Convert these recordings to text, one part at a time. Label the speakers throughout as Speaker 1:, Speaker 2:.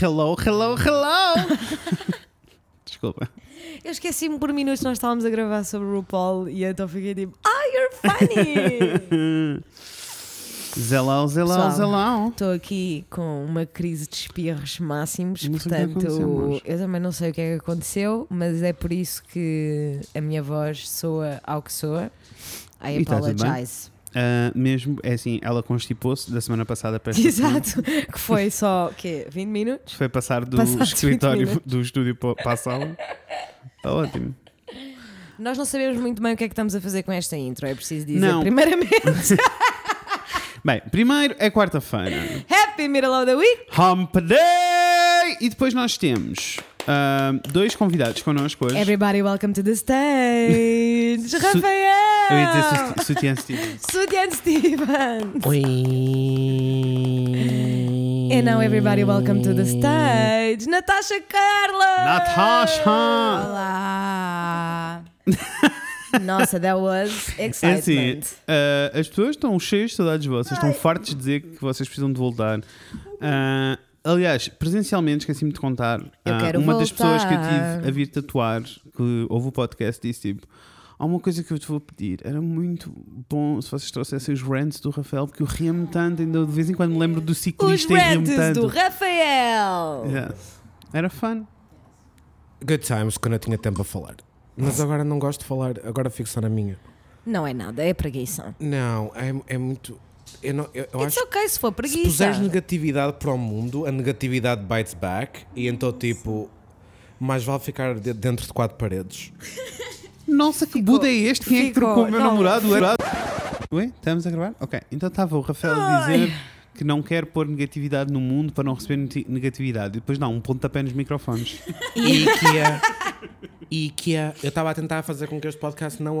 Speaker 1: hello, hello, hello. Desculpa.
Speaker 2: Eu esqueci-me por minutos, nós estávamos a gravar sobre o RuPaul e então fiquei tipo, ah, you're funny!
Speaker 1: Zelão, zelão,
Speaker 2: Pessoal.
Speaker 1: zelão.
Speaker 2: Estou aqui com uma crise de espirros máximos,
Speaker 1: Não sei o que aconteceu,
Speaker 2: portanto,
Speaker 1: mas-
Speaker 2: eu também não sei o que é que aconteceu, mas é por isso que a minha voz soa ao que soa. I
Speaker 1: E tá tudo bem?
Speaker 2: apologize.
Speaker 1: Ah, mesmo, é assim, ela constipou-se da semana passada para esta semana.
Speaker 2: Exato, que foi só, o quê, 20 minutos?
Speaker 1: Foi passar do
Speaker 2: Passados 20
Speaker 1: escritório,
Speaker 2: minutos.
Speaker 1: do estúdio pa- para a sala. Está ótimo.
Speaker 2: Nós não sabemos muito bem o que é que estamos a fazer com esta intro, é preciso dizer.
Speaker 1: Não.
Speaker 2: Primeiramente,
Speaker 1: Bem, primeiro é quarta-feira.
Speaker 2: Happy Middle of the Week!
Speaker 1: Hump Day! E depois nós temos ah, dois convidados connosco hoje.
Speaker 2: Everybody welcome to the stage! Rafael!
Speaker 1: Eu ia dizer sut- Sutiã Stevens.
Speaker 2: Sudian Stevens!
Speaker 3: Oi.
Speaker 2: And now everybody welcome to the stage, Natasha Carla!
Speaker 1: Natasha!
Speaker 2: Olá! Nossa, that was
Speaker 1: É assim,
Speaker 2: excitement.
Speaker 1: ah, as pessoas estão cheias de saudades vossas, estão fartas de dizer que vocês precisam de voltar. Ah, aliás, presencialmente, esqueci-me de contar, ah,
Speaker 2: quero
Speaker 1: uma das pessoas que eu
Speaker 2: voltar.
Speaker 1: tive a vir tatuar, que ouve o podcast, disse tipo. Há uma coisa que eu te vou pedir. Era muito bom se vocês trouxessem os rants do Rafael, porque eu ria-me tanto, ainda de vez em quando me lembro do
Speaker 2: Os
Speaker 1: ciclista e ria-me
Speaker 2: rants do
Speaker 1: tanto. É.
Speaker 2: Rafael!
Speaker 1: Yes. Era fun.
Speaker 3: Good times quando eu tinha tempo a falar. Mas agora não gosto de falar, agora fico só na minha.
Speaker 2: Não é nada, é preguiça.
Speaker 3: Não, é, é muito. Eu, não, eu, eu
Speaker 2: It's
Speaker 3: acho
Speaker 2: ok se for
Speaker 3: que
Speaker 2: preguiça.
Speaker 3: se puseres negatividade para o mundo, a negatividade bites back e então, tipo, mais vale ficar de- dentro de quatro paredes.
Speaker 1: Nossa, que Buda é este? Quem é que
Speaker 2: ficou.
Speaker 1: trocou o meu
Speaker 2: Não,
Speaker 1: namorado? Era- Ui, estamos a gravar? Ok, então estava o Rafael a dizer que não quer pôr negatividade no mundo para não receber noti- negatividade. E depois dá um pontapé nos microfones.
Speaker 3: IKEA. IKEA. Eu estava a tentar fazer com que este podcast não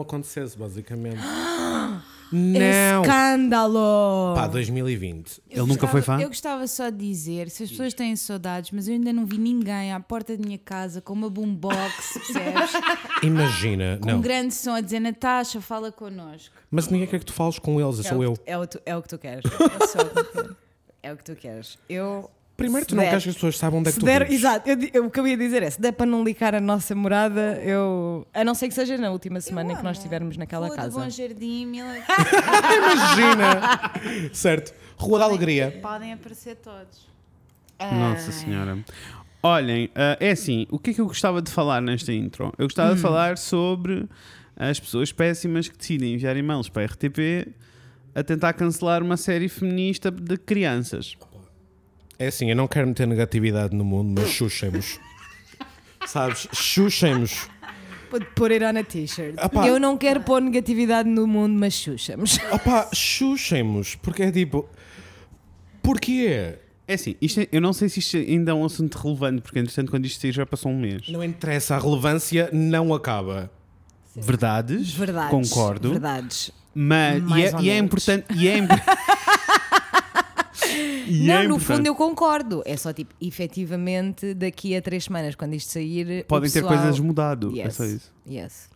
Speaker 3: acontecesse, basicamente. Não!
Speaker 2: Escândalo!
Speaker 3: Pá, 2020.
Speaker 1: Ele nunca foi fã?
Speaker 4: Eu gostava só de dizer, se as pessoas têm saudades, mas eu ainda não vi ninguém à porta da minha casa com uma boombox, percebes?
Speaker 3: Imagina,
Speaker 4: com um
Speaker 3: não.
Speaker 4: grande som a dizer Natasha, fala connosco.
Speaker 3: Mas ninguém quer que tu fales com eles, é
Speaker 2: É
Speaker 3: só
Speaker 2: o-
Speaker 3: eu.
Speaker 2: É o, tu- é o que tu queres. Eu sou o que tu queres. É o que tu queres. Eu.
Speaker 3: Primeiro,
Speaker 2: se
Speaker 3: tu não
Speaker 2: der-
Speaker 3: queres que as pessoas saibam onde é que
Speaker 2: se
Speaker 3: tu
Speaker 2: der-
Speaker 3: vives.
Speaker 2: Exato, eu, di- eu- o que eu ia dizer é: se der para não ligar a nossa morada, eu. A não ser que seja na última semana em que nós estivermos naquela
Speaker 4: Rua do
Speaker 2: casa.
Speaker 4: Bom Jardim, mil...
Speaker 3: Imagina! certo. Rua da Alegria.
Speaker 4: podem aparecer todos.
Speaker 1: Nossa Senhora. Olhem, ah, é assim, o que é que eu gostava de falar nesta intro? Eu gostava
Speaker 2: Hum.
Speaker 1: de falar sobre as pessoas péssimas que decidem enviar e-mails para a RTP a tentar cancelar uma série feminista de crianças.
Speaker 3: É assim, eu não quero meter negatividade no mundo, mas chuchemos. Sabes? Chuchemos.
Speaker 2: Pode pôr ir on a t-shirt.
Speaker 3: Apá.
Speaker 2: Eu não quero pôr negatividade no mundo, mas xuxamos.
Speaker 3: Opa, chuchemos. Porque é tipo. Porquê?
Speaker 1: É assim, isto é- eu não sei se isto ainda é um assunto relevante, porque entretanto quando isto sair já passou um mês.
Speaker 3: Não interessa, a relevância não acaba.
Speaker 1: Verdades,
Speaker 2: Verdades.
Speaker 1: concordo,
Speaker 2: Verdades.
Speaker 1: mas e
Speaker 2: Mais
Speaker 1: é,
Speaker 2: ou
Speaker 1: e é
Speaker 2: menos.
Speaker 1: importante e é, impor- E
Speaker 2: não,
Speaker 1: é
Speaker 2: no
Speaker 1: importante.
Speaker 2: fundo eu concordo. É só tipo, efetivamente, daqui a três semanas, quando isto sair. o
Speaker 1: podem ter
Speaker 2: pessoal-
Speaker 1: coisas mudado, é
Speaker 2: Yes,
Speaker 1: só isso.
Speaker 2: Yes.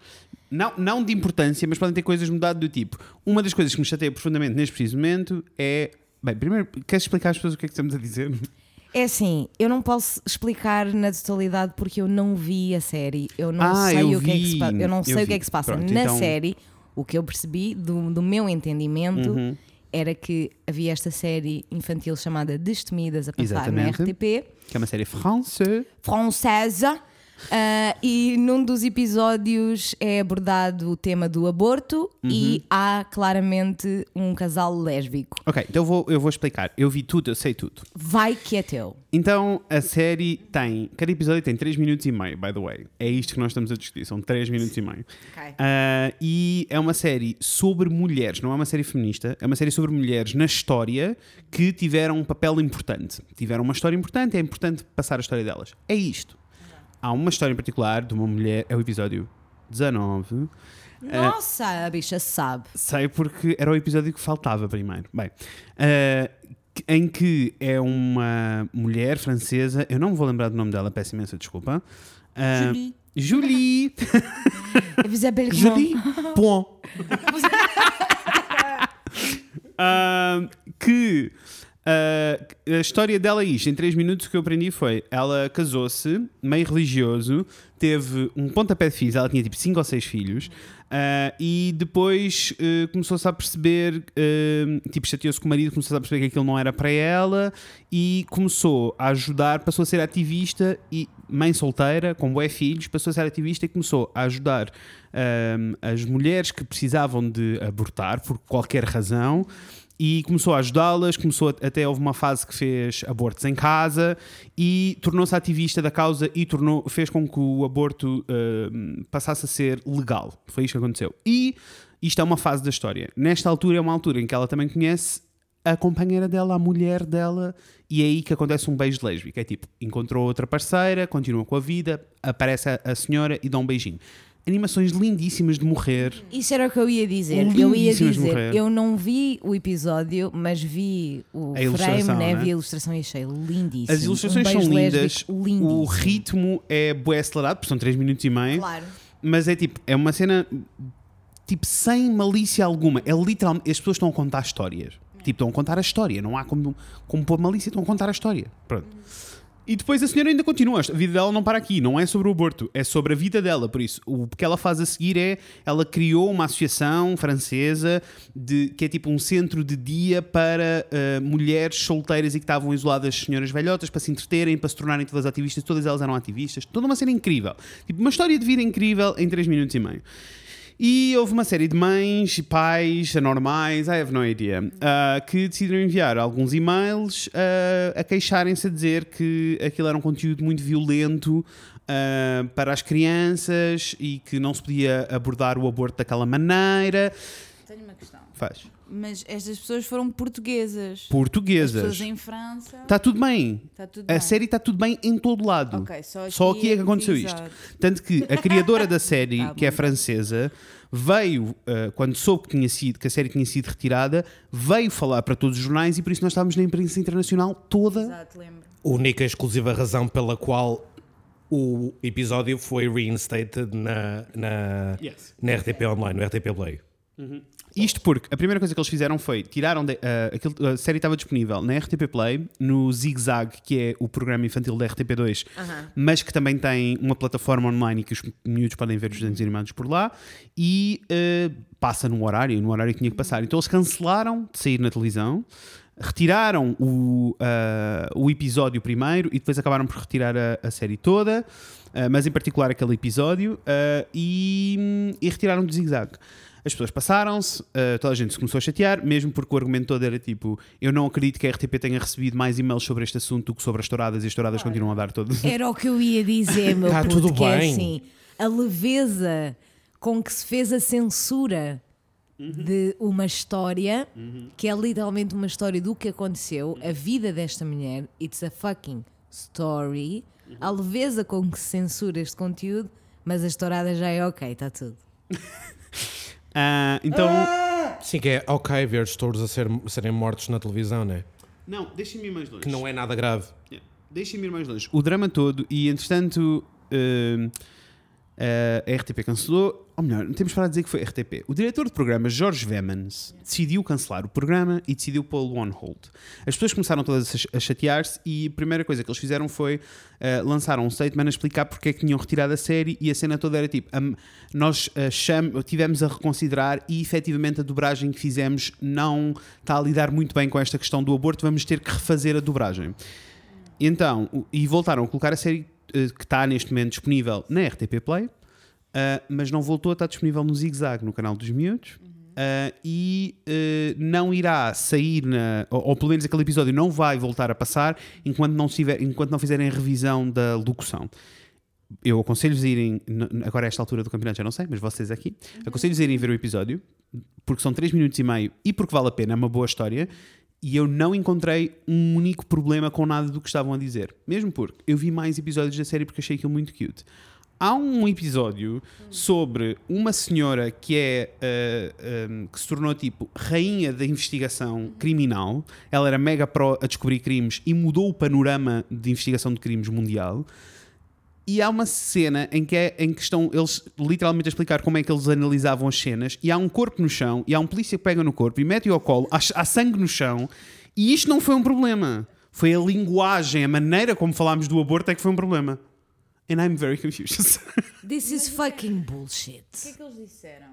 Speaker 1: Não, não de importância, mas podem ter coisas mudado do tipo. Uma das coisas que me chateia profundamente neste preciso momento é, bem, primeiro queres explicar às pessoas o que é que estamos a dizer?
Speaker 2: É assim, eu não posso explicar na totalidade porque eu não vi a série. Eu não
Speaker 1: Ah,
Speaker 2: sei
Speaker 1: eu
Speaker 2: o que é que se
Speaker 1: vi,
Speaker 2: passa. Eu não
Speaker 1: eu
Speaker 2: sei o que
Speaker 1: vi.
Speaker 2: é que se passa
Speaker 1: Pronto,
Speaker 2: na
Speaker 1: então-
Speaker 2: série. O que eu percebi do, do meu entendimento
Speaker 1: Uhum.
Speaker 2: era que havia esta série infantil chamada Destemidas a passar
Speaker 1: Exatamente.
Speaker 2: na RTP
Speaker 1: Que é uma série francesa.
Speaker 2: francesa. ah, e num dos episódios é abordado o tema do aborto
Speaker 1: Uhum.
Speaker 2: e há claramente um casal lésbico.
Speaker 1: Ok, então eu vou, eu vou explicar. Eu vi tudo, eu sei tudo.
Speaker 2: Vai que é teu.
Speaker 1: Então a série tem. Cada episódio tem 3 minutos e meio, by the way. É isto que nós estamos a discutir, são 3 minutos e meio.
Speaker 2: Ok.
Speaker 1: Ah, e é uma série sobre mulheres, não é uma série feminista, é uma série sobre mulheres na história que tiveram um papel importante. Tiveram uma história importante, é importante passar a história delas. É isto. Há uma história em particular de uma mulher, é o episódio 19. É.
Speaker 2: Nossa, a bicha sabe.
Speaker 1: Sei porque era o episódio que faltava primeiro. Bem, eh, que- em que é uma mulher francesa, eu não me vou lembrar do nome dela, peço imensa desculpa. Ah,
Speaker 4: Julie.
Speaker 1: Julie!
Speaker 2: Isabel
Speaker 1: Julie! Pon! Ah, que Uh, a história dela é isto. Em 3 minutos, o que eu aprendi foi: ela casou-se, meio religioso, teve um pontapé de filhos. Ela tinha tipo 5 ou 6 filhos. uh, e depois uh, começou-se a perceber, uh, tipo, chateou-se com o marido, começou-se a perceber que aquilo não era para ela e começou a ajudar. Passou a ser ativista e mãe solteira, com bué filhos, passou a ser ativista e começou a ajudar um, as mulheres que precisavam de abortar por qualquer razão e começou a ajudá-las, começou a- até houve uma fase que fez abortos em casa e tornou-se ativista da causa e tornou, fez com que o aborto um, passasse a ser legal. Foi isto que aconteceu. E isto é uma fase da história. Nesta altura é uma altura em que ela também conhece a companheira dela, a mulher dela, e é aí que acontece um beijo lésbico. É tipo, encontrou outra parceira, continua com a vida, aparece a, a senhora e dá um beijinho. Animações lindíssimas de morrer.
Speaker 2: Isso era o que eu ia dizer.
Speaker 1: Um
Speaker 2: Eu ia
Speaker 1: lindíssimo
Speaker 2: dizer,
Speaker 1: morrer.
Speaker 2: eu não vi o episódio, mas vi o
Speaker 1: A
Speaker 2: frame,
Speaker 1: ilustração,
Speaker 2: né?
Speaker 1: né?
Speaker 2: vi a ilustração e achei lindíssimo.
Speaker 1: As ilustrações
Speaker 2: Um
Speaker 1: são
Speaker 2: beijo
Speaker 1: lindas,
Speaker 2: lésbico lindíssimo.
Speaker 1: o ritmo é bué acelerado, porque são 3 minutos e meio,
Speaker 2: Claro.
Speaker 1: mas é tipo, é uma cena tipo sem malícia alguma. É literalmente, as pessoas estão a contar histórias.
Speaker 2: É.
Speaker 1: Tipo, estão a contar a história, não há como, como pôr malícia, estão a contar a história. Pronto. E depois a senhora ainda continua. A vida dela não para aqui, não é sobre o aborto, é sobre a vida dela. Por isso, o que ela faz a seguir é ela criou uma associação francesa de, que é tipo um centro de dia para ah, mulheres solteiras e que estavam isoladas, senhoras velhotas, para se entreterem, para se tornarem todas ativistas. Todas elas eram ativistas. Toda uma cena incrível. Tipo, uma história de vida incrível em 3 minutos e meio. E houve uma série de mães, pais, anormais, I have no idea, ah, que decidiram enviar alguns e-mails ah, a queixarem-se a dizer que aquilo era um conteúdo muito violento ah, para as crianças e que não se podia abordar o aborto daquela maneira.
Speaker 4: Tenho uma questão.
Speaker 1: Faz.
Speaker 4: Mas estas pessoas foram portuguesas. As
Speaker 1: Portuguesas. Tá. É
Speaker 4: pessoas em França.
Speaker 1: Está tudo bem.
Speaker 4: Está tudo
Speaker 1: A
Speaker 4: bem.
Speaker 1: série está tudo bem em todo lado.
Speaker 4: Ok, só
Speaker 1: Só
Speaker 4: aqui
Speaker 1: aqui é que aconteceu isto.
Speaker 4: exato.
Speaker 1: Tanto que a criadora da série,
Speaker 4: Tá
Speaker 1: que é francesa, veio, uh, quando soube que, tinha sido, que a série tinha sido retirada, veio falar para todos os jornais e por isso nós estávamos na imprensa internacional toda.
Speaker 4: Exato, lembro.
Speaker 3: Única e exclusiva razão pela qual o episódio foi reinstated na, na,
Speaker 1: Yes.
Speaker 3: na RTP Online, no RTP Play.
Speaker 1: Isto porque a primeira coisa que eles fizeram foi tiraram de- ah, aquilo- a série estava disponível na RTP Play, no Zig Zag, que é o programa infantil da RTP2, mas que também tem uma plataforma online e que os miúdos podem ver os desenhos animados por lá e ah, passa no horário, no horário que tinha que passar. Então eles cancelaram de sair na televisão. Retiraram o, ah, o episódio primeiro e depois acabaram por retirar a, a série toda, ah, mas em particular aquele episódio, ah, e, e retiraram do zig-zag. As pessoas passaram-se, eh, toda a gente se começou a chatear, mesmo porque o argumento todo era tipo: eu não acredito que a RTP tenha recebido mais e-mails sobre este assunto do que sobre as touradas e as touradas continuam a dar todos.
Speaker 2: Era o que eu ia dizer, meu
Speaker 3: Tá
Speaker 2: puto,
Speaker 3: tudo
Speaker 2: que é
Speaker 3: bem.
Speaker 2: assim, a leveza com que se fez a censura de uma história, que é literalmente uma história do que aconteceu, a vida desta mulher, it's a fucking story, a leveza com que se censura este conteúdo, mas a estourada já é ok, está tudo.
Speaker 1: Ah, então.
Speaker 3: Sim, que é ok ver os touros a, ser- a serem mortos na televisão, né?
Speaker 1: Não, deixem-me ir mais longe.
Speaker 3: Que não é nada grave.
Speaker 1: Yeah. Deixem-me ir mais longe. O drama todo, e entretanto, hum, eh, a RTP cancelou. Ou melhor, não temos para dizer que foi a RTP. O diretor de programa, Jorge Vemans, decidiu cancelar o programa e decidiu pô-lo on hold. As pessoas começaram todas a ch- a chatear-se e a primeira coisa que eles fizeram foi eh, lançar um statement a explicar porque é que tinham retirado a série e a cena toda era tipo: "Am- nós eh, cham- tivemos a reconsiderar e efetivamente a dobragem que fizemos não está a lidar muito bem com esta questão do aborto, vamos ter que refazer a dobragem. Então, o- e voltaram a colocar a série eh, que está neste momento disponível na RTP Play, ah, mas não voltou a estar disponível no Zig Zag, no canal dos miúdos. Ah, e eh, não irá sair, na, ou, ou pelo menos aquele episódio não vai voltar a passar enquanto não, se tiver- enquanto não fizerem a revisão da locução. Eu aconselho-vos a irem, n- n- agora a esta altura do campeonato já não sei, mas vocês aqui, aconselho-vos a irem ver o episódio, porque são 3 minutos e meio e porque vale a pena, é uma boa história. E eu não encontrei um único problema com nada do que estavam a dizer. Mesmo porque eu vi mais episódios da série porque achei aquilo muito cute. Há um episódio sobre uma senhora que é ah, ah, que se tornou tipo rainha da investigação criminal. Ela era mega pró a descobrir crimes e mudou o panorama de investigação de crimes mundial. E há uma cena em que, é, em que estão eles literalmente a explicar como é que eles analisavam as cenas, e há um corpo no chão, e há um polícia que pega no corpo e mete-o ao colo, há, há sangue no chão, E isto não foi um problema. Foi a linguagem, a maneira como falámos do aborto é que foi um problema. And I'm very confused.
Speaker 2: This is fucking bullshit.
Speaker 4: O que é que eles disseram?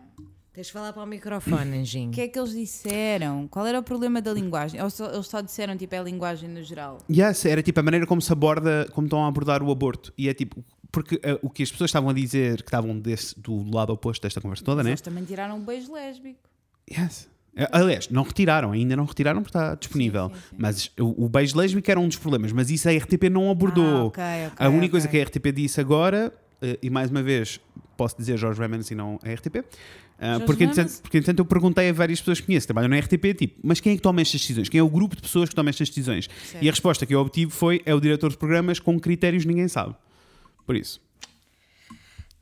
Speaker 2: Tens de falar para o microfone, Anjinho.
Speaker 4: O que é que eles disseram? Qual era o problema da linguagem? Ou só- eles só disseram, tipo, é a linguagem no geral?
Speaker 1: Yes, era tipo a maneira como se aborda, como estão a abordar o aborto. E é tipo, porque eh, o que as pessoas estavam a dizer, que estavam desse, do lado oposto desta conversa toda, né?
Speaker 4: Eles também tiraram um beijo lésbico.
Speaker 1: Yes. Eh, Aliás, não retiraram, ainda não retiraram porque está disponível. Mas o, o beijo lésbico era um dos problemas, mas isso a RTP não abordou.
Speaker 4: Ah, ok, ok,
Speaker 1: a única
Speaker 4: ok.
Speaker 1: coisa que a RTP disse agora, eh, e mais uma vez posso dizer Jorge Remans e não a RTP, ah,
Speaker 4: Jorge
Speaker 1: porque, entretanto,
Speaker 4: Remans?
Speaker 1: porque entretanto eu perguntei a várias pessoas que conheço, que trabalham na RTP, tipo, mas quem é que toma estas decisões? Quem é o grupo de pessoas que toma estas decisões? E a resposta que eu obtive foi: é o diretor de programas com critérios que ninguém sabe. Por isso.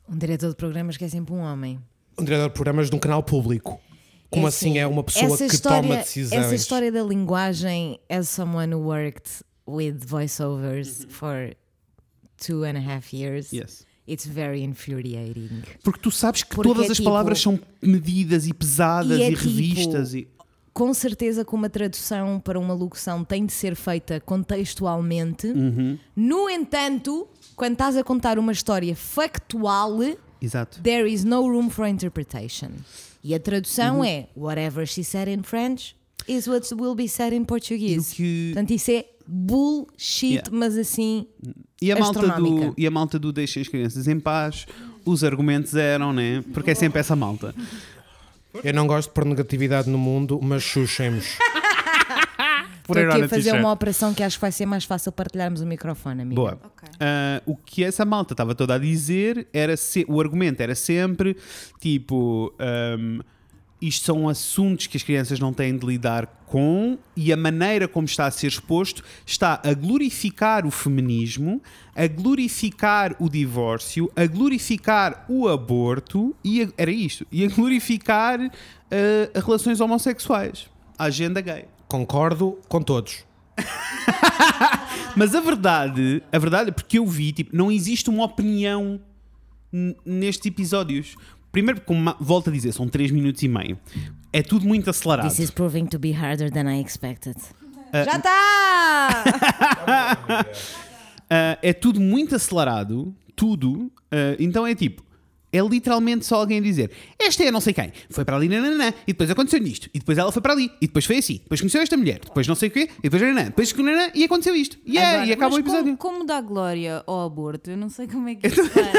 Speaker 2: Um diretor de programas que é sempre um homem.
Speaker 3: Um diretor de programas de um canal público. Como assim é uma pessoa que toma decisões?
Speaker 2: Essa história da linguagem as someone who worked with voiceovers
Speaker 3: Uhum.
Speaker 2: for two and a half years.
Speaker 1: Yes.
Speaker 2: It's very infuriating.
Speaker 1: Porque tu sabes que
Speaker 2: Porque
Speaker 1: todas
Speaker 2: é
Speaker 1: as
Speaker 2: tipo-
Speaker 1: palavras são medidas e pesadas e,
Speaker 2: E é tipo-
Speaker 1: revistas e.
Speaker 2: Com certeza que uma tradução para uma locução tem de ser feita contextualmente.
Speaker 3: Uhum.
Speaker 2: No entanto, quando estás a contar uma história factual,
Speaker 1: Exato.
Speaker 2: there is no room for interpretation. E a tradução
Speaker 1: Uhum.
Speaker 2: é whatever she said in French is what will be said in Portuguese.
Speaker 1: E o que-
Speaker 2: Portanto, isso é bullshit,
Speaker 1: Yeah.
Speaker 2: mas assim.
Speaker 1: E a, malta do,
Speaker 2: Astronómica.
Speaker 1: e a malta do deixem as crianças em paz, os argumentos eram, né? Porque é sempre essa malta.
Speaker 3: Eu não gosto de pôr negatividade no mundo, mas chuchemos.
Speaker 1: Por
Speaker 2: Estou aqui
Speaker 1: ironia
Speaker 2: a fazer
Speaker 1: t-shirt.
Speaker 2: uma operação que acho que vai ser mais fácil partilharmos o microfone, amiga.
Speaker 1: Boa.
Speaker 4: Ok.
Speaker 1: Ah, o que essa malta estava toda a dizer era se- o argumento era sempre tipo. ahm, isto são assuntos que as crianças não têm de lidar com e a maneira como está a ser exposto está a glorificar o feminismo, a glorificar o divórcio, a glorificar o aborto e a- era isto, e a glorificar ah, relações homossexuais, a agenda gay.
Speaker 3: Concordo com todos.
Speaker 1: Mas a verdade, a verdade é porque eu vi, tipo, não existe uma opinião n- nestes episódios. Primeiro, porque, como volto a dizer, são 3 minutos e meio. É tudo muito acelerado.
Speaker 2: This is proving to be harder than I expected.
Speaker 4: Já tá! está!
Speaker 1: Ah, é tudo muito acelerado, tudo. Ah, então é tipo, é literalmente só alguém dizer: Esta é não sei quem, foi para ali, nananã, e depois aconteceu nisto, e depois ela foi para ali, e depois foi assim, depois conheceu esta mulher, depois não sei o quê, e depois nananã, depois nananã, e aconteceu isto. Yeah,
Speaker 4: Agora,
Speaker 1: e acaba
Speaker 4: mas
Speaker 1: o episódio.
Speaker 4: Como, como dá glória ao aborto? Eu não sei como é que isso faz.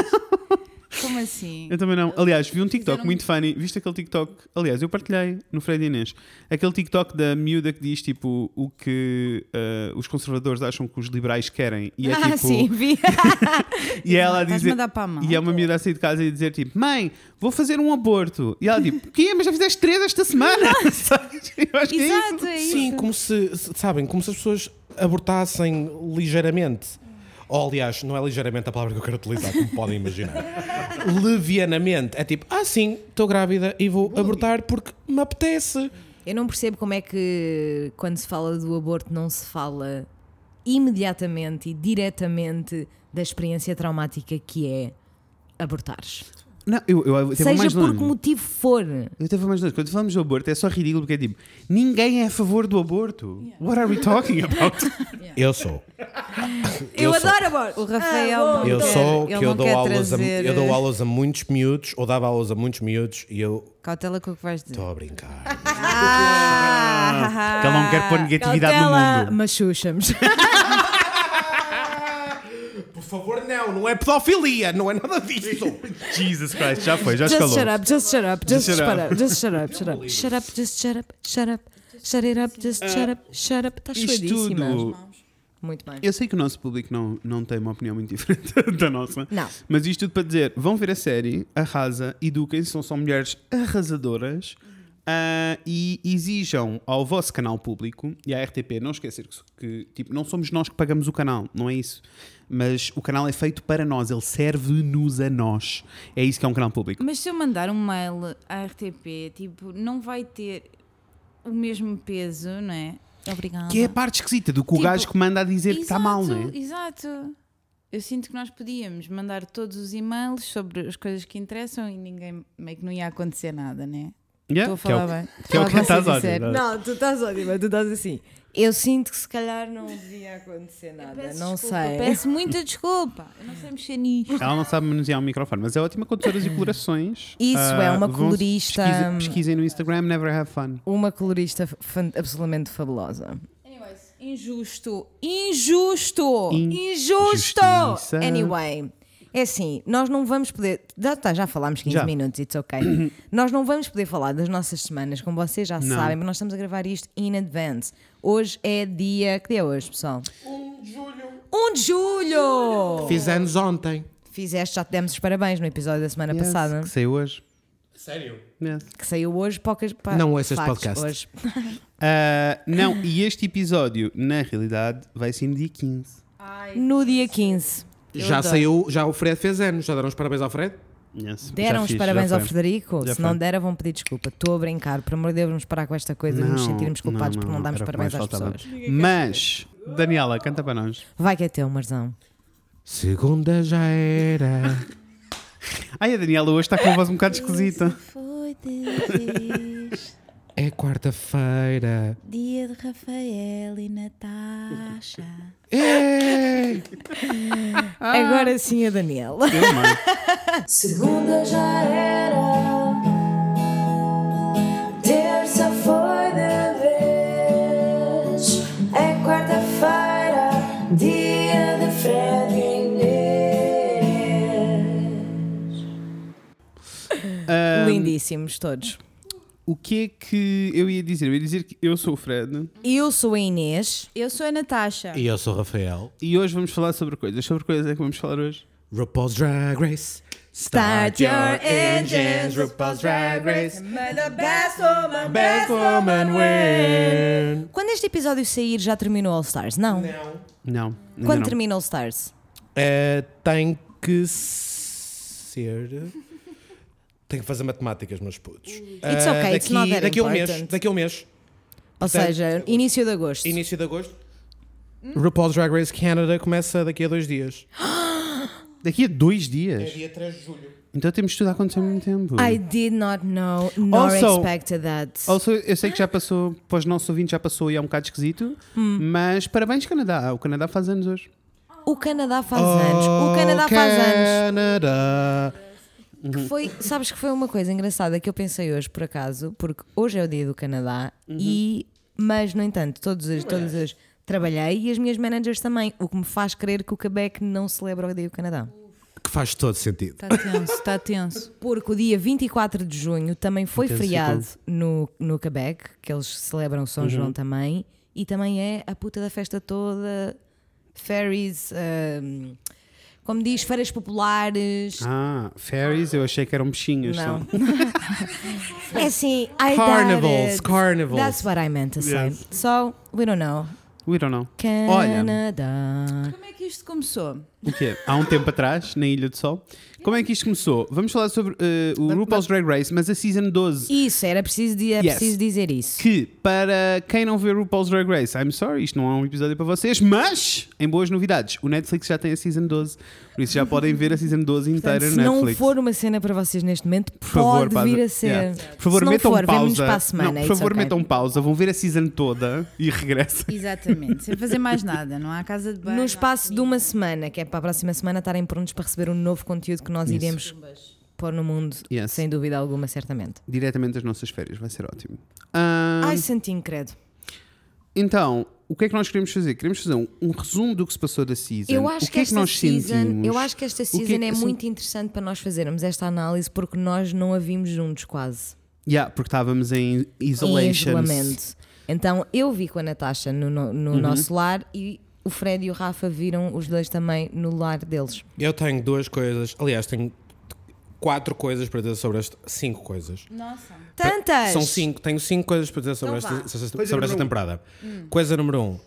Speaker 4: Como assim?
Speaker 1: Eu também não. Aliás, vi um TikTok
Speaker 4: Fizeram-
Speaker 1: muito funny. Viste aquele TikTok? Aliás, eu partilhei no Fred Inês. Aquele TikTok da miúda que diz tipo o que ah, os conservadores acham que os liberais querem. E é
Speaker 4: ah,
Speaker 1: tipo.
Speaker 4: sim, vi.
Speaker 1: E é ela a
Speaker 4: Estás-me
Speaker 1: dizer.
Speaker 4: a dar para a mão.
Speaker 1: E é uma miúda a sair de casa e dizer tipo: Mãe, vou fazer um aborto. E ela tipo: Quê? Mas já fizeste três esta semana. Sabes? eu acho que é isso.
Speaker 4: Exato, é isso.
Speaker 3: Sim, como se, se- sabem, como se as pessoas abortassem ligeiramente. Ou, aliás, não é ligeiramente a palavra que eu quero utilizar, como podem imaginar. Levianamente. É tipo, ah, sim, estou grávida e vou abortar porque me apetece.
Speaker 2: Eu não percebo como é que quando se fala do aborto não se fala imediatamente e diretamente da experiência traumática que é abortares.
Speaker 1: Não, eu, eu, eu até vou
Speaker 2: Seja
Speaker 1: mais um
Speaker 2: por
Speaker 1: longe.
Speaker 2: que motivo for.
Speaker 1: Eu até vou mais longe. Quando falamos do aborto é só ridículo porque é tipo: Ninguém é a favor do aborto. What are we talking about?
Speaker 3: Eu sou.
Speaker 2: Eu,
Speaker 3: sou.
Speaker 2: adoro aborto.
Speaker 4: O Rafael não
Speaker 3: Eu
Speaker 4: quer-
Speaker 3: sou
Speaker 4: ele
Speaker 3: que eu
Speaker 4: não
Speaker 3: dou,
Speaker 4: quer
Speaker 3: aulas a,
Speaker 4: trazer,
Speaker 3: eu dou
Speaker 4: eh,
Speaker 3: aulas a muitos miúdos, ou dava aulas a muitos miúdos, e eu
Speaker 4: Cautela com o que vais dizer.
Speaker 1: Então,
Speaker 3: estou a brincar.
Speaker 4: Ah,
Speaker 1: Que ela não quer pôr negatividade no mundo.
Speaker 2: machuchamos.
Speaker 3: Por favor, não, não é pedofilia, não é nada disso.
Speaker 1: Jesus Christ, já foi, já
Speaker 2: just
Speaker 1: escalou.
Speaker 2: shut up, just shut up, just
Speaker 1: Just shut
Speaker 2: shut
Speaker 1: up.
Speaker 2: up, just shut up, shut up. Shut up, just shut up, shut up. Shut it up, just shut up, shut up.
Speaker 1: Ah,
Speaker 2: Estás
Speaker 1: Isto
Speaker 2: fadíssima.
Speaker 1: tudo.
Speaker 2: Muito bem.
Speaker 1: Eu sei que o nosso público não, não tem uma opinião muito diferente da nossa.
Speaker 2: Não.
Speaker 1: Mas isto tudo para dizer: vão ver a série, arrasa, eduquem-se, são só mulheres arrasadoras. ah, e exijam ao vosso canal público e à RTP não esquecer que, que, tipo, não somos nós que pagamos o canal, não é isso. Mas o canal é feito para nós, ele serve-nos a nós. É isso que é um canal público.
Speaker 4: Mas se eu mandar um mail à RTP, tipo, não vai ter o mesmo peso, não é? Obrigada.
Speaker 2: Ah,
Speaker 1: Que é a parte esquisita do que o
Speaker 4: Tipo,
Speaker 1: gajo que manda a dizer que está mal, não é?
Speaker 4: Exato. Eu sinto que nós podíamos mandar todos os e-mails sobre as coisas que interessam e ninguém meio que não ia acontecer nada, né?
Speaker 1: Yeah, que
Speaker 4: Estou a
Speaker 1: é o-
Speaker 4: falar bem.
Speaker 1: que é o
Speaker 4: Estava
Speaker 1: que
Speaker 4: a ser
Speaker 1: estás a
Speaker 4: sincera.
Speaker 1: olhar.
Speaker 2: Não, tu estás ótima, tu estás assim. Eu sinto que se calhar não é. devia acontecer nada,
Speaker 4: Peço
Speaker 2: não
Speaker 4: desculpa,
Speaker 2: sei.
Speaker 4: Tipo, Peço muita desculpa. Eu não sei mexer nisto.
Speaker 1: Ela não sabe manusear um microfone, mas é ótima com todas e colorações.
Speaker 2: Uhum. Isso, é uma
Speaker 1: vão-
Speaker 2: colorista.
Speaker 1: pesquisa- pesquisem no Instagram, never have fun.
Speaker 2: Uma colorista fan- absolutamente fabulosa.
Speaker 4: Anyways, injusto. Injusto.
Speaker 2: Injusto!
Speaker 1: Justiça.
Speaker 2: Anyway, é assim, nós não vamos poder. Já, tá, já falámos 15
Speaker 1: Já.
Speaker 2: minutos, it's ok. nós não vamos poder falar das nossas semanas, como vocês já sabem, mas nós estamos a gravar isto in advance. Hoje é dia. Que dia é hoje, pessoal? 1 de julho!
Speaker 3: Fiz anos ontem.
Speaker 2: Fizeste, já te demos os parabéns no episódio da semana
Speaker 1: Yes,
Speaker 2: É passada,
Speaker 1: Que saiu hoje.
Speaker 3: Sério?
Speaker 1: Yes.
Speaker 2: que saiu hoje, poucas. pá,
Speaker 3: Não ouças
Speaker 2: factos
Speaker 3: podcast.
Speaker 2: Hoje.
Speaker 1: Ah, não, e este episódio, na realidade, vai ser no dia 15.
Speaker 2: No dia 15.
Speaker 3: Já saiu, já o Fred fez anos, já deram os parabéns ao Fred?
Speaker 1: Yes, já
Speaker 2: Deram os
Speaker 1: fiz,
Speaker 2: parabéns
Speaker 1: já
Speaker 2: ao
Speaker 1: foi.
Speaker 2: Frederico?
Speaker 1: Já
Speaker 2: Se não
Speaker 1: foi.
Speaker 2: deram, vão pedir desculpa. Estou a brincar. Por amor de Deus, vamos parar com esta coisa de nos sentirmos culpados por não darmos
Speaker 1: era o que
Speaker 2: parabéns às
Speaker 1: mais faltava.
Speaker 2: pessoas.
Speaker 1: Mas, Daniela, canta para nós.
Speaker 2: Vai que é teu, Marzão.
Speaker 3: Segunda já era.
Speaker 1: Ai, a Daniela hoje está com uma voz um bocado esquisita.
Speaker 5: Foi de vez,
Speaker 3: É quarta-feira.
Speaker 5: dia de Rafael e Natasha.
Speaker 3: É!
Speaker 2: Agora sim é a Daniela.
Speaker 1: Eu, mano.
Speaker 5: Segunda já era, terça foi de vez, é quarta-feira, dia de Fred e Inês.
Speaker 2: Lindíssimos todos.
Speaker 1: O que é que eu ia dizer? Eu ia dizer que eu sou o Fred
Speaker 2: Eu sou a Inês.
Speaker 4: Eu sou a Natasha.
Speaker 3: E eu sou o Rafael.
Speaker 1: e hoje vamos falar sobre coisas. Sobre coisas é que vamos falar hoje.
Speaker 3: RuPaul's Drag Race.
Speaker 2: Start your engines,
Speaker 3: RuPaul's Drag Race.
Speaker 4: Best woman.
Speaker 3: Best woman win.
Speaker 2: Quando este episódio sair, já terminou All Stars? Não.
Speaker 1: Não. ainda
Speaker 2: Quando
Speaker 1: não.
Speaker 2: termina All Stars?
Speaker 3: É, tem que ser. Tenho que fazer matemáticas, meus putos.
Speaker 2: It's okay,
Speaker 3: daqui,
Speaker 2: it's not that
Speaker 3: daqui a um mês.
Speaker 2: important. Hum?
Speaker 3: Daqui a um mês.
Speaker 2: Ou
Speaker 3: Portanto,
Speaker 2: seja, início de agosto.
Speaker 3: Início de agosto.
Speaker 2: Hum?
Speaker 3: RuPaul's Drag Race Canada começa daqui a dois dias.
Speaker 1: Daqui a dois dias.
Speaker 3: É dia 3 de julho.
Speaker 1: Então temos tudo a acontecer ao mesmo tempo.
Speaker 2: I did not know, nor
Speaker 1: Also- oh,
Speaker 2: expected that.
Speaker 1: Also, eu sei que já passou, para os nossos ouvintes já passou e é um bocado esquisito,
Speaker 2: Hum.
Speaker 1: mas parabéns, Canadá. O Canadá faz anos hoje. Oh,
Speaker 2: O Canadá faz anos. O Canadá faz anos.
Speaker 3: Canadá.
Speaker 1: Uhum.
Speaker 2: Que foi, sabes que foi uma coisa engraçada que eu pensei hoje, por acaso, porque hoje é o dia do Canadá
Speaker 1: Uhum.
Speaker 2: e, mas no entanto, todos os, todos os trabalhei e as minhas managers também, o que me faz crer que o Quebec não celebra o dia do Canadá.
Speaker 3: Que faz todo sentido.
Speaker 4: Está Tá tenso, está tenso.
Speaker 2: Porque o dia 24 de junho também foi
Speaker 1: Intensificou.
Speaker 2: feriado no, no Quebec, que eles celebram
Speaker 1: Uhum.
Speaker 2: São João também, e também é a puta da festa toda, fairies, ahm, como diz, feiras populares.
Speaker 1: Ah, fairies, eu achei que eram bichinhos. são.
Speaker 2: Não. É assim, I doubt
Speaker 3: Carnivals,
Speaker 2: it.
Speaker 3: carnivals.
Speaker 2: That's what I meant to say.
Speaker 1: Yes.
Speaker 2: So, we don't know.
Speaker 1: We don't know. Olha,
Speaker 2: Canadá.
Speaker 4: Como é que isto começou?
Speaker 1: o quê? Há um tempo atrás, na Ilha do Sol. Como é que isto começou? Vamos falar sobre eh, o RuPaul's Drag Race, mas a Season 12.
Speaker 2: Isso, era preciso, di- é
Speaker 1: Yes.
Speaker 2: preciso dizer isso.
Speaker 1: Que, para quem não vê RuPaul's Drag Race, I'm sorry, isto não é um episódio para vocês, mas, em boas novidades, o Netflix já tem a Season 12, por isso já podem ver a Season 12 inteira
Speaker 2: Portanto, se
Speaker 1: no
Speaker 2: não
Speaker 1: Netflix.
Speaker 2: for uma cena para vocês neste momento,
Speaker 1: por favor,
Speaker 2: pode
Speaker 1: pá,
Speaker 2: vir a ser.
Speaker 1: yeah. Por favor,
Speaker 2: se não
Speaker 1: metam
Speaker 2: for, vemos
Speaker 1: pausa.
Speaker 2: para a semana.
Speaker 1: Não, por
Speaker 2: it's
Speaker 1: favor,
Speaker 2: okay.
Speaker 1: metam pausa, vão ver a season toda e regressem.
Speaker 4: Exatamente, sem fazer mais nada, não há casa de banho.
Speaker 2: No espaço de uma semana, que é para a próxima semana estarem prontos para receber um novo conteúdo que nós iremos pôr no mundo,
Speaker 1: Yes.
Speaker 2: sem dúvida alguma, certamente.
Speaker 1: Diretamente das nossas férias, vai ser ótimo. Ah,
Speaker 2: Ai, senti incrédulo.
Speaker 1: então, o que é que nós queremos fazer? Queremos fazer um, um resumo do que se passou da season.
Speaker 2: Eu
Speaker 1: o
Speaker 2: acho
Speaker 1: que,
Speaker 2: que,
Speaker 1: é que
Speaker 2: esta
Speaker 1: nós
Speaker 2: season,
Speaker 1: sentimos?
Speaker 2: eu acho que esta
Speaker 1: O que
Speaker 2: season é
Speaker 1: assim,
Speaker 2: muito interessante para nós fazermos esta análise porque nós não a vimos juntos quase.
Speaker 1: Yeah, porque estávamos em
Speaker 2: Em
Speaker 1: isolation.
Speaker 2: isolamento. Então eu vi com a Natasha no, no- no nosso lar e o Fred e o Rafa viram os dois também no lar deles.
Speaker 3: Eu tenho duas coisas. Aliás, tenho quatro coisas para dizer sobre esta. Cinco coisas.
Speaker 4: Nossa.
Speaker 2: Tantas!
Speaker 3: São cinco. Tenho cinco coisas para dizer sobre
Speaker 2: Então Hum.
Speaker 3: esta, sobre
Speaker 1: Coisa
Speaker 3: esta
Speaker 1: número um.
Speaker 3: temporada. Coisa número um: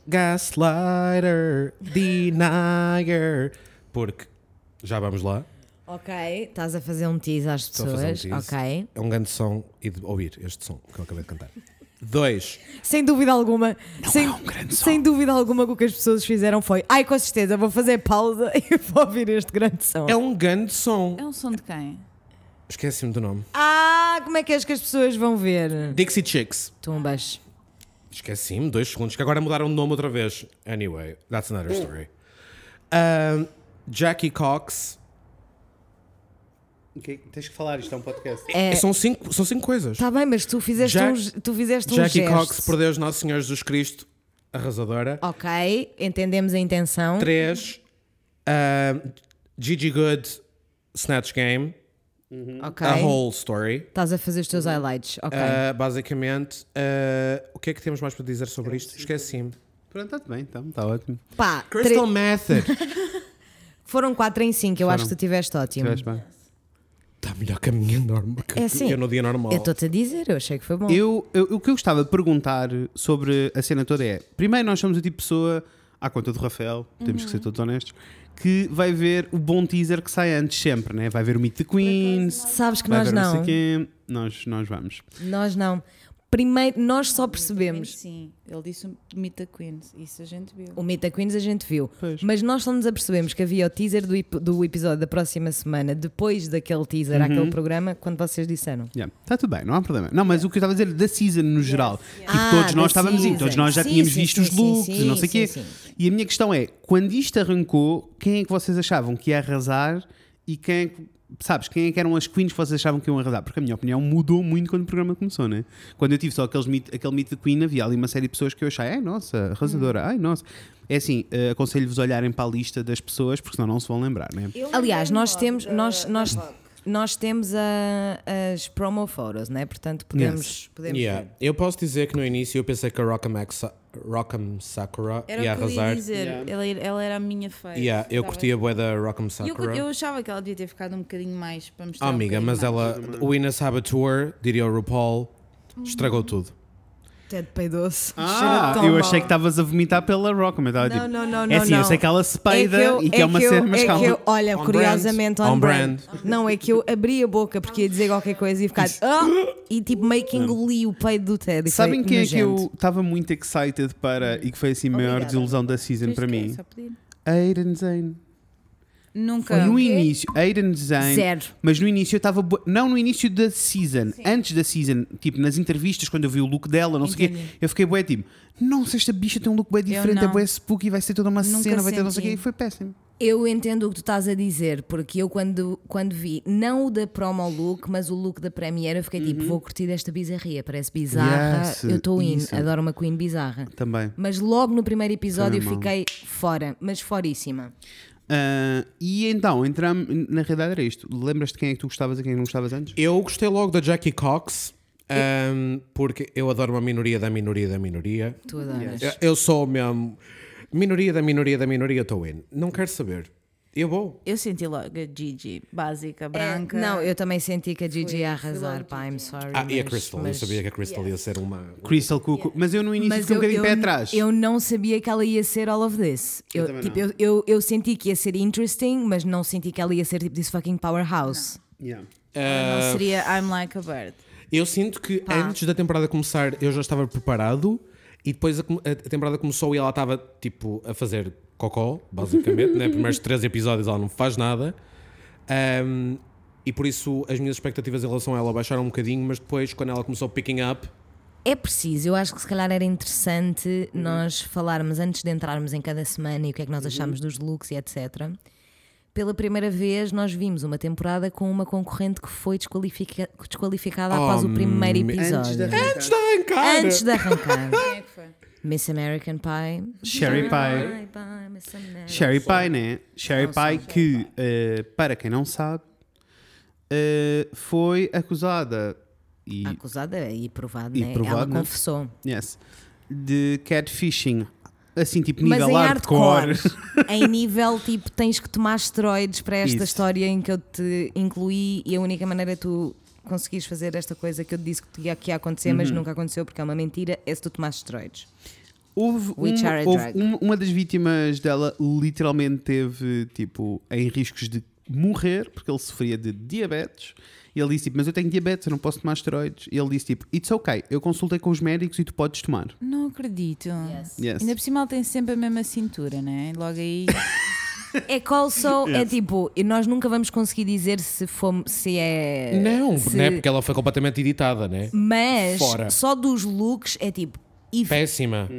Speaker 3: Gaslighter, Denier. Porque já vamos lá.
Speaker 2: Ok, estás a fazer um tease às
Speaker 3: Estou a fazer um
Speaker 2: pessoas.
Speaker 3: tease.
Speaker 2: ok.
Speaker 3: É um grande som e de ouvir este som que eu acabei de cantar. Dois.
Speaker 2: Sem dúvida alguma. sem,
Speaker 1: é um grande som.
Speaker 2: sem dúvida alguma que o que as pessoas fizeram foi. Ai, com certeza, vou fazer pausa e vou ouvir este grande som.
Speaker 3: É um grande som.
Speaker 4: É um som de quem?
Speaker 3: Esqueci-me do nome.
Speaker 2: Ah, como é que és que as pessoas vão ver?
Speaker 3: Dixie Chicks.
Speaker 2: Tumbas.
Speaker 3: Esqueci-me, dois segundos, que agora mudaram de nome outra vez. Anyway, that's another story. Ah, Jackie Cox.
Speaker 1: Tens que falar, isto é um podcast.
Speaker 2: É. Tá
Speaker 3: São, cinco, são cinco coisas.
Speaker 2: Está bem, mas tu fizeste
Speaker 3: Jack-
Speaker 2: um, ge- tu fizeste um
Speaker 3: Jackie
Speaker 2: gesto.
Speaker 3: Cox por Deus Nosso Senhor Jesus Cristo, arrasadora.
Speaker 2: Ok, entendemos a intenção.
Speaker 3: Três, ah, Gigi Good, Snatch Game,
Speaker 2: Ok.
Speaker 3: A Whole Story.
Speaker 2: Estás a fazer os
Speaker 1: Uhum.
Speaker 2: teus highlights. Ok.
Speaker 1: Eh,
Speaker 3: Ah, basicamente, ah, o que é que temos mais para dizer sobre isto? Esqueci-me.
Speaker 1: Pronto, está bem, então, está ótimo.
Speaker 2: Pá, tre-
Speaker 3: Crystal Method.
Speaker 2: foram 4 em 5, eu acho que tu tiveste ótimo.
Speaker 1: Estiveste bem.
Speaker 3: Está melhor que a minha norma. Que
Speaker 2: É assim.
Speaker 3: Eu no dia normal.
Speaker 2: Eu estou-te a dizer, eu achei que foi bom.
Speaker 1: Eu, eu- o que eu gostava de perguntar sobre a cena toda é: primeiro, nós somos o tipo de pessoa, à conta do Rafael, temos
Speaker 2: Uhum.
Speaker 1: que ser todos honestos, que vai ver o bom teaser que sai antes sempre, né? Vai ver o Meet the Queens,
Speaker 2: Sabes que
Speaker 1: vai
Speaker 2: nós
Speaker 1: ver não
Speaker 2: não.
Speaker 1: sei quem. Nós, nós vamos.
Speaker 2: Nós não. Primeiro, nós só percebemos.
Speaker 4: Sim, ele disse o Meet the Queens. Isso a gente viu.
Speaker 2: O Meet the Queens a gente viu,
Speaker 1: Pois.
Speaker 2: mas nós só nos apercebemos que havia o teaser do, ep- do episódio da próxima semana, depois daquele teaser,
Speaker 1: Uhum.
Speaker 2: aquele programa, quando vocês disseram.
Speaker 1: Está Tá tudo bem, não há problema. Não, mas o que eu estava a dizer da season no geral, tipo,
Speaker 2: Ah,
Speaker 1: todos
Speaker 2: da
Speaker 1: nós estávamos
Speaker 2: season.
Speaker 1: em, todos nós já
Speaker 2: Sim,
Speaker 1: tínhamos
Speaker 2: sim,
Speaker 1: visto
Speaker 2: sim,
Speaker 1: os
Speaker 2: sim,
Speaker 1: looks
Speaker 2: sim,
Speaker 1: e não sei o
Speaker 2: sim,
Speaker 1: quê.
Speaker 2: sim.
Speaker 1: E a minha questão é: quando isto arrancou, quem é que vocês achavam que ia arrasar e quem é que. Sabes, quem é que eram as queens que vocês achavam que iam arrasar? Porque a minha opinião mudou muito quando o programa começou, né? Quando eu tive só aqueles meet, aquele meet de queen, havia ali uma série de pessoas que eu achei, ai nossa, arrasadora,
Speaker 2: Hum.
Speaker 1: ai nossa. É assim, eh, aconselho-vos a olharem para a lista das pessoas, porque senão não se vão lembrar, né?
Speaker 2: Aliás, nós temos, nós, nós, nós temos a- as promo photos, né? Portanto, podemos. podemos
Speaker 3: Yeah. Eu posso dizer que no início eu pensei que a Rock'em Ax- Rock'em Sakura
Speaker 4: Era
Speaker 3: ia
Speaker 4: o que eu
Speaker 3: arrasar.
Speaker 4: ia dizer. Ela, ela era a minha feia.
Speaker 3: Yeah, eu
Speaker 4: Tava-
Speaker 3: curti a boa da Rock'em
Speaker 4: E Eu,
Speaker 3: Sakura.
Speaker 4: eu achava que ela devia ter ficado um bocadinho mais para mostrar.
Speaker 3: Ah,
Speaker 4: um
Speaker 3: amiga,
Speaker 4: bocadinho
Speaker 3: mas
Speaker 4: mais.
Speaker 3: ela, o Ina Saboteur, diria o RuPaul, estragou tudo.
Speaker 2: Até de pei doce.
Speaker 1: Ah, eu achei que estavas a vomitar pela Rock, mas estava
Speaker 2: Não,
Speaker 1: tipo.
Speaker 2: não, não,
Speaker 1: É
Speaker 2: não,
Speaker 1: assim, eu
Speaker 2: não.
Speaker 1: sei que ela se peida
Speaker 2: É eu-
Speaker 1: e que é, uma
Speaker 2: eu-
Speaker 1: cena, mas
Speaker 2: é
Speaker 1: calma.
Speaker 2: que eu- olha,
Speaker 3: On
Speaker 2: curiosamente,
Speaker 3: brand.
Speaker 2: on,
Speaker 3: On
Speaker 2: brand.
Speaker 3: brand.
Speaker 2: Não, é que eu abri a boca porque ia dizer qualquer coisa e ficar. "Ah!" e tipo, meio que engoli o peito do Ted. e foi
Speaker 1: Sabem quem é que
Speaker 2: nojento.
Speaker 1: eu estava muito excited para e que foi assim a maior
Speaker 2: Obrigada.
Speaker 1: desilusão da season
Speaker 4: Mas
Speaker 1: para
Speaker 4: que é,
Speaker 1: mim?
Speaker 4: só pedir.
Speaker 1: Aiden Zane.
Speaker 4: Nunca.
Speaker 1: Foi
Speaker 3: um
Speaker 1: no início, Aiden Zane.
Speaker 2: Zero.
Speaker 1: Mas no início eu estava. bo- Não, no início da season. Antes da season, tipo nas entrevistas, quando eu vi o look dela, não sei o quê,
Speaker 4: Entendi.
Speaker 1: eu fiquei bué tipo, nossa, esta bicha tem um look bué diferente, é
Speaker 4: não.
Speaker 1: bué spooky, vai ser toda uma
Speaker 4: Nunca
Speaker 1: cena, vai ter não sei o
Speaker 4: senti.
Speaker 1: quê, e foi péssimo.
Speaker 2: Eu entendo o que tu estás a dizer, porque eu quando, quando vi, não o da promo look, mas o look da Premiere, eu fiquei tipo, vou curtir desta bizarria, parece bizarra,
Speaker 1: Uhum. Yes,
Speaker 2: eu estou in,
Speaker 1: isso.
Speaker 2: adoro uma queen bizarra.
Speaker 1: Também.
Speaker 2: Mas logo no primeiro episódio eu
Speaker 1: Foi mal.
Speaker 2: fiquei fora, mas foríssima.
Speaker 1: Ah, e então, entramos. Na realidade era isto. Lembras-te quem é que tu gostavas e quem é que não gostavas antes?
Speaker 3: Eu gostei logo da Jackie Cox, ahm, porque eu adoro uma minoria da minoria da minoria.
Speaker 2: Tu adoras.
Speaker 3: Eu- Eu sou mesmo minoria da minoria da minoria, estou in. Não quero saber. Eu vou.
Speaker 4: Eu senti logo a Gigi, básica,
Speaker 2: É,
Speaker 4: branca.
Speaker 2: não, eu também senti que a Gigi ia
Speaker 4: fui
Speaker 2: arrasar,
Speaker 4: logo
Speaker 2: pá, I'm sorry.
Speaker 3: Ah, e a
Speaker 2: mas-
Speaker 3: Crystal.
Speaker 2: mas-
Speaker 3: Eu sabia que a Crystal ia ser uma.
Speaker 1: Crystal Cuckoo. Mas eu no início
Speaker 2: Mas
Speaker 1: fiquei um
Speaker 2: eu,
Speaker 1: bocadinho pé
Speaker 2: eu-
Speaker 1: atrás.
Speaker 2: eu não sabia que ela ia ser all of this. Eu,
Speaker 1: também
Speaker 2: tipo,
Speaker 1: não.
Speaker 2: eu, eu, eu senti que ia ser interesting, mas não senti que ela ia ser tipo this fucking powerhouse.
Speaker 1: Yeah.
Speaker 4: Não seria I'm like a bird.
Speaker 3: Eu sinto que antes da temporada começar eu já estava preparado e depois a, com- a temporada começou e ela estava tipo a fazer cocó, basicamente, né? Primeiros três episódios ela não faz nada. Ahm, e por isso as minhas expectativas em relação a ela baixaram um bocadinho, mas depois quando ela começou picking up,
Speaker 2: É preciso, eu acho que se calhar era interessante nós falarmos antes de entrarmos em cada semana e o que é que nós achamos dos looks e etc. Pela primeira vez, nós vimos uma temporada com uma concorrente que foi desqualifica- desqualificada após o primeiro
Speaker 1: Antes da
Speaker 2: episódio.
Speaker 3: Oh, antes da arrancar,
Speaker 2: Antes de arrancar.
Speaker 4: Quem é que foi?
Speaker 2: Miss American Pie.
Speaker 1: Sherry Pie.
Speaker 2: Bye, bye, Miss America.
Speaker 1: Sherry Pie, né? Sherry Pie, que, eh, para quem não sabe, eh, foi acusada e,
Speaker 2: Ah. Acusada e provado,
Speaker 1: E
Speaker 2: né?
Speaker 1: provado,
Speaker 2: Ela
Speaker 1: né?
Speaker 2: confessou.
Speaker 1: yes, de catfishing, assim, tipo
Speaker 2: Mas
Speaker 1: nível
Speaker 2: em
Speaker 1: hardcore.
Speaker 2: hardcore. em nível tipo, tens que tomar esteroides para esta
Speaker 1: Isso.
Speaker 2: história em que eu te incluí e a única maneira de tu conseguires fazer esta coisa que eu te disse que ia, que ia acontecer, mas
Speaker 1: Uhum.
Speaker 2: nunca aconteceu porque é uma mentira, é se tu tomaste esteroides.
Speaker 1: Houve,
Speaker 2: Which
Speaker 1: uma,
Speaker 2: are a
Speaker 1: houve
Speaker 2: drug.
Speaker 1: uma- uma das vítimas dela literalmente teve, tipo, em riscos de morrer, porque ele sofria de diabetes. E ele disse, tipo, mas eu tenho diabetes, eu não posso tomar esteroides. E ele disse, tipo, it's okay, eu consultei com os médicos e tu podes tomar.
Speaker 4: Não acredito.
Speaker 1: Yes.
Speaker 4: Ainda por cima ela tem sempre a mesma cintura, né? Logo aí.
Speaker 2: É que also é tipo, e nós nunca vamos conseguir dizer se fomos, se é.
Speaker 3: Não,
Speaker 2: se-
Speaker 3: né? porque ela foi completamente editada, né?
Speaker 2: Mas
Speaker 3: Fora.
Speaker 2: só dos looks é tipo. If
Speaker 3: Péssima.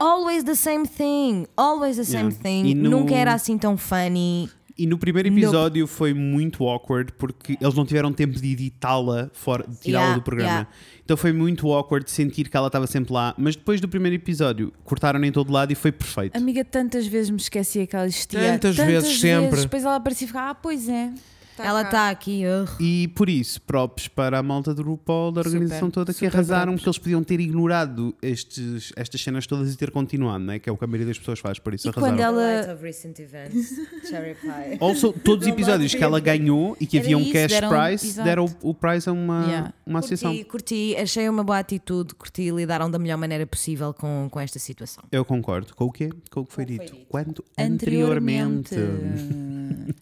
Speaker 2: always the same thing, always the same
Speaker 1: Yeah.
Speaker 2: thing.
Speaker 1: E no-
Speaker 2: Nunca era assim tão funny.
Speaker 1: E no primeiro episódio foi muito awkward porque eles não tiveram tempo de editá-la, fora- de tirá-la
Speaker 2: Yeah,
Speaker 1: do programa.
Speaker 2: yeah.
Speaker 1: Então foi muito awkward sentir que ela estava sempre lá. Mas depois do primeiro episódio, cortaram em todo lado e foi perfeito.
Speaker 4: Amiga, tantas vezes me esquecia que ela existia.
Speaker 3: Tantas vezes, sempre.
Speaker 4: Depois ela aparecia e ficava, ah, pois é.
Speaker 2: Ela está aqui. ugh.
Speaker 1: E por isso, props para a malta do RuPaul, da organização toda, que arrasaram, porque eles podiam ter ignorado estes, estas cenas todas e ter continuado, né? que é o que a maioria das pessoas faz, por isso
Speaker 4: E
Speaker 1: arrasaram.
Speaker 4: quando Ela-
Speaker 1: Also, todos os episódios que ela ganhou e que
Speaker 4: Era
Speaker 1: havia um
Speaker 4: isso,
Speaker 1: cash
Speaker 4: deram-
Speaker 1: prize,
Speaker 4: exato.
Speaker 1: deram o, o prize a uma,
Speaker 4: Yeah.
Speaker 1: uma associação.
Speaker 2: Curti, curti, achei uma boa atitude, curti, lidaram da melhor maneira possível com, com esta situação.
Speaker 1: Eu concordo. Com o quê? Com o que foi dito? Quanto anteriormente.
Speaker 4: Anteriormente.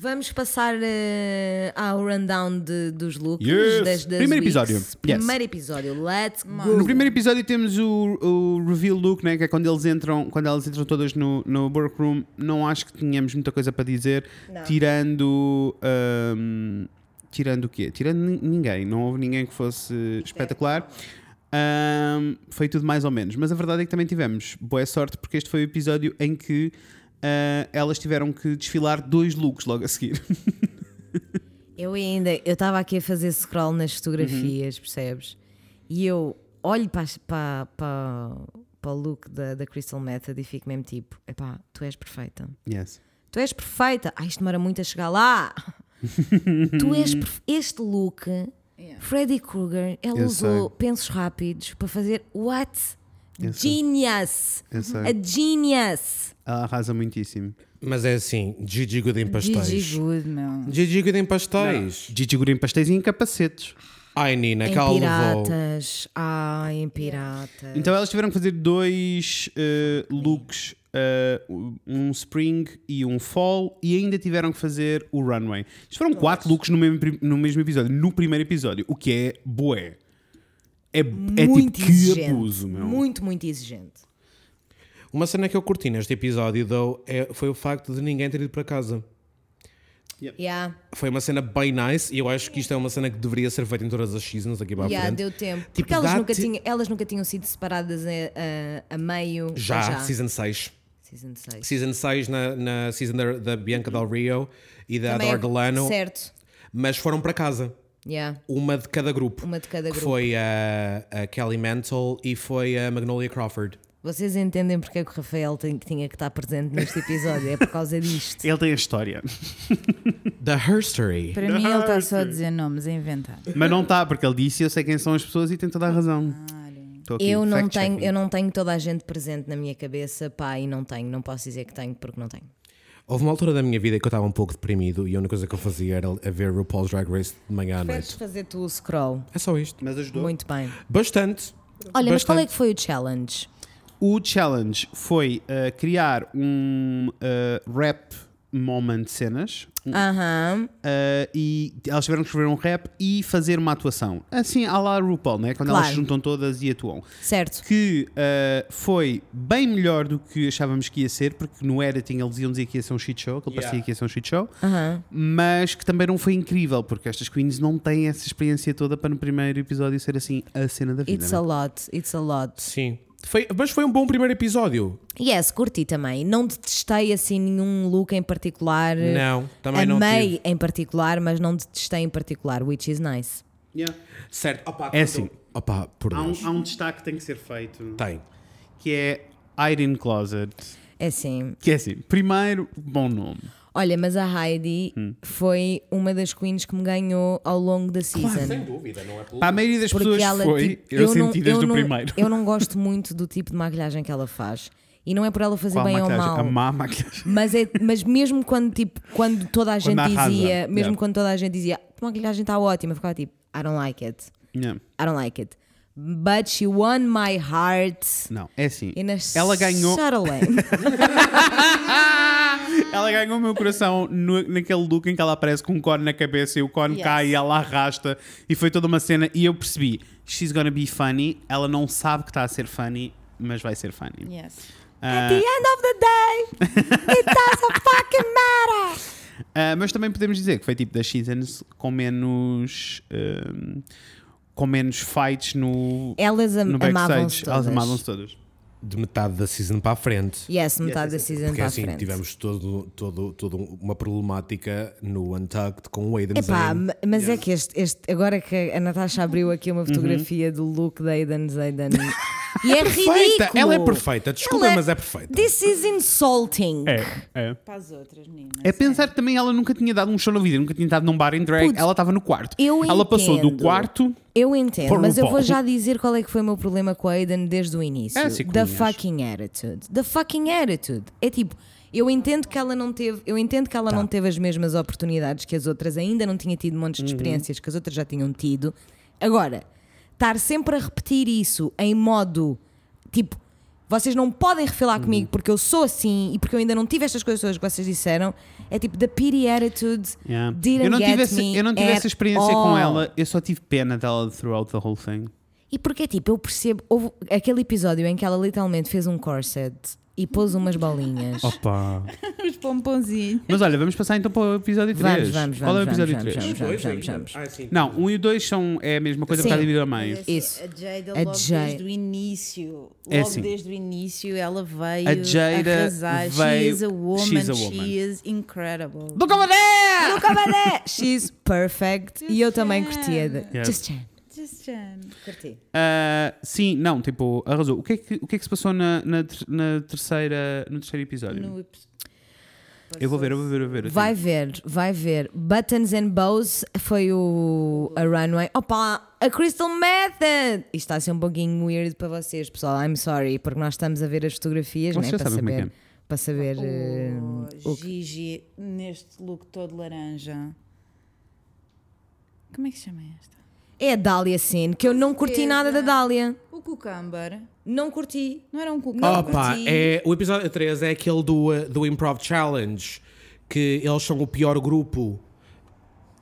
Speaker 2: Vamos passar eh, ao rundown de- dos looks.
Speaker 1: Yes!
Speaker 2: Das, das
Speaker 1: Primeiro
Speaker 2: weeks.
Speaker 1: episódio. Yes.
Speaker 2: Primeiro episódio. Let's
Speaker 1: Ah, No
Speaker 2: go.
Speaker 1: primeiro episódio temos o, o reveal look, né? que é quando eles entram, quando elas entram todas no, no workroom. Não acho que tenhamos muita coisa para dizer, tirando. ahm, tirando o quê? Tirando nin- ninguém. Não houve ninguém que fosse espetacular. Ahm, foi tudo mais ou menos. Mas a verdade é que também tivemos boa sorte, porque este foi o episódio em que ah, elas tiveram que desfilar dois looks logo a seguir.
Speaker 2: Eu ainda, eu estava aqui a fazer scroll nas fotografias,
Speaker 1: Uhum.
Speaker 2: percebes? E eu olho para, as- para, para, para o look da, da Crystal Method e fico mesmo tipo: epá, tu és perfeita.
Speaker 1: Yes.
Speaker 2: Tu és perfeita. Ai, isto demora muito a chegar lá. tu és perfe- Este look, Freddy Krueger, ela
Speaker 1: Eu
Speaker 2: usou pensos rápidos para fazer what?
Speaker 1: Eu sei.
Speaker 2: Genius!
Speaker 1: Eu sei.
Speaker 2: A genius!
Speaker 1: Ela arrasa muitíssimo.
Speaker 3: Mas é assim, Gigi Good em
Speaker 4: Gigi
Speaker 3: pastéis.
Speaker 4: Good, meu.
Speaker 3: Gigi Good em pastéis.
Speaker 1: Gigi Gurin pastéis e em capacetes.
Speaker 3: Ai, Nina,
Speaker 1: É
Speaker 2: Em
Speaker 3: cá o levou.
Speaker 2: piratas. Ai, em piratas.
Speaker 1: Então elas tiveram que fazer dois eh, looks, eh, um spring e um fall, e ainda tiveram que fazer o runway. Isto foram quatro looks no mesmo, pri- no mesmo episódio, no primeiro episódio, o que é boé. É, é tipo
Speaker 2: muito
Speaker 1: que
Speaker 2: exigente.
Speaker 1: abuso, meu.
Speaker 2: Muito, muito exigente.
Speaker 3: Uma cena que eu curti neste episódio though, é- foi o facto de ninguém ter ido para casa.
Speaker 2: Yeah.
Speaker 3: Foi uma cena bem nice e eu acho que isto é uma cena que deveria ser feita em todas as seasons aqui para a
Speaker 2: Yeah,
Speaker 3: frente.
Speaker 2: deu tempo.
Speaker 3: Tipo,
Speaker 2: Porque elas
Speaker 3: dá-te-
Speaker 2: nunca, tinham, elas nunca tinham sido separadas a, a- a meio.
Speaker 3: Já,
Speaker 2: ou
Speaker 3: season 6.
Speaker 2: Season 6.
Speaker 3: Season 6 na, na season da, da Bianca Del Rio e da
Speaker 2: Também é
Speaker 3: Dordelano,
Speaker 2: Certo.
Speaker 3: mas foram para casa.
Speaker 2: Yeah.
Speaker 3: Uma de cada grupo.
Speaker 2: Uma de cada
Speaker 3: que
Speaker 2: grupo.
Speaker 3: Foi a, a Kelly Mantle e foi a Magnolia Crawford.
Speaker 2: Vocês entendem porque é que o Rafael tem- tinha que estar presente neste episódio? É por causa disto.
Speaker 1: Ele tem a história.
Speaker 3: The Herstory.
Speaker 4: Para mim, ele está só a dizer nomes, a inventar.
Speaker 1: Mas não está, porque ele disse eu sei quem são as pessoas e tem toda a razão. Tô aqui,
Speaker 2: Eu não,
Speaker 1: fact-checking.
Speaker 2: tenho, eu não tenho toda a gente presente na minha cabeça, pá, e não tenho. Não posso dizer que tenho porque não tenho.
Speaker 3: Houve uma altura da minha vida que eu estava um pouco deprimido e a única coisa que eu fazia era a ver RuPaul's Drag Race de manhã à
Speaker 2: Podes
Speaker 3: noite.
Speaker 2: fazer tu o scroll.
Speaker 3: É só isto.
Speaker 1: Mas ajudou.
Speaker 2: Muito bem.
Speaker 3: Bastante.
Speaker 2: Olha, mas qual é
Speaker 3: Bastante.
Speaker 2: que foi o challenge?
Speaker 1: O challenge foi eh, criar um eh, rap moment de cenas,
Speaker 3: Hum.
Speaker 2: Aham.
Speaker 1: Uh, e elas tiveram que escrever um rap e fazer uma atuação. Assim, à la RuPaul, né? quando elas
Speaker 2: Claro.
Speaker 1: se juntam todas e atuam.
Speaker 2: Certo.
Speaker 1: Que uh, foi bem melhor do que achávamos que ia ser, porque no editing eles iam dizer que ia ser um shit show, que ele parecia que ia ser um shit show,
Speaker 2: Aham.
Speaker 1: mas que também não foi incrível, porque estas queens não têm essa experiência toda para no primeiro episódio ser assim a cena da vida.
Speaker 2: It's
Speaker 1: né?
Speaker 2: a lot, it's a lot.
Speaker 3: Sim. Foi, mas foi um bom primeiro episódio.
Speaker 2: Yes, curti também. Não detestei assim nenhum look em particular.
Speaker 3: Não, também não
Speaker 2: Amei em particular, mas não detestei em particular, which is nice.
Speaker 1: Yeah.
Speaker 3: Certo. Opa,
Speaker 1: É assim.
Speaker 3: Opa, por
Speaker 1: Há, um,
Speaker 3: Deus.
Speaker 1: há um destaque que tem que ser feito,
Speaker 3: Tem.
Speaker 1: que é Irene Closet.
Speaker 2: É assim.
Speaker 1: Que é assim, primeiro, bom nome.
Speaker 2: Olha, mas a Heidi
Speaker 1: Hum.
Speaker 2: foi uma das queens que me ganhou ao longo da season.
Speaker 3: dúvida, não é pelo...
Speaker 1: Para a maioria das pessoas foi,
Speaker 2: tipo,
Speaker 1: eu, senti desde
Speaker 2: eu
Speaker 1: o
Speaker 2: não-
Speaker 1: primeiro.
Speaker 2: Eu não gosto muito do tipo de maquilhagem que ela faz. E não é por ela fazer
Speaker 1: Qual
Speaker 2: bem
Speaker 1: maquilhagem?
Speaker 2: ou
Speaker 1: A
Speaker 2: mal.
Speaker 1: má maquilhagem.
Speaker 2: Mas, é, mas mesmo quando, tipo, quando toda a gente
Speaker 1: Quando arrasa,
Speaker 2: dizia,
Speaker 1: yeah.
Speaker 2: mesmo quando toda a gente dizia, "Então a maquilhagem está ótima, eu ficava tipo, I don't like it.
Speaker 1: Não,
Speaker 2: I don't like it. But she won my heart
Speaker 1: não, é assim.
Speaker 2: in a
Speaker 1: Ela ganhou,
Speaker 2: subtle way.
Speaker 1: ela ganhou o meu coração no- naquele look em que ela aparece com um cone na cabeça e o cone cai e ela arrasta e foi toda uma cena e eu percebi, she's gonna be funny, ela não sabe que está a ser funny, mas vai ser funny.
Speaker 4: Yes.
Speaker 1: Ah.
Speaker 4: At the
Speaker 2: É
Speaker 4: end of the day, it doesn't fucking matter.
Speaker 2: tipo-
Speaker 1: Ah, mas também podemos dizer que foi tipo das seasons com menos. ah, com menos fights no.
Speaker 2: Elas am
Speaker 1: no
Speaker 2: amavam-se
Speaker 1: backstage. Elas
Speaker 2: todas.
Speaker 1: amavam-se todas.
Speaker 3: De metade da season para a frente.
Speaker 2: Yes, metade da season
Speaker 3: Porque
Speaker 2: para a
Speaker 3: assim,
Speaker 2: frente.
Speaker 3: tivemos todo, todo, todo uma problemática no Untucked com o Aiden
Speaker 2: Epá,
Speaker 3: Zane.
Speaker 2: ma- mas é que este, este- agora que a Natasha abriu aqui uma fotografia do look da Aidan Zaydan e é
Speaker 3: Perfeita!
Speaker 2: ridículo.
Speaker 3: Ela é perfeita, desculpa,
Speaker 2: Ela é-
Speaker 3: mas é perfeita.
Speaker 2: This is insulting.
Speaker 1: É.
Speaker 4: Para as outras meninas.
Speaker 1: É pensar que também ela nunca tinha dado um show na vida, nunca tinha estado num bar em drag,
Speaker 2: Putz,
Speaker 1: ela estava no quarto.
Speaker 2: eu
Speaker 1: ela passou do
Speaker 2: entendo.
Speaker 1: quarto.
Speaker 2: Eu entendo,
Speaker 1: Por um
Speaker 2: mas eu vou
Speaker 1: pouco.
Speaker 2: já dizer qual é que foi o meu problema com a Aiden desde o início.
Speaker 1: É, cinco
Speaker 2: The
Speaker 1: linhas.
Speaker 2: fucking attitude. The fucking attitude. É tipo, eu entendo que ela não teve, eu entendo que
Speaker 1: Tá.
Speaker 2: ela não teve as mesmas oportunidades que as outras, ainda não tinha tido montes
Speaker 1: Uhum.
Speaker 2: de experiências que as outras já tinham tido. Agora, estar sempre a repetir isso em modo tipo, vocês não podem refilar
Speaker 1: Uhum.
Speaker 2: comigo porque eu sou assim e porque eu ainda não tive estas coisas todas que vocês disseram, é tipo the pity attitude.
Speaker 1: Yeah.
Speaker 2: Didn't
Speaker 1: Eu não
Speaker 2: get
Speaker 1: tive, essa,
Speaker 2: me
Speaker 1: eu não tive
Speaker 2: at
Speaker 1: essa experiência com
Speaker 2: all.
Speaker 1: ela, eu só tive pena dela throughout the whole thing.
Speaker 2: E porque, tipo, eu percebo. Houve aquele episódio em que ela literalmente fez um corset e pôs umas bolinhas.
Speaker 1: Oh. Opa!
Speaker 4: Os pomponzinhos.
Speaker 1: Mas olha, vamos passar então para o episódio 3.
Speaker 2: Vamos, vamos,
Speaker 1: Qual é o
Speaker 2: vamos,
Speaker 1: episódio
Speaker 2: vamos,
Speaker 1: 3?
Speaker 2: vamos, vamos, vamos, vamos.
Speaker 3: Ah,
Speaker 1: Não, 1 um e o 2 são é a mesma coisa
Speaker 2: Sim.
Speaker 1: porque está dividido a meio.
Speaker 2: Isso.
Speaker 6: A Jada
Speaker 2: A
Speaker 6: logo
Speaker 2: Jada-
Speaker 6: desde o início, logo
Speaker 1: É assim.
Speaker 6: desde o início ela veio
Speaker 1: A Jada
Speaker 6: arrasar.
Speaker 1: veio-
Speaker 6: she is a woman,
Speaker 1: she's a woman.
Speaker 6: she is incredible.
Speaker 1: Do Cavaleiro!
Speaker 2: Nunca valeu! She's perfect. E eu também curtia. De...
Speaker 1: Yes.
Speaker 2: Just Jen.
Speaker 4: Just Jen.
Speaker 6: Curti.
Speaker 1: Ah, sim, não, tipo, arrasou. O que é que, o que, é que se passou na, na, ter- na terceira, no terceiro episódio?
Speaker 6: No episódio.
Speaker 1: Eu vou ver, eu vou ver, eu vou ver. eu
Speaker 2: Vai ver, vai ver. Buttons and Bows foi o a runway. Opa, a Crystal Method! Isto está a ser um pouquinho weird para vocês, pessoal. I'm sorry, porque nós estamos a ver as fotografias,
Speaker 1: Vocês
Speaker 2: né?
Speaker 1: já
Speaker 2: Para
Speaker 1: sabem como é que
Speaker 2: saber. Para saber. eh,
Speaker 6: O Gigi
Speaker 4: oh, Neste look todo laranja. Como é que se chama esta?
Speaker 2: É a Dália Sin, que eu não curti nada da Dália.
Speaker 4: O cucumber.
Speaker 2: Não curti.
Speaker 4: Não era um cucumber?
Speaker 3: Opa, é, o episódio 3 é aquele do, uh, do Improv Challenge, que eles são o pior grupo.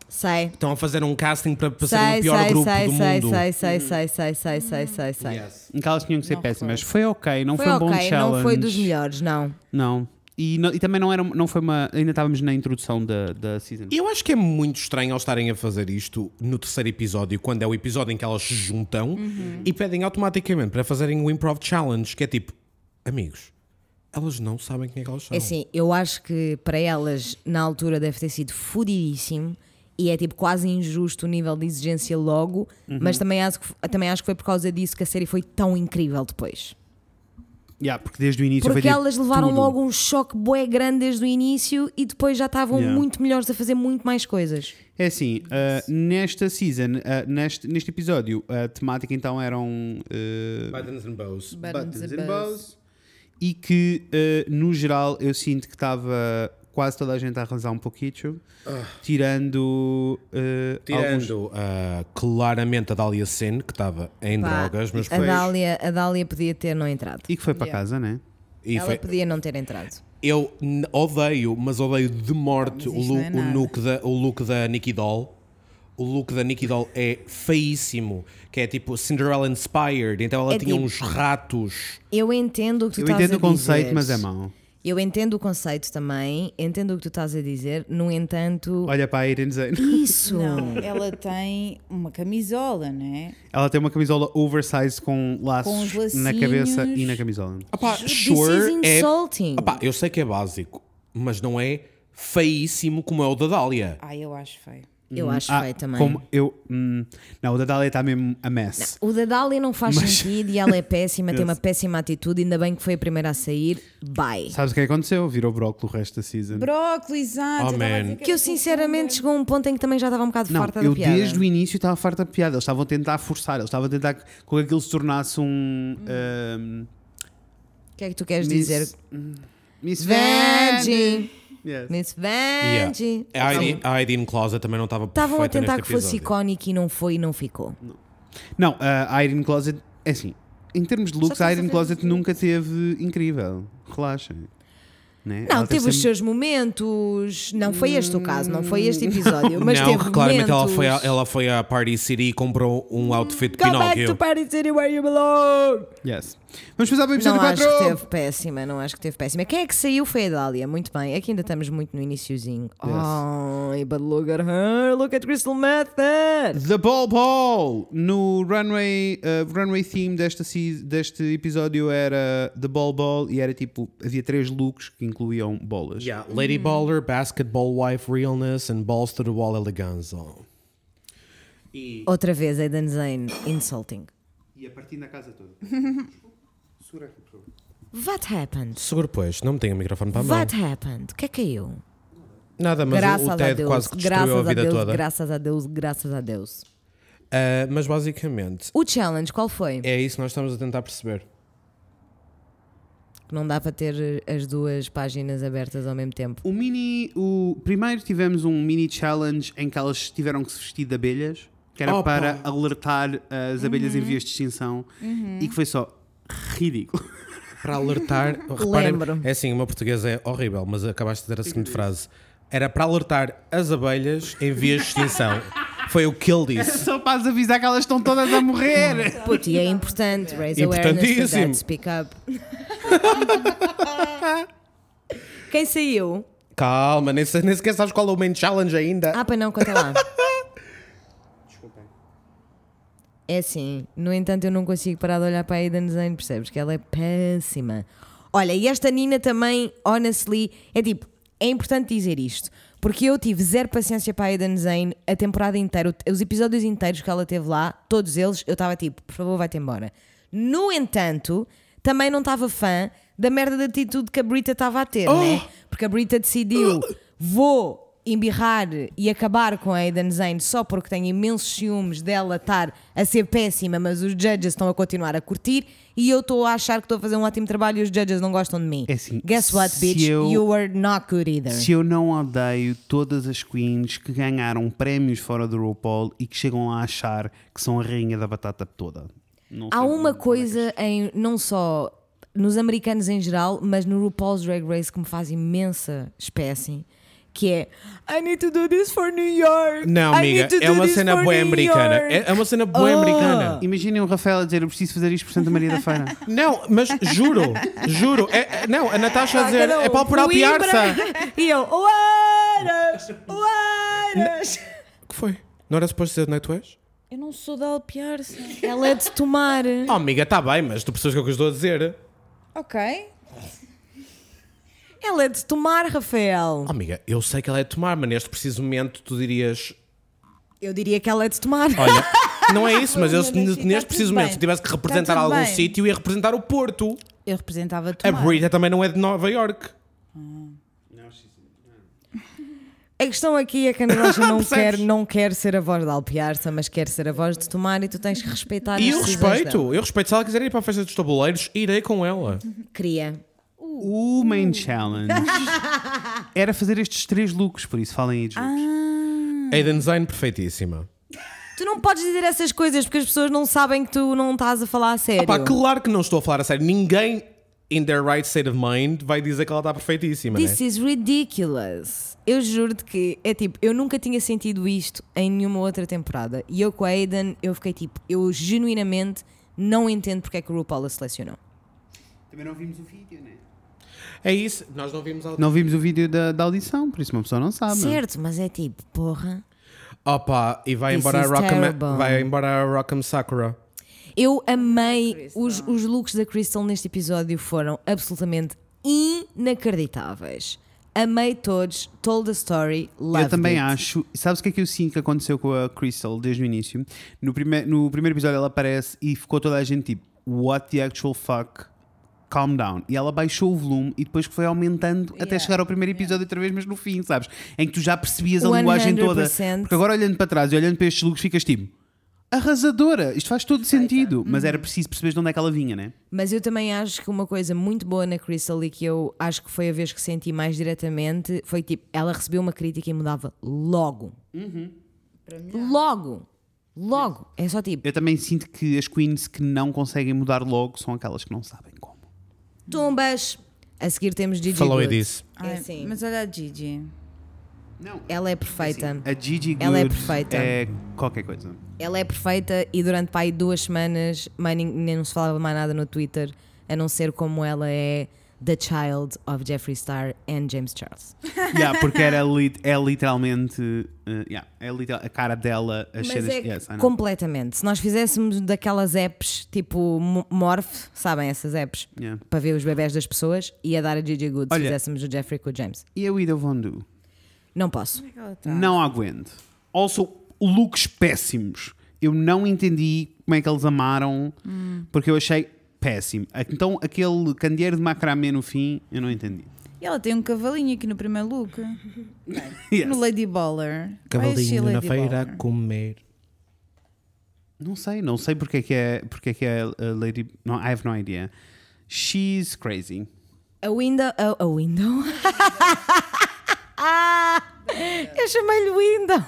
Speaker 2: Sei.
Speaker 3: Estão a fazer um casting para, para serem
Speaker 2: Sai,
Speaker 3: o pior
Speaker 2: sai,
Speaker 3: grupo
Speaker 2: sai,
Speaker 3: do
Speaker 2: sai,
Speaker 3: mundo.
Speaker 2: sai, sai, sai, sai, sai, sai, sai, sai.
Speaker 3: Yes.
Speaker 1: ver. Que elas tinham que ser péssimas. Foi ok, não foi,
Speaker 2: Foi
Speaker 1: um bom
Speaker 2: ok,
Speaker 1: challenge.
Speaker 2: não foi dos melhores, não.
Speaker 3: Tá
Speaker 1: Não. E, não- e também não, era, não foi uma. Ainda estávamos na introdução da, da season.
Speaker 3: Eu acho que é muito estranho ao estarem a fazer isto no terceiro episódio, quando é o episódio em que elas se juntam
Speaker 2: Uhum.
Speaker 3: e pedem automaticamente para fazerem o Improv Challenge, que é tipo, amigos, elas não sabem quem é que elas são.
Speaker 2: É assim, eu acho que para elas, na altura, deve ter sido fodidíssimo e é tipo quase injusto o nível de exigência logo,
Speaker 3: Uhum.
Speaker 2: mas também acho, que, também acho que foi por causa disso que a série foi tão incrível depois.
Speaker 1: Yeah, porque desde o início
Speaker 2: Porque
Speaker 1: foi tipo
Speaker 2: elas levaram
Speaker 1: tudo.
Speaker 2: logo um choque bué grande desde o início e depois já estavam
Speaker 1: Yeah.
Speaker 2: muito melhores a fazer muito mais coisas.
Speaker 1: É assim, ah, nesta season, ah, neste, neste episódio, a temática então eram. ah,
Speaker 3: Buttons and bows.
Speaker 6: Buttons and Bows.
Speaker 1: E que, eh, no geral, eu sinto que estava quase toda a gente a arrasar um pouquinho, tirando, eh, alguns...
Speaker 3: Tirando ah, claramente a Dália Sen, que estava em
Speaker 2: Pá,
Speaker 3: drogas, mas
Speaker 2: a
Speaker 3: foi.
Speaker 2: Dália, a Dália podia ter não entrado.
Speaker 1: E que foi para casa, né?
Speaker 3: e
Speaker 2: Ela
Speaker 3: foi-
Speaker 2: podia não ter entrado.
Speaker 3: Eu n- odeio, mas odeio de morte
Speaker 4: Não,
Speaker 3: o,
Speaker 4: mas isto
Speaker 3: lu-
Speaker 4: não é
Speaker 3: o,
Speaker 4: nada.
Speaker 3: look da, o look da Nikki Doll. O look da Nikki Doll é feíssimo, que é tipo Cinderella inspired. Então ela
Speaker 2: É
Speaker 3: tinha
Speaker 2: tipo-
Speaker 3: uns ratos.
Speaker 2: Eu entendo o que tu
Speaker 1: Eu
Speaker 2: estás a dizer.
Speaker 1: entendo o conceito, mas é mau.
Speaker 2: Eu entendo o conceito também, entendo o que tu estás a dizer, no entanto.
Speaker 1: Olha para a Irene Zane.
Speaker 2: Isso!
Speaker 4: Não, ela tem uma camisola, né?
Speaker 1: Ela tem uma camisola oversized com
Speaker 4: Com
Speaker 1: laços
Speaker 4: os
Speaker 1: na
Speaker 4: lacinhos.
Speaker 1: cabeça e na camisola.
Speaker 3: Opá,
Speaker 2: This is
Speaker 3: sure é.
Speaker 2: insulting.
Speaker 3: Opá, eu sei que é básico, mas não é feíssimo como é o da Dália.
Speaker 4: Ai, eu acho feio.
Speaker 2: Eu acho
Speaker 1: Ah,
Speaker 2: feio também.
Speaker 1: Como eu. hum, não, o da Dália está mesmo a mess.
Speaker 2: O da Dália não faz sentido e ela é péssima, tem uma péssima atitude, ainda bem que foi a primeira a sair. Bye.
Speaker 1: Sabes o que aconteceu? Virou brócolis o resto da season.
Speaker 4: Brócolis,
Speaker 3: Oh,
Speaker 4: exato. eu tava a dizer
Speaker 3: man.
Speaker 4: que
Speaker 2: Que eu sinceramente chegou a um ponto em que também já estava um bocado
Speaker 1: Não,
Speaker 2: farta
Speaker 1: eu
Speaker 2: da piada.
Speaker 1: desde o início estava farta de piada. Eles estavam a tentar forçar, eles estavam a tentar que- com que aquilo se tornasse um. hum,
Speaker 2: O que é que tu queres
Speaker 1: Miss-
Speaker 2: dizer?
Speaker 1: Miss
Speaker 2: Vanjie!
Speaker 1: Yes.
Speaker 2: Miss
Speaker 3: Yeah.
Speaker 2: Vanjie!
Speaker 1: É
Speaker 3: A Aideen- A Aideen Closet também não estava
Speaker 2: Estavam a
Speaker 3: perfeita
Speaker 2: tentar que
Speaker 3: neste
Speaker 2: fosse
Speaker 3: episódio.
Speaker 2: icónico e não foi e não ficou.
Speaker 1: Não, a a Irene Closet, é assim, em termos de looks,
Speaker 2: Só
Speaker 1: a
Speaker 2: estás a
Speaker 1: Irene
Speaker 2: ver
Speaker 1: Closet nunca teve incrível. Relaxem. né?
Speaker 2: Não,
Speaker 1: Ela
Speaker 2: teve os
Speaker 1: sempre-
Speaker 2: seus momentos. Não foi este o caso, não foi este episódio. Mas
Speaker 3: não,
Speaker 2: teve
Speaker 3: que claramente ela
Speaker 2: momentos...
Speaker 3: foi, à- ela foi à Party City e comprou um outfit de
Speaker 2: Go back to
Speaker 3: Pinóquio.
Speaker 2: Paris City where you belong!
Speaker 1: Yes. Vamos passar para o episódio
Speaker 2: Não acho
Speaker 1: 4!
Speaker 2: que teve péssima, não acho que teve péssima. Quem é que saiu foi a Dália, muito bem. É que ainda estamos muito no iniciozinho. Ai, but look at her, look at Crystal Method.
Speaker 1: The Ball Ball! No runway, uh, runway theme desta, se- deste episódio era The Ball Ball e era tipo, havia três looks que incluíam bolas.
Speaker 3: Yeah, Lady Baller, Basketball Wife, Realness and Balls to the Wall Eleganza.
Speaker 2: Outra vez, Aidan Zane, insulting.
Speaker 1: E a partir na casa toda. Segura aqui, por favor.
Speaker 2: What happened?
Speaker 3: Seguro, pois, não me tenho o microfone para a mão.
Speaker 2: What happened? O que é que caiu?
Speaker 3: Nada, Tá mas o-
Speaker 2: graças
Speaker 3: o
Speaker 2: a
Speaker 3: Ted
Speaker 2: Deus,
Speaker 3: quase que destruiu
Speaker 2: graças
Speaker 3: a vida
Speaker 2: Deus,
Speaker 3: toda.
Speaker 2: graças a Deus, graças a Deus.
Speaker 3: Ah, mas basicamente,
Speaker 2: O challenge qual foi?
Speaker 3: é isso que nós estamos a tentar perceber.
Speaker 2: Que Não dá para ter eh, as duas páginas abertas ao mesmo tempo.
Speaker 1: O mini. O, primeiro tivemos um mini challenge em que elas tiveram que se vestir de abelhas, que era
Speaker 3: Opa. Uhum.
Speaker 1: para alertar uh, as abelhas em vias de extinção, e que foi só ridículo.
Speaker 3: Para alertar, reparem,
Speaker 2: Lembro. Uhum.
Speaker 3: é assim, o meu português é horrível, mas acabaste de dizer a seguinte frase. Era para alertar as abelhas em vias de extinção. Foi o que ele disse.
Speaker 1: só para as avisar que elas estão todas a morrer.
Speaker 2: Puto, e é importante, raise awareness to
Speaker 3: Importantíssimo.
Speaker 2: that, speak up. Quem saiu?
Speaker 3: Calma, nem, se- nem sequer sabes qual é o main challenge ainda.
Speaker 2: Ah, pois não, conta lá. É assim, no entanto eu não consigo parar de olhar para a Aidan Zane, percebes? Que ela é péssima. Olha, e esta Nina também, honestly, é tipo, é importante dizer isto. Porque eu tive zero paciência para a Aidan Zane a temporada inteira, os episódios inteiros que ela teve lá, todos eles, eu estava tipo, por favor, vai-te embora. No entanto, também não estava fã da merda de atitude que a Brita estava a ter, né? Porque a Brita decidiu, vou embirrar e acabar com a Aidan Zane só porque tenho imensos ciúmes dela estar a ser péssima, mas os judges estão a continuar a curtir e eu estou a achar que estou a fazer um ótimo trabalho e os judges não gostam de mim.
Speaker 1: É assim,
Speaker 2: Guess what,
Speaker 1: se
Speaker 2: bitch?
Speaker 1: eu-
Speaker 2: You were not good either.
Speaker 1: Se eu não odeio todas as queens que ganharam prémios fora do RuPaul e que chegam a achar que são a rainha da batata toda. Não
Speaker 2: Há
Speaker 1: sei
Speaker 2: uma
Speaker 1: como é que-
Speaker 2: coisa em não só nos americanos em geral, mas no RuPaul's Drag Race que me faz imensa espécie, que é I need to do this for New York.
Speaker 3: Não,
Speaker 2: I
Speaker 3: amiga,
Speaker 2: need to
Speaker 3: é
Speaker 2: do
Speaker 3: uma
Speaker 2: this
Speaker 3: cena
Speaker 2: for
Speaker 3: boa
Speaker 2: New
Speaker 3: americana.
Speaker 2: York."
Speaker 3: É, é uma cena boa
Speaker 2: Oh.
Speaker 3: americana.
Speaker 1: Imaginem o Rafael a dizer: Eu preciso fazer isto por Santa Maria da Feira.
Speaker 3: Não, mas juro, juro. É- é- não, a Natasha a
Speaker 2: Ah,
Speaker 3: dizer
Speaker 2: cada um,
Speaker 3: é para apurar a
Speaker 2: Coimbra."
Speaker 3: piarça.
Speaker 2: E eu, Oeiras! Oeiras!
Speaker 3: O que foi? Não era suposto dizer onde é que tu és?
Speaker 6: Eu não sou da Alpiarça.
Speaker 2: Ela é de tomar.
Speaker 3: Oh, amiga, está bem, mas tu percebes o que é que eu estou a dizer.
Speaker 6: ok.
Speaker 2: Ela é de tomar, Rafael.
Speaker 3: Oh, amiga, eu sei que ela é de tomar, mas neste preciso momento tu dirias.
Speaker 2: Eu diria que ela é de tomar.
Speaker 3: Olha, não é isso, mas eu,
Speaker 6: Mas aqui está
Speaker 3: neste
Speaker 6: tudo
Speaker 3: preciso momento, se
Speaker 6: bem.
Speaker 3: tivesse que representar
Speaker 6: tudo
Speaker 3: algum
Speaker 6: bem.
Speaker 3: sítio, ia representar o Porto.
Speaker 4: Eu representava
Speaker 3: A
Speaker 4: Tomar.
Speaker 3: Brita também não é de Nova York.
Speaker 2: A questão aqui é que a Ana Rocha não, quer, não quer ser a voz da Alpiarça, mas quer ser a voz de Tomar e tu tens que respeitar
Speaker 3: E
Speaker 2: as
Speaker 3: eu
Speaker 2: decisões dela.
Speaker 3: respeito, eu respeito. Se ela quiser ir para a festa dos tabuleiros, irei com ela.
Speaker 2: Uhum. Queria. Uh.
Speaker 1: O main challenge era fazer estes três looks, por isso falem aí de looks.
Speaker 2: Ah.
Speaker 3: Aiden Zane, perfeitíssima.
Speaker 2: Tu não podes dizer essas coisas porque as pessoas não sabem que tu não estás a falar a sério.
Speaker 3: Pá, claro que não estou a falar a sério. Ninguém, in their right state of mind, vai dizer que ela está perfeitíssima, né?
Speaker 2: This is ridiculous. Eu juro-te que é tipo, eu nunca tinha sentido isto em nenhuma outra temporada. E eu com a Aiden, eu fiquei tipo, eu genuinamente não entendo porque é que o RuPaul a selecionou.
Speaker 1: Também não vimos o vídeo, né?
Speaker 3: É isso, nós não vimos ao...
Speaker 1: Não vimos o vídeo da, da audição, por isso uma pessoa não sabe.
Speaker 2: Certo, mas é tipo, porra.
Speaker 3: Opa, e vai
Speaker 2: This
Speaker 3: embora, a
Speaker 2: is
Speaker 3: Rock'em,
Speaker 2: terrible.
Speaker 3: vai embora a Rock'em Sakura.
Speaker 2: Eu amei os, os looks da Crystal neste episódio foram absolutamente inacreditáveis. Amei todos, told the story, loved
Speaker 1: eu também
Speaker 2: it.
Speaker 1: acho. Sabes o que é que eu sinto que aconteceu com a Crystal desde o início? No, prime no primeiro episódio ela aparece e ficou toda a gente tipo, what the actual fuck? Calm down. E ela baixou o volume e depois que foi aumentando até chegar ao primeiro episódio outra vez, mas no fim, sabes? Em que tu já percebias a linguagem toda.
Speaker 2: 100%.
Speaker 1: Porque agora olhando para trás e olhando para estes looks ficas tipo, arrasadora, isto faz todo sentido. Mas era preciso perceber de onde é que ela vinha, né?
Speaker 2: Mas eu também acho que uma coisa muito boa na Crystal e que eu acho que foi a vez que senti mais diretamente foi tipo, ela recebeu uma crítica e mudava logo. Logo. Logo. É só tipo,
Speaker 1: Eu também sinto que as queens que não conseguem mudar logo são aquelas que não sabem como.
Speaker 2: tumbas, A seguir temos Gigi
Speaker 3: Falou e
Speaker 2: Good.
Speaker 3: disse.
Speaker 2: É assim.
Speaker 4: Ah, Mas olha a Gigi.
Speaker 1: Não.
Speaker 2: Ela é perfeita.
Speaker 1: Sim, A Gigi Good
Speaker 2: Ela é perfeita.
Speaker 1: é qualquer coisa.
Speaker 2: Ela é perfeita e durante pá, aí duas semanas mais nin- nem nos falava mais nada no Twitter, a não ser como ela é The Child of Jeffree Star and James Charles.
Speaker 1: Yeah, porque era lit- é literalmente. uh, yeah, é literal- a cara dela, as
Speaker 2: Mas
Speaker 1: cenas.
Speaker 2: é que
Speaker 1: yes, I know.
Speaker 2: completamente. Se nós fizéssemos daquelas apps tipo Mo- Morph, sabem essas apps?
Speaker 1: Yeah.
Speaker 2: Para ver os bebés das pessoas, ia dar a Gigi Good
Speaker 1: Olha-
Speaker 2: se fizéssemos o Jeffrey com o James.
Speaker 1: E a Ida Von Du?
Speaker 2: Não posso.
Speaker 1: Não aguento. Also, looks péssimos. Eu não entendi como é que eles amaram,
Speaker 2: Hum.
Speaker 1: porque eu achei péssimo. Então, aquele candeeiro de macramê no fim, eu não entendi.
Speaker 4: E ela tem um cavalinho aqui no primeiro look.
Speaker 1: Yes.
Speaker 4: No Lady Baller.
Speaker 3: Cavalinho
Speaker 4: Vai
Speaker 3: na
Speaker 4: assistir Lady
Speaker 3: feira a
Speaker 4: Baller.
Speaker 3: comer.
Speaker 1: Não sei, não sei porque é que é, porque é, que é a Lady. No, I have no idea. She's crazy.
Speaker 2: A window. A, a window. eu chamei-lhe window.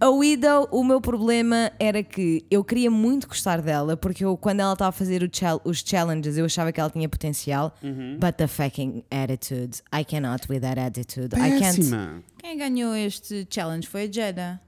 Speaker 2: A Widow, o meu problema era que eu queria muito gostar dela, porque eu, quando ela estava a fazer o chal- os challenges, eu achava que ela tinha potencial.
Speaker 1: Uhum.
Speaker 2: But the fucking attitude. I cannot with that attitude. I can't.
Speaker 1: Péssima.
Speaker 4: Quem é ganhou este challenge foi a Jada.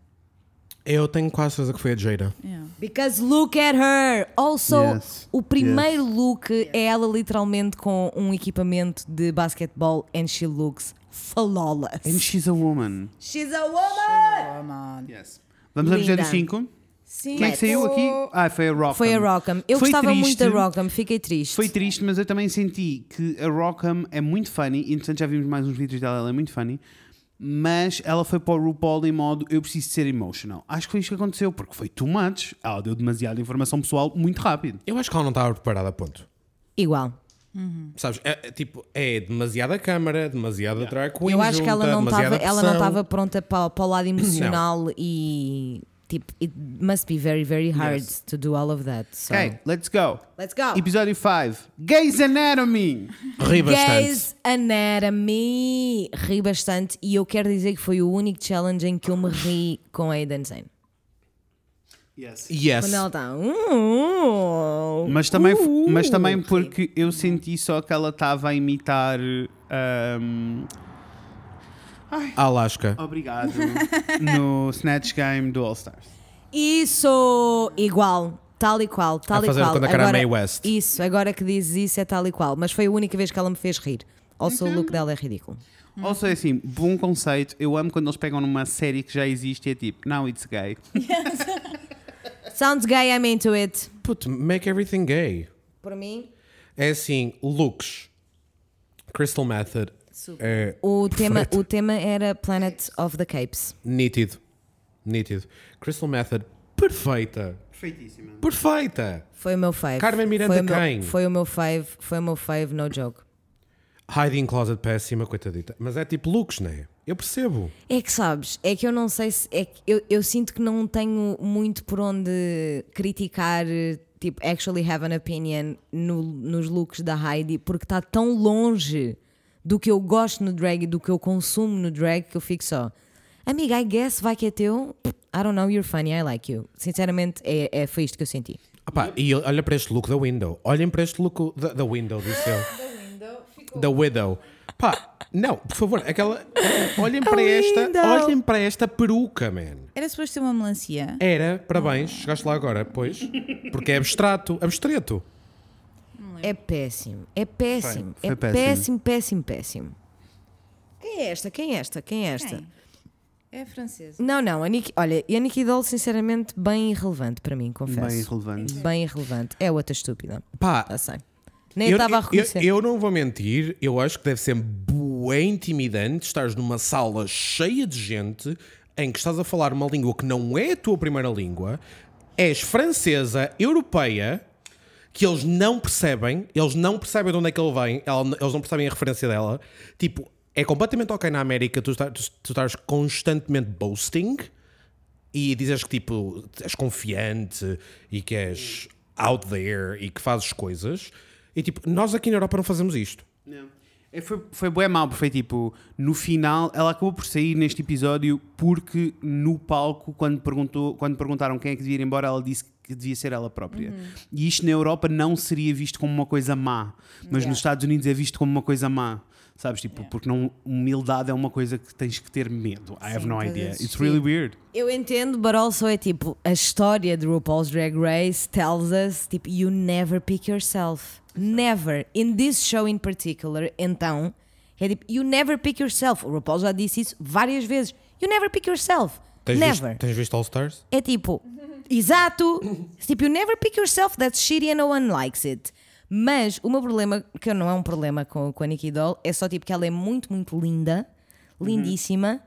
Speaker 3: Eu tenho quase certeza que foi a Jada.
Speaker 4: Yeah.
Speaker 2: Because look at her! Also,
Speaker 1: Yes.
Speaker 2: o primeiro look é ela literalmente com um equipamento de basquetebol and she looks flawless.
Speaker 1: And she's a woman.
Speaker 2: She's a woman!
Speaker 4: Oh, mano.
Speaker 1: Yes. Vamos ao
Speaker 2: Linda.
Speaker 1: episódio 5.
Speaker 6: Sim.
Speaker 1: Quem é que saiu aqui? Ah, foi a Rockham.
Speaker 2: Foi a Rockham. Eu
Speaker 1: Foi
Speaker 2: gostava muito
Speaker 1: triste.
Speaker 2: da Rockham, fiquei triste.
Speaker 1: Foi triste, mas eu também senti que a Rockham é muito funny. E, entretanto, já vimos mais uns vídeos dela, ela é muito funny. Mas ela foi para o RuPaul em modo eu preciso ser emotional. Acho que foi isto que aconteceu, porque foi too much. Ela deu demasiada informação pessoal muito rápido.
Speaker 3: Eu acho que ela não estava preparada, ponto.
Speaker 2: Igual.
Speaker 3: Sabes, é, é tipo, é demasiada câmara, demasiada drag queen
Speaker 2: Eu acho que ela
Speaker 3: junta,
Speaker 2: não
Speaker 3: demasiada
Speaker 2: estava, ela não
Speaker 3: pressão.
Speaker 2: estava pronta para, para o lado emocional e tipo it must be very very hard
Speaker 1: Yes.
Speaker 2: to do all of that. So.
Speaker 1: Ok, let's go.
Speaker 2: Let's go.
Speaker 1: Episódio 5. Gays Anatomy.
Speaker 3: Ri bastante.
Speaker 2: Gays Anatomy. Ri bastante e eu quero dizer que foi o único challenge em que eu me ri com a Aiden Zane.
Speaker 1: Yes.
Speaker 3: Yes.
Speaker 2: Quando ela está. "Uh,
Speaker 1: Mas também, f-
Speaker 2: uh,
Speaker 1: mas também
Speaker 2: ri.
Speaker 1: porque eu senti só que ela estava a imitar. ahm,
Speaker 3: Alaska.
Speaker 1: obrigado. no Snatch Game do All Stars.
Speaker 2: Isso, igual, tal e qual, tal
Speaker 3: A
Speaker 2: e
Speaker 3: fazer
Speaker 2: qual.
Speaker 3: quando a cara Mae West.
Speaker 2: Isso, agora que dizes isso é tal e qual, mas foi a única vez que ela me fez rir. Also, o look dela é ridículo.
Speaker 1: Ou seja, assim, bom conceito. Eu amo quando eles pegam numa série que já existe e é tipo, now it's gay.
Speaker 2: Sounds gay, I'm into it.
Speaker 3: Puto, make everything gay.
Speaker 2: Por mim,
Speaker 3: É assim, looks. Crystal Method é
Speaker 2: o tema, o tema era Planet of the Capes.
Speaker 3: nítido. Nítido. Crystal Method, perfeita.
Speaker 1: Perfeitíssima.
Speaker 3: Perfeita.
Speaker 2: Foi o meu fave.
Speaker 3: Carmen Miranda
Speaker 2: foi o meu-
Speaker 3: quem?
Speaker 2: Foi o meu fave, foi o meu fave, no joke.
Speaker 3: Hiding Closet, péssima, coitadita. Mas é tipo looks, não é? Eu percebo.
Speaker 2: É que sabes, é que eu não sei se. É que eu, eu sinto que não tenho muito por onde criticar, tipo, actually have an opinion no- nos looks da Heidi, porque está tão longe do que eu gosto no drag e do que eu consumo no drag que eu fico só. Amiga, I guess vai que é teu. I don't know, you're funny, I like you. Sinceramente, é, é- foi isto que eu senti.
Speaker 3: Ah pá, e olha para este look da Window. Olhem para este look da, da Window, disse eu. Da Widow. Pá, não, por favor, aquela. Olhem para esta.
Speaker 2: Window.
Speaker 3: Olhem para esta peruca, man.
Speaker 4: Era suposto ter uma melancia.
Speaker 3: Era, parabéns, chegaste lá agora, pois. Porque é abstrato, abstreto.
Speaker 2: É péssimo, é péssimo,
Speaker 1: Foi-
Speaker 2: é
Speaker 1: foi
Speaker 2: péssimo, péssimo, péssimo. Quem é esta? Quem é esta? Quem é esta?
Speaker 4: É francesa.
Speaker 2: Não, não, a Nikki, olha, e a Nikki Doll, sinceramente, bem irrelevante para mim, confesso.
Speaker 1: Bem relevante.
Speaker 2: Bem irrelevante. É outra estúpida.
Speaker 3: Pá,
Speaker 2: Está sem. Nem estava a reconhecer.
Speaker 3: eu, eu não vou mentir, eu acho que deve ser bué intimidante estares numa sala cheia de gente em que estás a falar uma língua que não é a tua primeira língua, és francesa, europeia, que eles não percebem, eles não percebem de onde é que ele vem, ela- eles não percebem a referência dela. Tipo, é completamente ok na América tu, estar- tu, tu estás constantemente boasting e dizes que tipo és confiante e que és out there e que fazes coisas e tipo nós aqui na Europa não fazemos isto
Speaker 1: Não. É, Foi, foi bué mal, porque foi tipo, no final, ela acabou por sair neste episódio porque no palco, quando, perguntou, quando perguntaram quem é que devia ir embora, ela disse que devia ser ela própria.
Speaker 2: Uhum.
Speaker 1: E isto na Europa não seria visto como uma coisa má, mas nos Estados Unidos é visto como uma coisa má. Sabes, tipo, porque não, humildade é uma coisa que tens que ter medo. I have no
Speaker 2: estás a
Speaker 1: idea. It's
Speaker 2: assistir.
Speaker 1: really weird.
Speaker 2: Eu entendo, but also é tipo, a história de RuPaul's Drag Race tells us, tipo, you never pick yourself. Never. In this show in particular, então, é tipo, you never pick yourself. O RuPaul já disse isso várias vezes. You never pick yourself.
Speaker 3: Tens
Speaker 2: never.
Speaker 3: visto, tens visto All Stars?
Speaker 2: É tipo, exato. tipo, you never pick yourself, that's shitty and no one likes it. Mas o meu problema, que não é um problema com, com a Nikki Doll, é só tipo que ela é muito, muito linda,
Speaker 1: Uhum.
Speaker 2: lindíssima,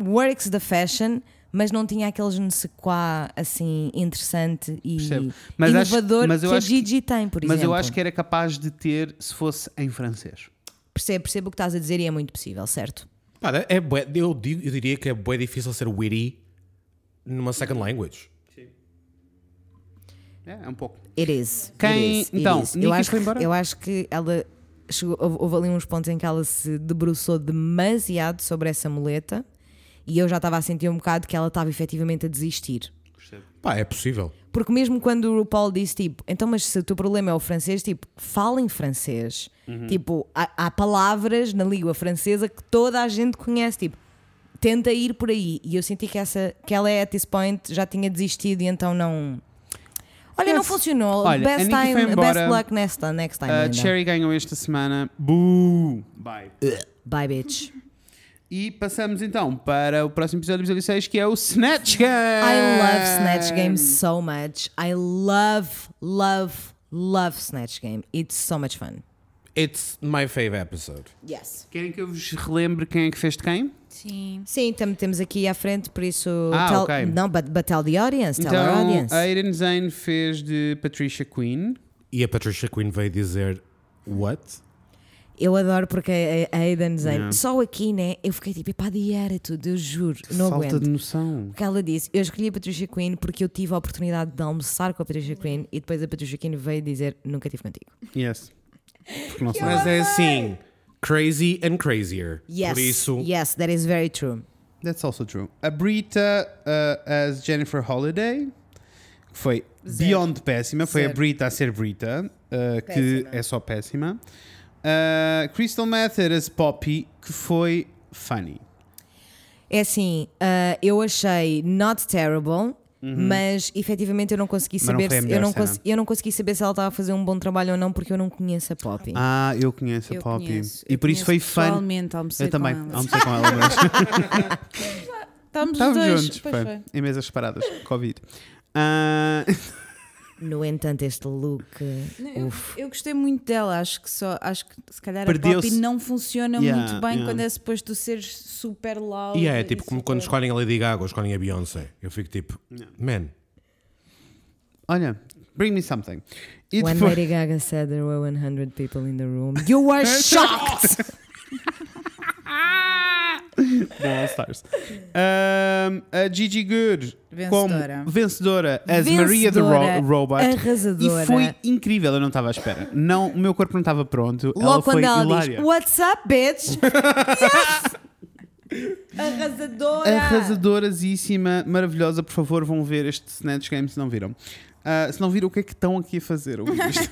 Speaker 2: works the fashion, mas não tinha aquele je ne sais quoi assim interessante e
Speaker 1: Percebo. Mas acho-
Speaker 2: inovador
Speaker 1: mas eu
Speaker 2: que a
Speaker 1: acho que-
Speaker 2: Gigi tem, por
Speaker 1: Mas
Speaker 2: exemplo.
Speaker 1: eu acho que é era capaz de ter se fosse em francês.
Speaker 2: percebo, percebo o que estás a dizer e é muito possível, certo?
Speaker 3: Para, é bué- eu, digo- eu diria que é bué difícil ser witty numa second language.
Speaker 1: É, é um pouco.
Speaker 2: It is.
Speaker 1: Quem-
Speaker 2: It is, it
Speaker 1: então,
Speaker 2: is.
Speaker 1: Nikki
Speaker 2: eu acho
Speaker 1: foi
Speaker 2: que,
Speaker 1: embora?
Speaker 2: Eu acho que ela chegou, houve, houve ali uns pontos em que ela se debruçou demasiado sobre essa muleta e eu já estava a sentir um bocado que ela estava efetivamente a desistir.
Speaker 3: Pá, é possível.
Speaker 2: Porque mesmo quando o RuPaul disse tipo, então, mas se o teu problema é o francês, tipo, fala em francês.
Speaker 1: Uhum.
Speaker 2: Tipo, há, há palavras na língua francesa que toda a gente conhece, tipo, tenta ir por aí. E eu senti que essa, que ela é, at this point já tinha desistido e então não. Olha, não funcionou.
Speaker 1: Olha, a Nikki
Speaker 2: best
Speaker 1: foi
Speaker 2: time, best
Speaker 1: embora.
Speaker 2: luck next time. Next time
Speaker 1: A
Speaker 2: ainda.
Speaker 1: Ah, Cherry ganhou esta semana. Boo! Bye.
Speaker 2: Bye, bitch.
Speaker 1: E passamos então para o próximo episódio, episódio 6, que é o Snatch Game!
Speaker 2: I love Snatch
Speaker 1: Um.
Speaker 2: Game so much. I love, love, love Snatch Game. It's so much fun.
Speaker 3: It's my favorite episode.
Speaker 2: Yes.
Speaker 1: Querem que eu vos relembre quem é que fez de quem?
Speaker 4: Sim.
Speaker 2: Sim, tam- temos aqui à frente, por isso.
Speaker 1: Ah,
Speaker 2: tell,
Speaker 1: ok.
Speaker 2: Não, but, but tell the audience, tell our
Speaker 1: então,
Speaker 2: audience.
Speaker 1: a Aiden Zane fez de Patricia Queen.
Speaker 3: E a Patricia Quinn veio dizer What?
Speaker 2: Eu adoro porque a, a Aiden Zane, só aqui, né? Eu fiquei tipo, pá, de attitude, eu juro, não
Speaker 1: Falta
Speaker 2: aguento.
Speaker 1: de noção.
Speaker 2: Porque ela disse, eu escolhi a Patricia Queen porque eu tive a oportunidade de almoçar com a Patricia Queen e depois a Patricia Queen veio dizer, nunca tive contigo.
Speaker 1: Yes. Porque não sabe.
Speaker 3: Mas é assim, crazy and crazier.
Speaker 2: Yes,
Speaker 3: Por isso,
Speaker 2: yes, that is very true.
Speaker 1: That's also true. A Brita uh, as Jennifer Holiday, que foi beyond péssima, foi a Brita a ser Brita, uh, que é só péssima. Uh, Crystal Method as Poppy, que foi funny.
Speaker 2: É assim, ah, eu achei not terrible, mas efetivamente eu não consegui
Speaker 1: Uhum. Mas não
Speaker 2: saber
Speaker 1: foi a
Speaker 2: se, eu,
Speaker 1: melhor
Speaker 2: não
Speaker 1: cena.
Speaker 2: cons- eu não consegui saber se ela estava a fazer um bom trabalho ou não porque eu não conheço a Poppy.
Speaker 1: Ah, eu conheço
Speaker 4: Eu
Speaker 1: a Poppy.
Speaker 4: conheço,
Speaker 1: e
Speaker 4: eu
Speaker 1: por isso foi
Speaker 4: conheço
Speaker 1: fun.
Speaker 4: pessoalmente, almocei
Speaker 1: Eu também,
Speaker 4: com ela.
Speaker 1: almocei com ela, mas
Speaker 6: Estávamos os
Speaker 1: estávamos
Speaker 6: dois.
Speaker 1: juntos,
Speaker 6: Pois
Speaker 1: foi,
Speaker 6: foi.
Speaker 1: em mesas separadas, Covid. Ah,
Speaker 2: No entanto, este look.
Speaker 4: Não, Eu, eu gostei muito dela, acho que só acho que se calhar a
Speaker 1: Perdeu-se.
Speaker 4: pop não funciona
Speaker 1: Yeah,
Speaker 4: muito bem
Speaker 1: yeah.
Speaker 4: quando é suposto tu seres super loud.
Speaker 3: e é tipo como
Speaker 6: super-
Speaker 3: quando escolhem a Lady Gaga ou escolhem a Beyoncé. Eu fico tipo, man,
Speaker 1: olha, bring me something. E
Speaker 2: When
Speaker 1: depois-
Speaker 2: Lady Gaga said there were 100 people in the room, you were shocked!
Speaker 1: Bom All Stars. Um, a Gigi Good como
Speaker 4: Vencedora.
Speaker 1: vencedora as Maria the
Speaker 2: Vencedora,
Speaker 1: Ro- Robot.
Speaker 2: arrasadora.
Speaker 1: E foi incrível, eu não estava à espera. Não, o meu corpo não estava pronto. ela
Speaker 2: Logo
Speaker 1: foi
Speaker 2: quando ela
Speaker 1: hilária.
Speaker 2: diz What's up, bitch?
Speaker 4: Arrasadora!
Speaker 1: Arrasadorazíssima, maravilhosa. Por favor, vão ver este Snatch Game se não viram. Ah, se não viram, o que é que estão aqui a fazer? ouvindo isto?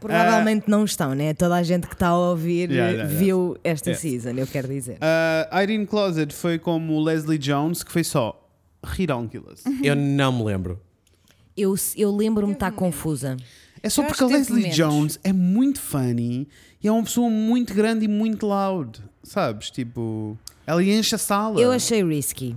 Speaker 2: Provavelmente não estão, né? Toda a gente que está a ouvir
Speaker 1: Yeah, yeah, yeah.
Speaker 2: viu esta
Speaker 1: Yeah.
Speaker 2: season, eu quero dizer.
Speaker 1: Ah, Irene Closet foi como Leslie Jones, que foi só ridiculous.
Speaker 3: eu não me lembro.
Speaker 2: Eu, eu lembro-me de estar
Speaker 1: um
Speaker 2: confusa.
Speaker 1: É só
Speaker 6: Eu acho
Speaker 1: porque a
Speaker 6: que teve
Speaker 1: Leslie
Speaker 6: momentos.
Speaker 1: Jones é muito funny e é uma pessoa muito grande e muito loud, sabes? Tipo, ela enche a sala.
Speaker 2: Eu achei risky.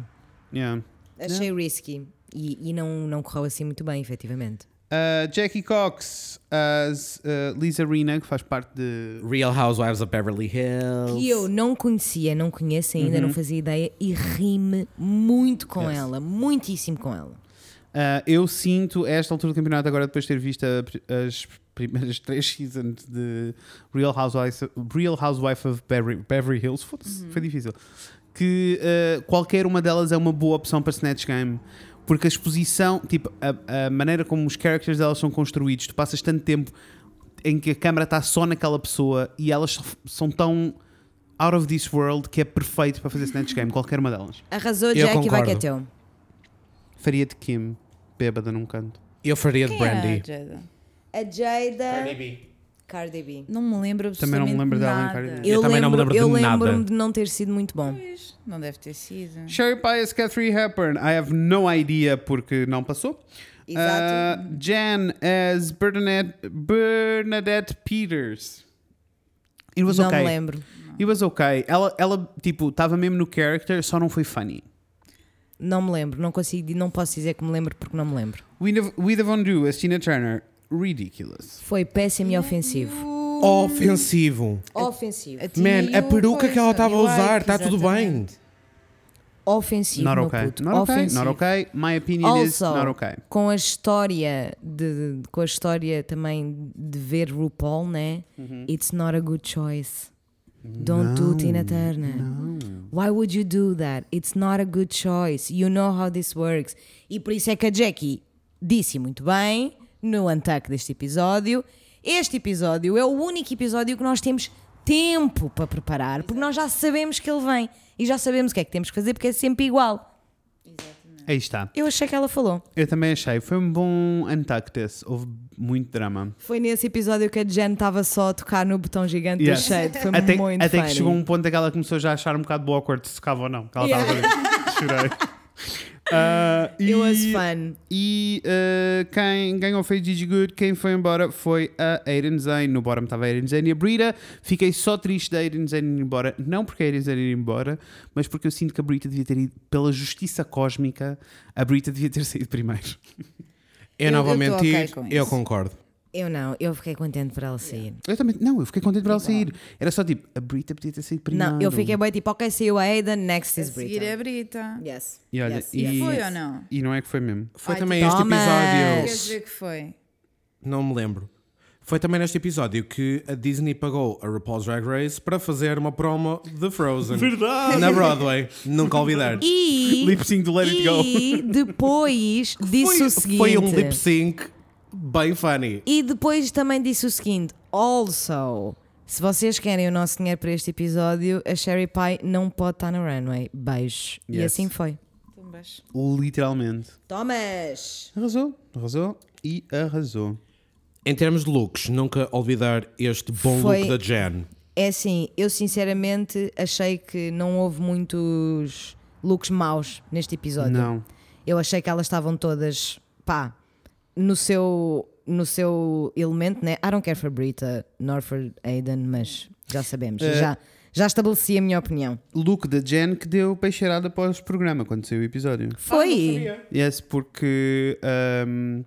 Speaker 1: Yeah.
Speaker 2: Achei risky. E, e não, não correu assim muito bem, efetivamente.
Speaker 1: Uh, Jackie Cox, as uh, Lisa Rina, que faz parte de.
Speaker 3: Real Housewives of Beverly Hills.
Speaker 2: que eu não conhecia, não conheço ainda,
Speaker 1: Uhum.
Speaker 2: não fazia ideia e rime muito com ela, muitíssimo com ela.
Speaker 1: Uh, eu sinto, a esta altura do campeonato, agora depois de ter visto a pr- as primeiras três seasons de Real Housewife, Real Housewife of Beverly, Beverly Hills, foda-se, foi difícil, que uh, qualquer uma delas é uma boa opção para Snatch Game. Porque a exposição, tipo, a, a maneira como os characters delas são construídos, tu passas tanto tempo em que a câmara está só naquela pessoa e elas são tão out of this world que é perfeito para fazer Snatch Game, qualquer uma delas.
Speaker 2: Arrasou,
Speaker 3: Eu
Speaker 2: Jack, e vai que é
Speaker 3: concordo.
Speaker 2: teu.
Speaker 1: Faria de Kim, bêbada num canto.
Speaker 3: Eu faria de
Speaker 4: Quem é a
Speaker 3: Brandy.
Speaker 4: Jada?
Speaker 2: A Jada. Cardi B.
Speaker 4: Não me lembro
Speaker 1: Também não
Speaker 4: absolutamente
Speaker 1: me lembro dela em
Speaker 4: nada.
Speaker 1: Cardi B.
Speaker 3: Eu também não me lembro de
Speaker 2: eu
Speaker 3: nada.
Speaker 2: lembro-me de não ter sido muito bom.
Speaker 4: Pois, Não deve ter sido.
Speaker 1: Sherry Pies, Catherine Hepburn, I have no idea porque não passou.
Speaker 2: Exato.
Speaker 1: Uh, Jan as Bernadette, Bernadette Peters. It was
Speaker 2: não
Speaker 1: okay.
Speaker 2: me lembro.
Speaker 1: It was okay. Ela, ela tipo, estava mesmo no character, só não foi funny.
Speaker 2: Não me lembro. Não consigo, di- não posso dizer que me lembro porque não me lembro.
Speaker 1: Wida Wida Von Du as Tina Turner, ridiculous.
Speaker 2: Foi péssimo e ofensivo.
Speaker 3: Ofensivo.
Speaker 2: Ofensivo.
Speaker 3: Man, a peruca que ela estava a usar, está tudo bem.
Speaker 2: Ofensivo.
Speaker 1: Not
Speaker 2: meu
Speaker 1: okay.
Speaker 2: puto.
Speaker 1: Not okay.
Speaker 2: ofensivo.
Speaker 1: Not okay. My opinion is
Speaker 2: Also,
Speaker 1: not okay.
Speaker 2: com a história de, de- com a história também de ver RuPaul, né?
Speaker 1: Uhum.
Speaker 2: It's not a good choice. Don't do Tina Turner. Why would you do that? It's not a good choice. You know how this works. E por isso é que a Jackie disse muito bem no ataque deste episódio. Este episódio é o único episódio que nós temos tempo para preparar, porque nós já sabemos que ele vem e já sabemos o que é que temos que fazer, porque é sempre igual.
Speaker 1: Aí está.
Speaker 2: Eu achei que ela falou.
Speaker 1: Eu também achei. Foi um bom untucked esse. Houve muito drama.
Speaker 2: Foi nesse episódio que a Jen estava só a tocar no botão gigante
Speaker 1: Yes.
Speaker 2: do shade. Foi
Speaker 1: até
Speaker 2: muito
Speaker 1: até que
Speaker 2: funny.
Speaker 1: chegou um ponto em que ela começou já a achar um bocado awkward se tocava ou não. Que ela estava a fazer. Chorei. Ah,
Speaker 2: It was
Speaker 1: e-
Speaker 2: fun.
Speaker 1: E uh, quem ganhou foi a Gigi Good, quem foi embora foi a Aiden Zane. No bottom estava a Aiden Zane e a Brita. Fiquei só triste da Aiden Zane ir embora, não porque a Aiden Zane ir embora, mas porque eu sinto que a Brita devia ter ido, pela justiça cósmica, a Brita devia ter saído primeiro.
Speaker 3: Eu,
Speaker 4: Eu-
Speaker 3: não vou
Speaker 4: eu tô
Speaker 3: mentir,
Speaker 4: ok com
Speaker 3: eu
Speaker 4: isso.
Speaker 3: concordo.
Speaker 2: Eu não, eu fiquei contente por ela sair.
Speaker 1: Eu também, não, eu fiquei contente por ela sair. Era só tipo, a Brita podia ter saído primeiro.
Speaker 2: Não, eu fiquei bem tipo, ok, saiu a Aiden, next is
Speaker 4: Seguir é a
Speaker 2: Britta.
Speaker 4: Brita.
Speaker 2: Yes.
Speaker 1: E olha,
Speaker 2: yes,
Speaker 1: e-
Speaker 2: yes.
Speaker 4: Foi ou não?
Speaker 1: E não é que foi mesmo.
Speaker 3: Foi
Speaker 4: Ai,
Speaker 3: também
Speaker 2: tu-
Speaker 3: este
Speaker 2: Thomas!
Speaker 4: Quer
Speaker 3: episódio.
Speaker 4: dizer que foi?
Speaker 3: Não me lembro. Foi também neste episódio que a Disney pagou a RuPaul's Drag Race para fazer uma promo de Frozen. Verdade! Na Broadway. Nunca olvidar.
Speaker 2: E,
Speaker 1: Lip sync do Let It Go.
Speaker 2: e depois disse o seguinte.
Speaker 3: foi um lip sync bem funny.
Speaker 2: E depois também disse o seguinte: also, se vocês querem o nosso dinheiro para este episódio, a Sherry Pie não pode estar na runway. Beijos. E
Speaker 1: Yes.
Speaker 2: assim foi.
Speaker 4: Tumbas.
Speaker 1: Literalmente.
Speaker 2: Thomas!
Speaker 1: Arrasou, arrasou e arrasou.
Speaker 3: Em termos de looks, nunca olvidar este bom
Speaker 2: Foi-
Speaker 3: look da Jen.
Speaker 2: É assim, eu sinceramente achei que não houve muitos looks maus neste episódio.
Speaker 1: Não.
Speaker 2: Eu achei que elas estavam todas, pá, no seu, no seu elemento, né? I don't care for Brita, nor for Aiden, mas já sabemos. Já, já estabeleci a minha opinião.
Speaker 1: Look da Jen que deu peixeirada após o programa, quando saiu o episódio.
Speaker 2: Foi!
Speaker 1: Yes, porque. ahm,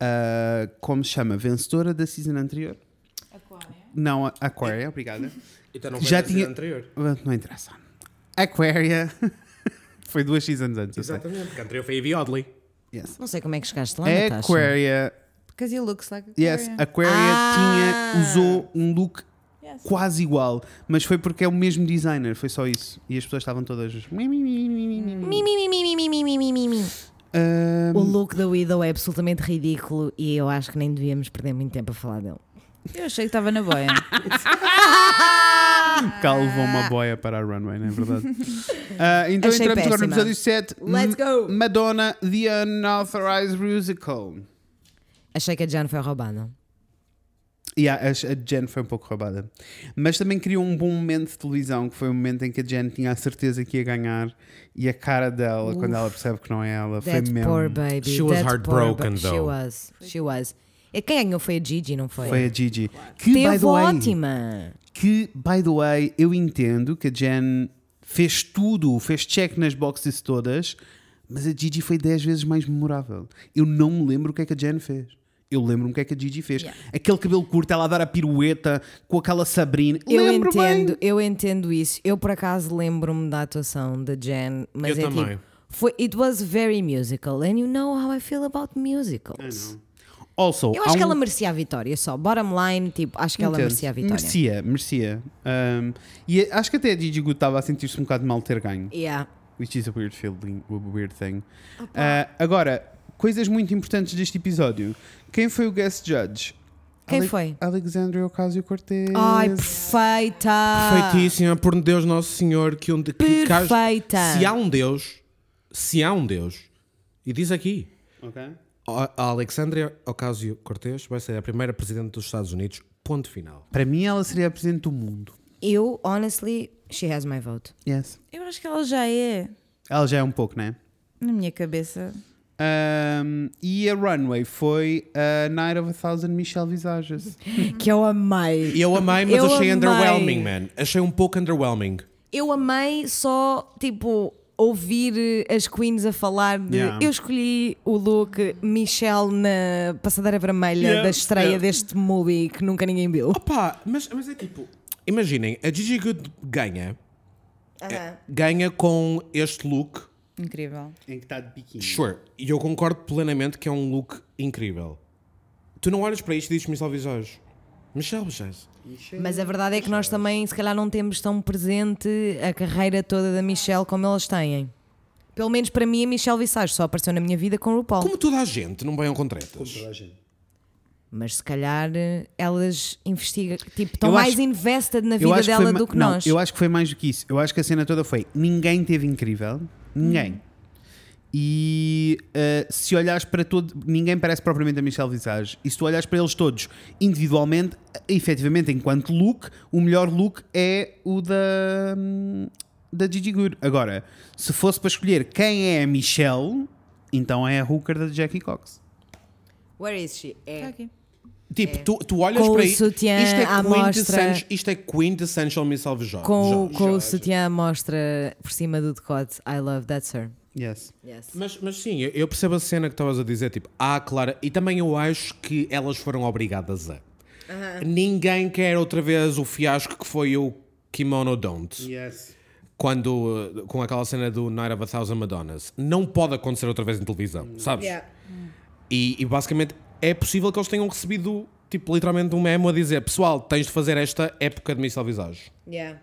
Speaker 1: a- como se chama? Vencedora da season anterior? Não, a- Aquaria, obrigada.
Speaker 3: Então
Speaker 1: foi na season
Speaker 3: anterior.
Speaker 1: Ah, Não interessa. Aquaria. Foi duas seasons antes, eu sei.
Speaker 3: Exatamente, porque a anterior foi a Evie Oddly.
Speaker 1: Yes.
Speaker 2: não sei como é que chegaste lá, Natasha.
Speaker 1: Aquaria.
Speaker 4: Because he looks like a
Speaker 1: Yes,
Speaker 4: Korean.
Speaker 1: Aquaria
Speaker 2: Ah.
Speaker 1: tinha, usou um look
Speaker 4: Yes.
Speaker 1: quase igual, mas foi porque é o mesmo designer, foi só isso. E as pessoas estavam todas.
Speaker 2: Mi, mi, mi, mi, mi, mi, mi, mi, mi, mi.
Speaker 1: Ahm,
Speaker 2: O look da Widow é absolutamente ridículo e eu acho que nem devíamos perder muito tempo a falar dele.
Speaker 4: Eu achei que estava na boia.
Speaker 2: Ah.
Speaker 1: calva Ah, uma boia para a runway, não é verdade? Ah, então
Speaker 2: Achei
Speaker 1: entramos agora no
Speaker 2: péssima.
Speaker 1: episódio 7.
Speaker 2: Let's go.
Speaker 1: Madonna, The Unauthorized Musical.
Speaker 2: Achei que a Jan foi roubada.
Speaker 1: E a, a Jen foi um pouco roubada. Mas também criou um bom momento de televisão, que foi o momento em que a Jen tinha a certeza que ia ganhar e a cara dela, quando ela percebe que não é ela, foi
Speaker 2: That
Speaker 1: mesmo.
Speaker 2: poor baby.
Speaker 3: She was
Speaker 2: that
Speaker 3: heartbroken,
Speaker 2: poor ba- She
Speaker 3: though.
Speaker 2: was. She was. E Quem ganhou foi a Gigi, não foi?
Speaker 1: Foi a Gigi. Que, by
Speaker 2: Teve
Speaker 1: the way,
Speaker 2: ótima.
Speaker 1: que, by the way, eu entendo que a Jen fez tudo, fez check nas boxes todas, mas a Gigi foi 10 vezes mais memorável. Eu não me lembro o que é que a Jen fez. Eu lembro-me o que é que a Gigi fez. Aquele cabelo curto, ela a dar a pirueta com aquela Sabrina.
Speaker 2: Eu
Speaker 1: lembro
Speaker 2: entendo,
Speaker 1: Bem.
Speaker 2: eu entendo isso. Eu por acaso lembro-me da atuação da Jen, mas
Speaker 3: Eu
Speaker 2: é
Speaker 3: também.
Speaker 2: tipo, foi it was very musical and you know how I feel about musicals.
Speaker 1: Also,
Speaker 2: Eu
Speaker 1: há
Speaker 2: acho que
Speaker 1: um-
Speaker 2: ela merecia a vitória só. Bottom line, tipo, acho que ela
Speaker 1: Entendo.
Speaker 2: merecia a vitória.
Speaker 1: Merecia, merecia. Um, e acho que até a Gigi Good estava a sentir-se um bocado mal de ter ganho.
Speaker 2: Yeah.
Speaker 1: Which is a weird feeling, a weird thing. Ah, agora, coisas muito importantes deste episódio. Quem foi o guest judge?
Speaker 2: Quem foi?
Speaker 3: Alexandria Ocasio-Cortez.
Speaker 2: Ai, perfeita!
Speaker 3: Perfeitíssima, por Deus Nosso Senhor, que um de, que caso-
Speaker 2: Perfeita.
Speaker 3: se há um Deus, se há um Deus, e diz aqui,
Speaker 1: Ok?
Speaker 3: a a Alexandria Ocasio-Cortez vai ser a primeira presidente dos Estados Unidos, ponto final.
Speaker 1: Para mim, ela seria a presidente do mundo.
Speaker 2: Eu, honestly, she has my vote.
Speaker 1: Yes.
Speaker 6: Eu acho que ela já é,
Speaker 1: Ela já é um pouco, né?
Speaker 6: na minha cabeça.
Speaker 1: Um, e a runway foi a Night of a Thousand Michelle Visages.
Speaker 2: Que eu amei.
Speaker 3: Eu amei, mas
Speaker 2: Eu
Speaker 3: achei
Speaker 2: amei.
Speaker 3: underwhelming, man. Achei um pouco underwhelming.
Speaker 2: Eu amei só, tipo, ouvir eh, as queens a falar de.
Speaker 1: Yeah.
Speaker 2: Eu escolhi o look Michelle na passadeira vermelha
Speaker 1: Yeah,
Speaker 2: da estreia
Speaker 1: yeah.
Speaker 2: deste movie que nunca ninguém viu.
Speaker 3: Opa, mas, mas é tipo, imaginem, a Gigi Good ganha, eh, ganha com este look,
Speaker 6: Incrível.
Speaker 1: em que está de biquíni.
Speaker 3: Sure. E eu concordo plenamente que é um look incrível. Tu não olhas para isto e dizes Michelle Visage. Michelle Visage.
Speaker 2: Mas a verdade é que nós também, se calhar, não temos tão presente a carreira toda da Michelle como elas têm. Pelo menos para mim, a Michelle Visage só apareceu na minha vida com o RuPaul.
Speaker 3: Como toda a gente, não vão com tretas.
Speaker 2: Mas se calhar eh, elas investigam, tipo, estão
Speaker 1: Eu acho-
Speaker 2: mais invested na
Speaker 1: Eu
Speaker 2: vida
Speaker 1: acho que foi
Speaker 2: dela
Speaker 1: ma-
Speaker 2: do que
Speaker 1: não,
Speaker 2: nós.
Speaker 1: Eu acho que foi mais do que isso. Eu acho que a cena toda foi ninguém teve incrível. Ninguém.
Speaker 2: Hum.
Speaker 1: E uh, se olhares para todo, ninguém parece propriamente a Michelle Visage. E se tu olhares para eles todos individualmente, efetivamente, enquanto look, o melhor look é o da, da Gigi Good. Agora, se fosse para escolher quem é a Michelle, então é a Hooker da Jackie Cox.
Speaker 2: Where is she? É.
Speaker 6: Está Tá aqui.
Speaker 3: Tipo, tu, tu olhas
Speaker 2: Com
Speaker 3: para
Speaker 2: o
Speaker 3: isto.
Speaker 2: sutiã
Speaker 3: isto é
Speaker 2: à
Speaker 3: quintessential,
Speaker 2: mostra.
Speaker 3: isto é quintessential Michelle Visage.
Speaker 2: Com, o-
Speaker 3: Visage.
Speaker 2: com o sutiã à mostra por cima do decote. I love that, sir.
Speaker 1: Yes.
Speaker 2: Yes.
Speaker 3: Mas, mas sim, eu- eu percebo a cena que estavas a dizer, tipo, ah, Clara, e também eu acho que elas foram obrigadas a. Ninguém quer outra vez o fiasco que foi o Kimono Don't.
Speaker 1: Yes.
Speaker 3: quando uh, com aquela cena do Night of a Thousand Madonnas não pode acontecer outra vez em televisão, sabes? E, e basicamente é possível que eles tenham recebido tipo literalmente um memo a dizer pessoal tens de fazer esta época de Michelle Visage.
Speaker 2: Yeah.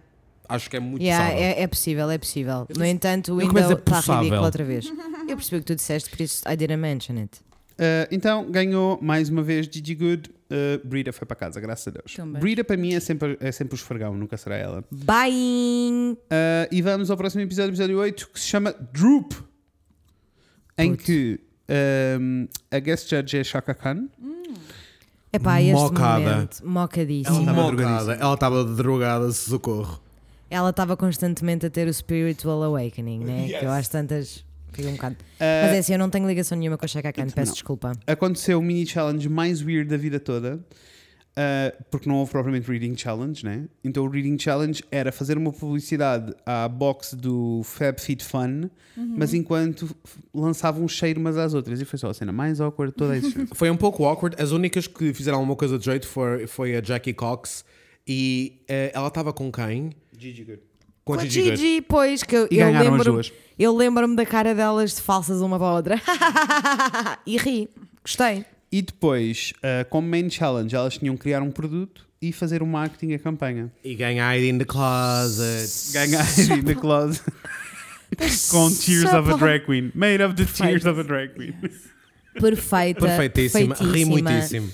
Speaker 3: Acho que é muito
Speaker 2: Yeah,
Speaker 3: sábado.
Speaker 2: é, é possível, é possível. No entanto, o
Speaker 3: eu começo a
Speaker 2: window está
Speaker 3: possável.
Speaker 2: ridículo outra vez. Eu percebi o que tu disseste, por isso I didn't mention it.
Speaker 1: Uh, então ganhou mais uma vez Gigi Good. Uh, Brita foi para casa, graças a Deus.
Speaker 6: Também.
Speaker 1: Brita para mim é sempre, é sempre o esfregão, nunca será ela.
Speaker 2: Bye!
Speaker 1: Uh, e vamos ao próximo episódio, episódio 8, que se chama Droop. Em
Speaker 2: Puto.
Speaker 1: que um, a guest judge é Shaka Khan.
Speaker 2: Epá, este
Speaker 3: Mocada.
Speaker 2: momento, mocadíssimo.
Speaker 1: Ela estava drogadíssima.
Speaker 3: ela estava drogada, socorro.
Speaker 2: Ela estava constantemente a ter o spiritual awakening, né? Que eu às tantas fico um bocado.
Speaker 3: Eh,
Speaker 2: Mas é assim, eu não tenho ligação nenhuma com a Chaka
Speaker 3: então
Speaker 2: Khan, peço desculpa.
Speaker 1: Aconteceu o mini challenge mais weird da vida toda. uh, porque não houve propriamente Reading Challenge, né? Então o Reading Challenge era fazer uma publicidade à box do FabFitFun, mas enquanto f- lançavam um cheiro umas às outras. E foi só a cena mais awkward de toda a existência.
Speaker 3: Foi um pouco awkward. As únicas que fizeram alguma coisa de jeito foi, foi a Jackie Cox e eh, ela estava com quem?
Speaker 1: Gigi Good.
Speaker 3: Com a Gigi. Good.
Speaker 2: Gigi, pois, que eu,
Speaker 1: E
Speaker 2: eu
Speaker 1: ganharam as
Speaker 2: lembro
Speaker 1: duas.
Speaker 2: Eu lembro-me da cara delas de falsas uma para a outra. e ri. Gostei.
Speaker 1: E depois, uh, como main challenge, elas tinham que criar um produto e fazer o marketing e a campanha.
Speaker 3: E ganhar in the closet.
Speaker 1: Ganhar in the closet. Com tears of a drag queen. Made of the tears of a drag queen.
Speaker 2: Perfeita.
Speaker 3: Perfeitíssima. Ri
Speaker 2: perfeitíssima.
Speaker 3: muitíssimo.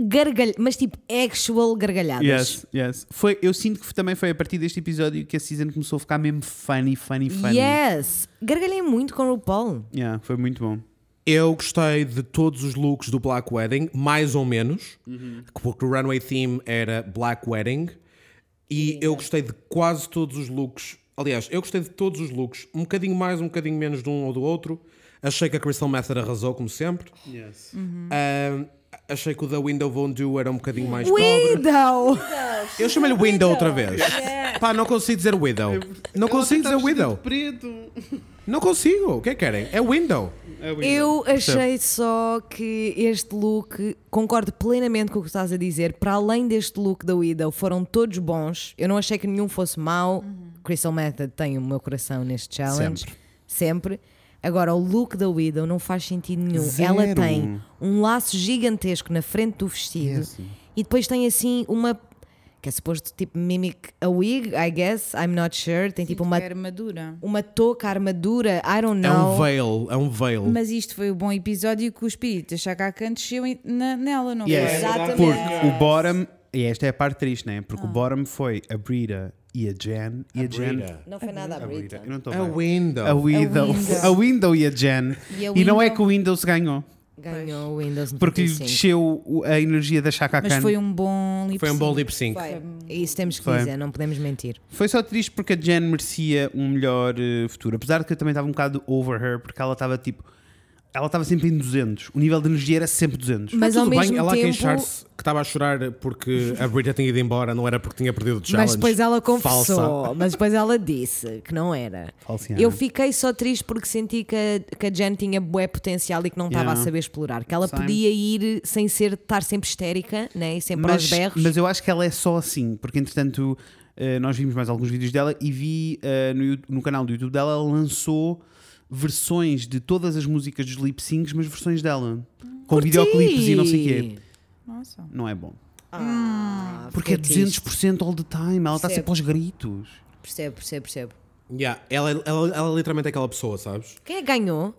Speaker 2: Gargalha, mas tipo, actual gargalhadas.
Speaker 1: Yes, yes. Foi, eu sinto que também foi a partir deste episódio que a season começou a ficar mesmo funny, funny, funny.
Speaker 2: Yes. Gargalhei muito com o RuPaul.
Speaker 1: Yeah, foi muito bom.
Speaker 3: Eu gostei de todos os looks do Black Wedding, mais ou menos, porque o runway theme era Black Wedding, e eu gostei de quase todos os looks. Aliás, eu gostei de todos os looks, um bocadinho mais, um bocadinho menos de um ou do outro. Achei que a Crystal Method arrasou, como sempre.
Speaker 1: Yes.
Speaker 3: Ah, achei que o The Window Won't Do era um bocadinho mais pobre.
Speaker 2: Widow!
Speaker 3: Eu chamei-lhe Window outra vez. Pá, não consigo dizer Widow. Não consigo dizer Widow.
Speaker 1: Preto.
Speaker 3: Não consigo. O que é que querem? É Window.
Speaker 2: Eu achei só que este look, concordo plenamente com o que estás a dizer, para além deste look da Widow, foram todos bons. Eu não achei que nenhum fosse mau. Crystal Method tem o meu coração neste challenge. Sempre. Agora, o look da Widow não faz sentido nenhum.
Speaker 1: Zero.
Speaker 2: Ela tem um laço gigantesco na frente do vestido e depois tem assim uma. que é suposto tipo mimic a wig, I guess, I'm not sure. Tem tipo uma,
Speaker 6: Que armadura.
Speaker 2: uma touca, armadura, I don't
Speaker 3: É um
Speaker 2: know.
Speaker 3: veil, é um veil.
Speaker 6: Mas isto foi o bom episódio que o espírito da Chaka Khan desceu em- na- nela, não
Speaker 1: Yes.
Speaker 6: foi?
Speaker 2: Exatamente.
Speaker 1: Porque o Bottom, e esta é a parte triste, né? Porque o Bottom foi a Brita e a Jen. E a, Jen.
Speaker 3: Brita.
Speaker 2: Não foi nada a
Speaker 1: A Brita.
Speaker 2: Brita.
Speaker 1: Eu não estou
Speaker 3: A
Speaker 1: bem.
Speaker 3: window.
Speaker 2: É
Speaker 1: A Window.
Speaker 6: Window.
Speaker 1: A Window e a Jen.
Speaker 4: E a
Speaker 1: E não é
Speaker 4: Window-
Speaker 1: que o Windows ganhou.
Speaker 2: Ganhou o Windows 95.
Speaker 1: Porque lhe desceu o- a energia da Chaka
Speaker 4: Mas
Speaker 1: Khan.
Speaker 4: foi um bom lip
Speaker 3: Foi um bom
Speaker 4: sync.
Speaker 3: lip sync.
Speaker 2: É Isso temos que
Speaker 1: Foi.
Speaker 2: dizer, não podemos mentir.
Speaker 1: Foi só triste porque a Jen merecia um melhor eh, futuro. Apesar de que eu também estava um bocado over her, porque ela estava tipo. Ela estava sempre em 200. O nível de energia era sempre 200.
Speaker 2: Mas
Speaker 3: Tudo
Speaker 2: ao
Speaker 3: bem,
Speaker 2: mesmo
Speaker 3: ela a
Speaker 2: tempo.
Speaker 3: queixar-se que estava a chorar porque a Brita tinha ido embora, não era porque tinha perdido o challenge.
Speaker 2: Mas depois ela confessou,
Speaker 3: Falsa.
Speaker 2: mas depois ela disse que não era.
Speaker 1: Falsiana.
Speaker 2: Eu fiquei só triste porque senti que a, que a Jen tinha bué potencial e que não estava
Speaker 1: Yeah.
Speaker 2: a saber explorar. Que ela
Speaker 1: Same.
Speaker 2: podia ir sem ser, estar sempre histérica né? e sempre aos berros.
Speaker 1: mas eu acho que ela é só assim, porque entretanto eh, nós vimos mais alguns vídeos dela e vi eh, no, Yu- no canal do YouTube dela, ela lançou versões de todas as músicas dos lip syncs, mas versões dela. Com
Speaker 2: Curti!
Speaker 1: videoclipes e não sei o quê.
Speaker 6: Nossa.
Speaker 1: Não é bom.
Speaker 2: Ah,
Speaker 1: Porque é
Speaker 2: fiquei triste.
Speaker 1: 200% all the time, ela está sempre
Speaker 2: Percebo.
Speaker 1: aos gritos.
Speaker 2: Percebo, percebo, percebo.
Speaker 3: Yeah, ela, ela, ela literalmente é aquela pessoa, sabes?
Speaker 2: Quem é que ganhou?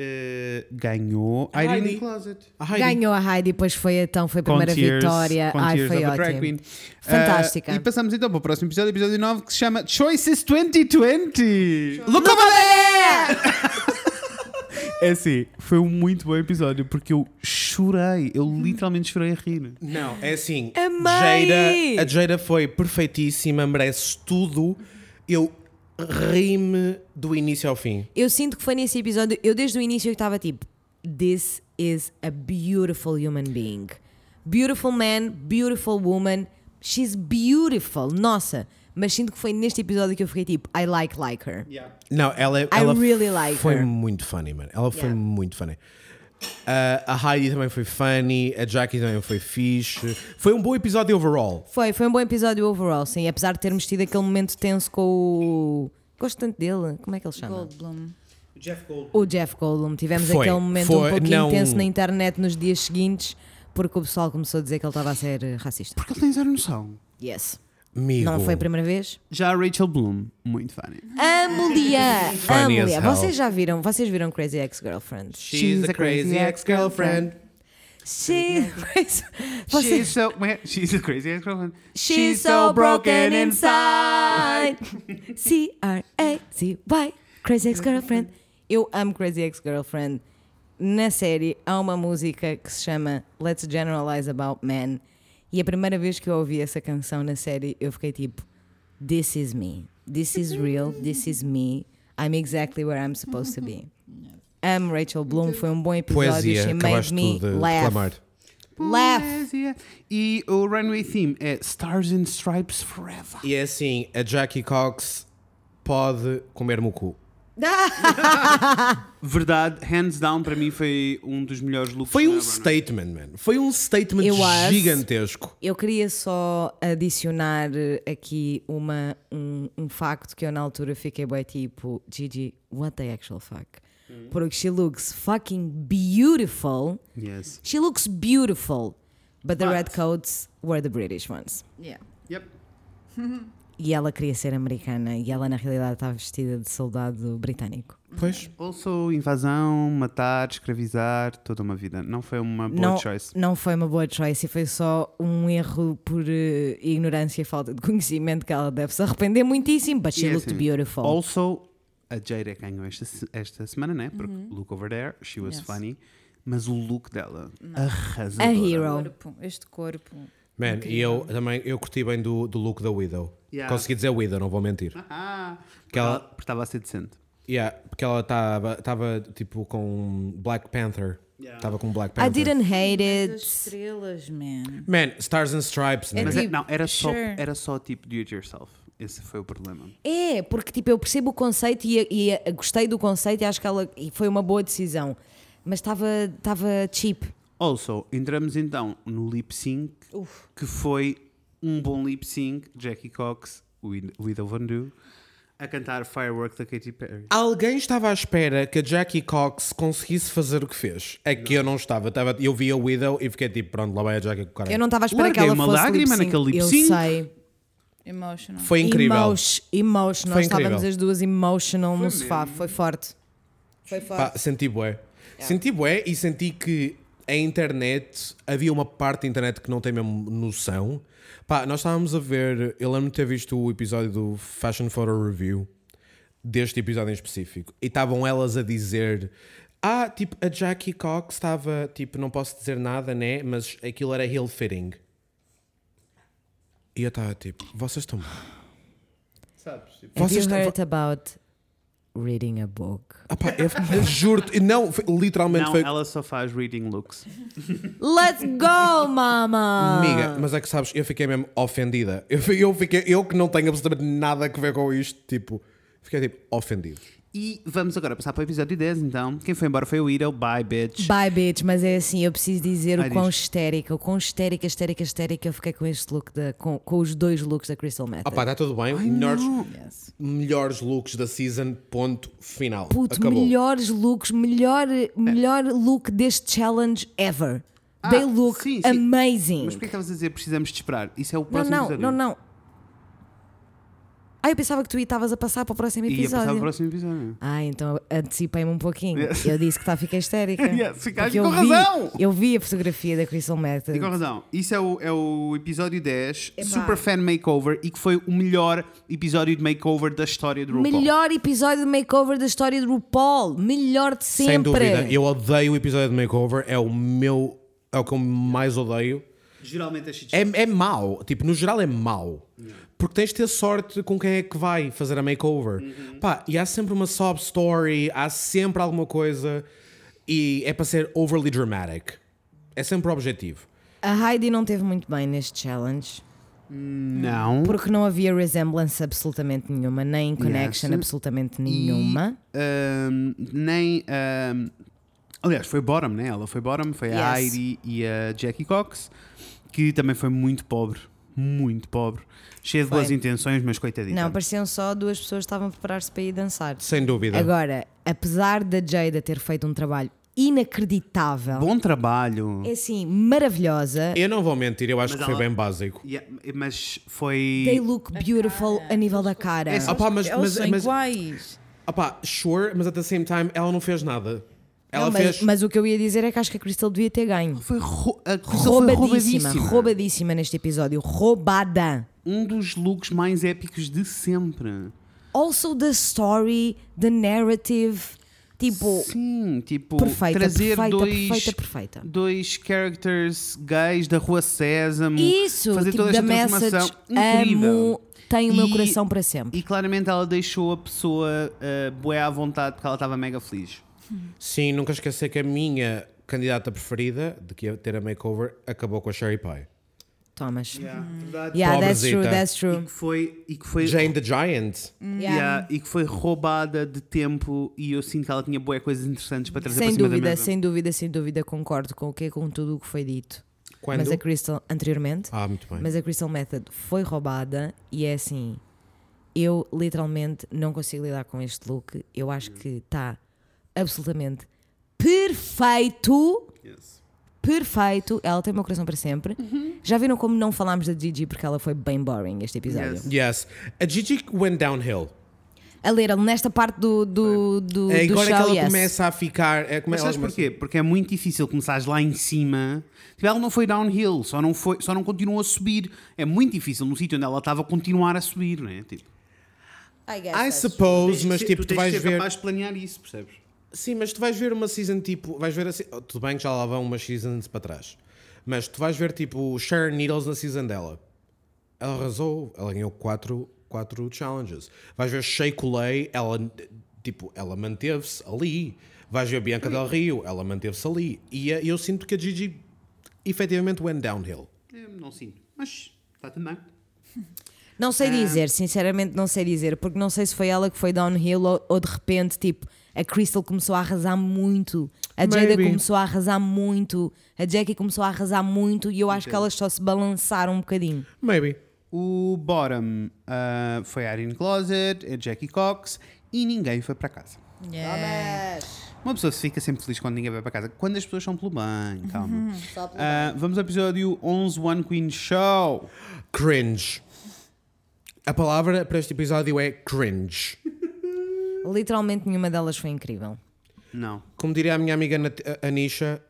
Speaker 1: Eh, ganhou
Speaker 3: A
Speaker 1: Irene
Speaker 3: Heidi.
Speaker 1: Closet.
Speaker 3: A Heidi.
Speaker 2: Ganhou a Heidi, pois foi então, foi a primeira
Speaker 1: Frontiers-
Speaker 2: vitória. Ai,
Speaker 1: Frontiers
Speaker 2: foi
Speaker 1: of the Drag Queen.
Speaker 2: ótimo.
Speaker 1: Eh,
Speaker 2: Fantástica.
Speaker 1: e passamos então para o próximo episódio, episódio 9, que se chama Choices 2020. Look over there! É assim, foi um muito bom episódio porque eu chorei, eu literalmente chorei a rir.
Speaker 3: Não, é assim.
Speaker 2: Amei!
Speaker 3: Jada, a Jada foi perfeitíssima, merece tudo. Eu ri-me do início ao fim.
Speaker 2: Eu sinto que foi nesse episódio, eu desde o início eu estava tipo, this is a beautiful human being. Beautiful man, beautiful woman, she's beautiful, nossa. Mas sinto que foi neste episódio que eu fiquei tipo, I like, like her.
Speaker 3: Não, ela, é, ela
Speaker 2: really like
Speaker 3: foi
Speaker 2: her.
Speaker 3: muito funny, mano. Ela foi
Speaker 2: Yeah.
Speaker 3: muito funny. Ah, a Heidi também foi funny, a Jackie também foi fixe. Foi um bom episódio overall.
Speaker 2: Foi, foi um bom episódio overall, sim, apesar de termos tido aquele momento tenso com o. Gosto tanto dele, como é que ele chama?
Speaker 4: Goldblum.
Speaker 3: Jeff Gold.
Speaker 2: O Jeff Goldblum, tivemos
Speaker 3: Foi,
Speaker 2: aquele momento
Speaker 3: foi,
Speaker 2: um pouquinho
Speaker 3: não-
Speaker 2: tenso na internet nos dias seguintes, porque o pessoal começou a dizer que ele estava a ser eh, racista.
Speaker 1: Porque ele tem zero noção.
Speaker 2: Yes.
Speaker 3: Amigo.
Speaker 2: Não foi a primeira vez?
Speaker 1: Já a Rachel Bloom, muito funny.
Speaker 2: Amo-lhe-a!
Speaker 3: Funny as
Speaker 2: Amo-lhe-a!
Speaker 3: hell.
Speaker 2: Vocês já viram? Vocês viram Crazy Ex-Girlfriend?
Speaker 3: She's a crazy ex-girlfriend.
Speaker 2: She... Vocês...
Speaker 1: She's so, é? she's a crazy ex-girlfriend.
Speaker 2: She's so broken inside C-R-A-C-Y Crazy Ex-Girlfriend Eu amo Crazy Ex-Girlfriend Na série há uma música que se chama Let's Generalize About Men E a primeira vez que eu ouvi essa canção na série Eu fiquei tipo This is me This is real, this is me I'm exactly where I'm supposed to be Amo Rachel Bloom, foi um bom episódio
Speaker 3: Poesia,
Speaker 2: She made
Speaker 3: acabaste
Speaker 2: me
Speaker 3: tu de
Speaker 2: laugh
Speaker 3: reclamar.
Speaker 2: Laugh
Speaker 1: E o runway theme é Stars and Stripes Forever.
Speaker 3: E é assim, a Jackie Cox pode comer-me o cu.
Speaker 1: Verdade, hands down, para mim foi um dos melhores looks. é?
Speaker 3: Foi
Speaker 1: da
Speaker 3: um
Speaker 1: Runway.
Speaker 3: statement, man. Foi um statement
Speaker 2: Eu acho-
Speaker 3: gigantesco.
Speaker 2: Eu queria só adicionar eh, aqui uma, um, um facto que eu na altura fiquei bem tipo, Gigi, what the actual fuck?
Speaker 1: Uhum.
Speaker 2: Porque she looks fucking beautiful.
Speaker 1: Yes.
Speaker 2: She looks beautiful. But the
Speaker 1: But-
Speaker 2: red coats were the British ones.
Speaker 6: Yeah.
Speaker 1: Yep.
Speaker 2: E ela queria ser americana e ela na realidade estava vestida de soldado britânico.
Speaker 3: Pois.
Speaker 1: Also, invasão, matar, escravizar, toda uma vida. Não foi uma boa
Speaker 2: não,
Speaker 1: choice.
Speaker 2: não foi uma boa choice e foi só um erro por eh, ignorância e falta de conhecimento que ela deve se arrepender muitíssimo. But she
Speaker 1: E é
Speaker 2: looked
Speaker 1: assim,
Speaker 2: beautiful.
Speaker 1: Also, a Jada ganhou esta, se- esta semana, né? Porque
Speaker 2: Uhum.
Speaker 1: look over there, she was funny. Mas o look dela, arrasadora.
Speaker 2: A hero.
Speaker 6: Corpo, este corpo.
Speaker 3: Man, e eu também, eu curti bem do, do look da Widow.
Speaker 1: Yeah.
Speaker 3: Consegui dizer Widow, não vou mentir.
Speaker 1: Ah, porque
Speaker 3: Que ela-
Speaker 1: ela porque estava a ser decente.
Speaker 3: Yeah, porque ela estava tipo com Black Panther. Estava com Black
Speaker 2: I
Speaker 3: Panther.
Speaker 2: didn't hate
Speaker 6: As
Speaker 2: it.
Speaker 6: estrelas, man.
Speaker 3: Man, Stars and Stripes, né?
Speaker 1: Mas é-
Speaker 6: tipo,
Speaker 1: não, era só,
Speaker 6: sure.
Speaker 1: era só tipo do it yourself. Esse foi o problema.
Speaker 2: É, porque tipo, eu percebo o conceito e, e, eh, gostei do conceito e acho que ela e foi uma boa decisão. Mas estava estava cheap.
Speaker 1: Also, entramos então no lip sync, que foi um bom lip sync. Jackie Cox, Wid- Widow Van Du, a cantar Firework da Katy Perry.
Speaker 3: Alguém estava à espera que a Jackie Cox conseguisse fazer o que fez. É que eu não estava. estava eu vi a Widow e fiquei tipo, pronto, lá vai a Jackie Cox.
Speaker 2: Eu não estava à espera que
Speaker 1: Larguei
Speaker 2: ela
Speaker 1: uma
Speaker 2: fosse
Speaker 1: lágrima
Speaker 2: lip-sync.
Speaker 1: naquele
Speaker 2: Eu
Speaker 1: lip-sync.
Speaker 2: sei.
Speaker 6: Emotional.
Speaker 3: Foi incrível.
Speaker 2: Emotion, emotion.
Speaker 3: Foi
Speaker 2: Nós estávamos
Speaker 3: incrível.
Speaker 2: as duas emotional no sofá. Foi forte. Foi forte.
Speaker 3: Pá, senti bué. Senti bué e senti que a internet, havia uma parte da internet que não tem mesmo noção. Pá, nós estávamos a ver, eu lembro-me de ter visto o episódio do Fashion Photo Review, deste episódio em específico, e estavam elas a dizer... Ah, tipo, a Jackie Cox estava, tipo, não posso dizer nada, né? Mas aquilo era heel fitting. E eu estava tipo, vocês estão.
Speaker 2: Have
Speaker 3: Vocês
Speaker 2: you
Speaker 3: estão.
Speaker 2: heard about reading a book?
Speaker 3: Ah, pá, eu, eu juro-te, não, foi- literalmente
Speaker 1: Não,
Speaker 3: foi.
Speaker 1: ela só faz reading looks.
Speaker 2: Let's go, mama!
Speaker 3: Amiga, mas é que sabes, eu fiquei mesmo ofendida. Eu, fi- eu fiquei, eu que não tenho absolutamente nada a ver com isto, tipo, fiquei tipo ofendido.
Speaker 1: E vamos agora passar para o episódio 10, então. Quem foi embora foi o Widow. Bye, bitch.
Speaker 2: Bye, bitch, mas é assim, eu preciso dizer
Speaker 1: Ai,
Speaker 2: o quão
Speaker 1: diz.
Speaker 2: histérica, o quão histérica, histérica, histérica eu fiquei com este look, da, com, com os dois looks da Crystal Method.
Speaker 3: Ah pá, está tudo bem. Melhores, melhores looks da season, ponto final.
Speaker 2: Puto,
Speaker 3: Acabou.
Speaker 2: melhores looks, melhor,
Speaker 1: É.
Speaker 2: melhor look deste challenge ever. They look
Speaker 1: Ah, sim, sim.
Speaker 2: amazing.
Speaker 1: Mas porquê é que estavas a dizer precisamos de esperar? Isso é o
Speaker 2: Não,
Speaker 1: próximo
Speaker 2: não,
Speaker 1: episódio.
Speaker 2: não, não. Ah, eu pensava que tu estavas a passar para o próximo
Speaker 1: E ia passar
Speaker 2: episódio.
Speaker 1: para o próximo episódio.
Speaker 2: Ah, então antecipei-me um pouquinho.
Speaker 1: Yes.
Speaker 2: Eu disse que tá, fiquei histérica.
Speaker 1: Yes, ficaste
Speaker 2: Porque eu
Speaker 1: com
Speaker 2: vi-
Speaker 1: razão.
Speaker 2: Eu vi a fotografia da Crystal Method.
Speaker 1: E com razão. Isso é o, é o episódio 10,
Speaker 2: Epá.
Speaker 1: Super Fan Makeover, e que foi o melhor episódio de makeover da história do RuPaul.
Speaker 2: Melhor episódio de makeover da história do RuPaul. Melhor de sempre.
Speaker 3: Sem dúvida. Eu odeio o episódio de makeover, é o meu. É o que eu mais odeio.
Speaker 1: Geralmente as
Speaker 3: É, é mau, tipo, no geral é mau. Porque tens de ter sorte com quem é que vai fazer a makeover. Pá, e há sempre uma sob story, há sempre alguma coisa e é para ser overly dramatic. É sempre o objetivo.
Speaker 2: A Heidi não teve muito bem neste challenge.
Speaker 1: Não.
Speaker 2: Porque não havia resemblance absolutamente nenhuma, nem connection
Speaker 1: Yes.
Speaker 2: absolutamente
Speaker 1: E,
Speaker 2: nenhuma.
Speaker 1: ahm, nem. ahm, aliás, foi Bottom, né? Ela foi Bottom, foi a
Speaker 2: Yes.
Speaker 1: Heidi e a Jackie Cox, que também foi muito pobre. Muito pobre. Cheia de boas intenções, mas coitadita.
Speaker 2: Não, pareciam só duas pessoas que estavam a preparar-se para ir dançar.
Speaker 3: Sem dúvida.
Speaker 2: Agora, apesar da Jada ter feito um trabalho inacreditável,
Speaker 1: Bom trabalho.
Speaker 2: é assim, maravilhosa.
Speaker 3: Eu não vou mentir, eu acho
Speaker 1: Mas
Speaker 3: que foi
Speaker 1: ela-
Speaker 3: bem básico.
Speaker 1: Yeah, mas foi.
Speaker 2: They look beautiful a nível da cara.
Speaker 1: É só-
Speaker 3: Ah pá, mas,
Speaker 6: Eles
Speaker 3: mas,
Speaker 6: são
Speaker 3: mas,
Speaker 6: iguais.
Speaker 3: ah pá, sure, mas at the same time ela não fez nada. Ela
Speaker 2: Não, mas,
Speaker 3: fez.
Speaker 2: mas o que eu ia dizer é que acho que a Crystal devia ter ganho.
Speaker 1: Foi rou- a Crystal foi
Speaker 2: Roubadíssima,
Speaker 1: roubadíssima.
Speaker 2: roubadíssima neste episódio. Roubada.
Speaker 1: Um dos looks mais épicos de sempre.
Speaker 2: Also, the story, the narrative. Tipo,
Speaker 1: Sim, tipo,
Speaker 2: Perfeita,
Speaker 1: trazer
Speaker 2: perfeita,
Speaker 1: dois,
Speaker 2: perfeita, perfeita.
Speaker 1: dois characters gays da Rua Sésamo,
Speaker 2: Isso,
Speaker 1: fazer
Speaker 2: tipo,
Speaker 1: toda
Speaker 2: da
Speaker 1: esta
Speaker 2: message,
Speaker 1: transformação incrível.
Speaker 2: amo, tem o meu
Speaker 1: E-
Speaker 2: coração para sempre.
Speaker 1: E claramente ela deixou a pessoa uh, boé à vontade porque ela estava mega feliz.
Speaker 3: Sim, nunca esquecer que a minha candidata preferida de que ia ter a makeover acabou com a Sherry Pie.
Speaker 2: Thomas. Uhum. Yeah,
Speaker 1: Yeah, verdade.
Speaker 2: that's
Speaker 3: Pobrecita.
Speaker 2: true, that's
Speaker 1: E
Speaker 2: true.
Speaker 1: que foi, e que foi
Speaker 3: Jane the Giant.
Speaker 2: Hum.
Speaker 1: yeah, e que foi roubada de tempo e eu sinto que ela tinha boé coisas interessantes para trazer
Speaker 2: Sem
Speaker 1: para cima da
Speaker 2: dúvida,
Speaker 1: mesa.
Speaker 2: sem dúvida, sem dúvida, concordo com o que com tudo o que foi dito.
Speaker 3: Quando?
Speaker 2: Mas a Crystal, anteriormente,
Speaker 3: Ah, muito bem.
Speaker 2: mas a Crystal Method foi roubada e é assim, eu literalmente não consigo lidar com este look. Eu acho que está absolutamente perfeito. Perfeito, ela tem o meu coração para sempre.
Speaker 3: Uhum.
Speaker 2: Já viram como não falámos da Gigi porque ela foi bem boring este episódio.
Speaker 1: Yes.
Speaker 3: Yes. A Gigi went downhill.
Speaker 2: A ler nesta parte do, do, do,
Speaker 3: É
Speaker 2: do
Speaker 3: agora
Speaker 2: show,
Speaker 3: que ela
Speaker 2: yes.
Speaker 3: começa a ficar. É, come,
Speaker 1: Mas
Speaker 3: ela
Speaker 1: sabes
Speaker 3: começa-
Speaker 1: porquê? Porque é muito difícil começares lá em cima. Tipo, ela não foi downhill, só não, foi, só não continuou a subir. É muito difícil no sítio onde ela estava continuar a subir, não é? Tipo,
Speaker 3: I suppose, mas tipo, tu, vais ver.
Speaker 1: de planear isso, percebes?
Speaker 3: Sim, mas tu vais ver uma season tipo. Vais ver assim. oh, Tudo bem que já lá vão umas seasons para trás. Mas tu vais ver tipo Sharon Needles na season dela. Ela arrasou. Ela ganhou 4 quatro, challenges. Vais ver Shea Coulee. Ela, tipo, ela manteve-se ali. Vais ver Bianca Del Rio. Ela manteve-se ali. E eh, eu sinto que a Gigi efetivamente went downhill.
Speaker 1: É, não sinto. Mas está tudo bem.
Speaker 2: Não
Speaker 3: Ah.
Speaker 2: sei dizer, sinceramente não sei dizer, porque não sei se foi ela que foi downhill ou, ou de repente, tipo, a Crystal começou a arrasar muito, a Jada
Speaker 3: Maybe.
Speaker 2: começou a arrasar muito, a Jackie começou a arrasar muito e eu acho que elas só se balançaram um bocadinho.
Speaker 3: Maybe.
Speaker 1: O bottom ah, foi a Irene Closet, a Jackie Cox e ninguém foi para casa. Uma pessoa fica sempre feliz quando ninguém vai para casa. Quando as pessoas são pelo bem, calma. Ah, vamos ao episódio 11 One Queen Show.
Speaker 3: Cringe. A palavra para este episódio é cringe.
Speaker 2: Literalmente nenhuma delas foi incrível.
Speaker 1: Não.
Speaker 3: Como diria a minha amiga Nat- a- Anisha,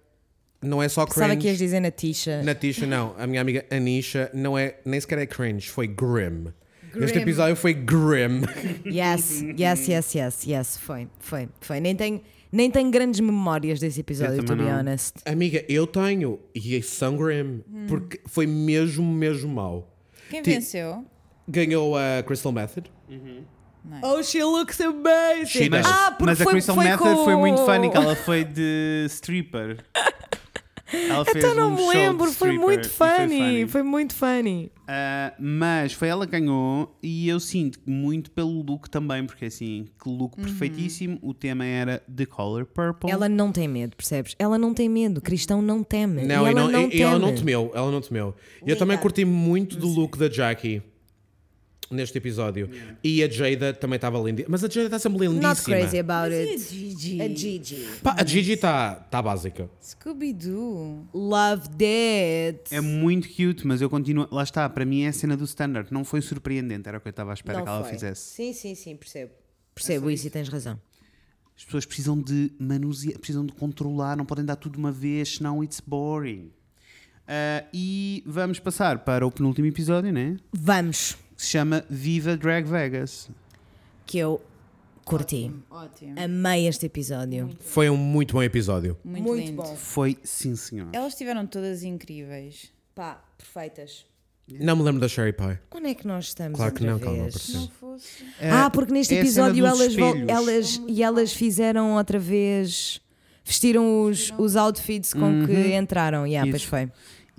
Speaker 3: não é só
Speaker 2: Sabe que
Speaker 3: cringe.
Speaker 2: ias dizer na tixa?
Speaker 3: Natisha, não. A minha amiga Anisha não é, nem sequer é cringe, foi grim. Este
Speaker 2: Grim.
Speaker 3: episódio foi grim.
Speaker 2: Yes,
Speaker 6: Uhum.
Speaker 2: yes, yes, yes, yes. Foi, foi, foi. Nem tenho, nem tenho grandes memórias desse episódio,
Speaker 1: Eu
Speaker 2: to be
Speaker 1: também não.
Speaker 2: honest.
Speaker 3: Amiga, eu tenho e são grim,
Speaker 2: Hum.
Speaker 3: porque foi mesmo, mesmo mau.
Speaker 6: Quem
Speaker 3: Ti-
Speaker 6: venceu?
Speaker 3: Ganhou a Crystal Method.
Speaker 2: Oh, she looks amazing!
Speaker 3: She does.
Speaker 2: Ah, porque
Speaker 1: Mas a
Speaker 2: foi-
Speaker 1: Crystal
Speaker 2: foi
Speaker 1: Method
Speaker 2: com-
Speaker 1: foi muito funny, que ela foi de stripper. Ela fez
Speaker 2: Então não
Speaker 1: um
Speaker 2: me
Speaker 1: show de
Speaker 2: lembro, foi
Speaker 1: stripper
Speaker 2: muito
Speaker 1: e
Speaker 2: funny, foi muito funny.
Speaker 1: Ah, mas foi ela que ganhou e eu sinto muito pelo look também, porque assim, que look perfeitíssimo. O tema era The Color Purple.
Speaker 2: Uhum. Ela não tem medo, percebes? Ela não tem medo, cristão não teme.
Speaker 3: Não,
Speaker 2: e ela
Speaker 3: e, não,
Speaker 2: não,
Speaker 3: e-
Speaker 2: teme.
Speaker 3: e ela não temeu, ela não temeu. E eu também curti muito do look da Jackie neste episódio. E a Jada também estava linda. Mas a Jada está sempre lindíssima.
Speaker 2: Not crazy about it.
Speaker 6: é Gigi.
Speaker 2: A Gigi.
Speaker 3: Pá, a Gigi está tá básica.
Speaker 6: Scooby-Doo.
Speaker 2: Loved it.
Speaker 1: É muito cute, mas eu continuo. Lá está, para mim é a cena do standard. Não foi surpreendente, era o que eu estava à espera
Speaker 2: Não
Speaker 1: que ela
Speaker 2: foi.
Speaker 1: fizesse.
Speaker 2: Sim, sim, sim, percebo.
Speaker 6: É
Speaker 2: Percebo isso e tens razão.
Speaker 1: As pessoas precisam de manusear, precisam de controlar, não podem dar tudo de uma vez, senão it's boring. Ah, e vamos passar para o penúltimo episódio, né?
Speaker 2: Vamos,
Speaker 1: Que se chama Viva Drag Vegas.
Speaker 2: que eu curti.
Speaker 6: Ótimo.
Speaker 2: Amei este episódio.
Speaker 3: Foi um muito bom episódio.
Speaker 6: Muito, lindo.
Speaker 1: Foi sim, senhor.
Speaker 6: Elas estiveram todas incríveis.
Speaker 2: Pá, perfeitas.
Speaker 3: Não me lembro da Sherry Pie.
Speaker 2: Onde é que nós estamos?
Speaker 3: Claro que
Speaker 2: outra
Speaker 3: não, calma,
Speaker 2: vez?
Speaker 3: apareceu.
Speaker 6: Fosse.
Speaker 2: Ah, porque neste
Speaker 1: é a cena
Speaker 2: episódio
Speaker 1: dos
Speaker 2: elas, vol-
Speaker 1: espelhos.
Speaker 2: elas e elas fizeram outra vez. Vestiram os, os outfits com que entraram. Yeah, pois
Speaker 1: Uhum. Isso.
Speaker 2: foi.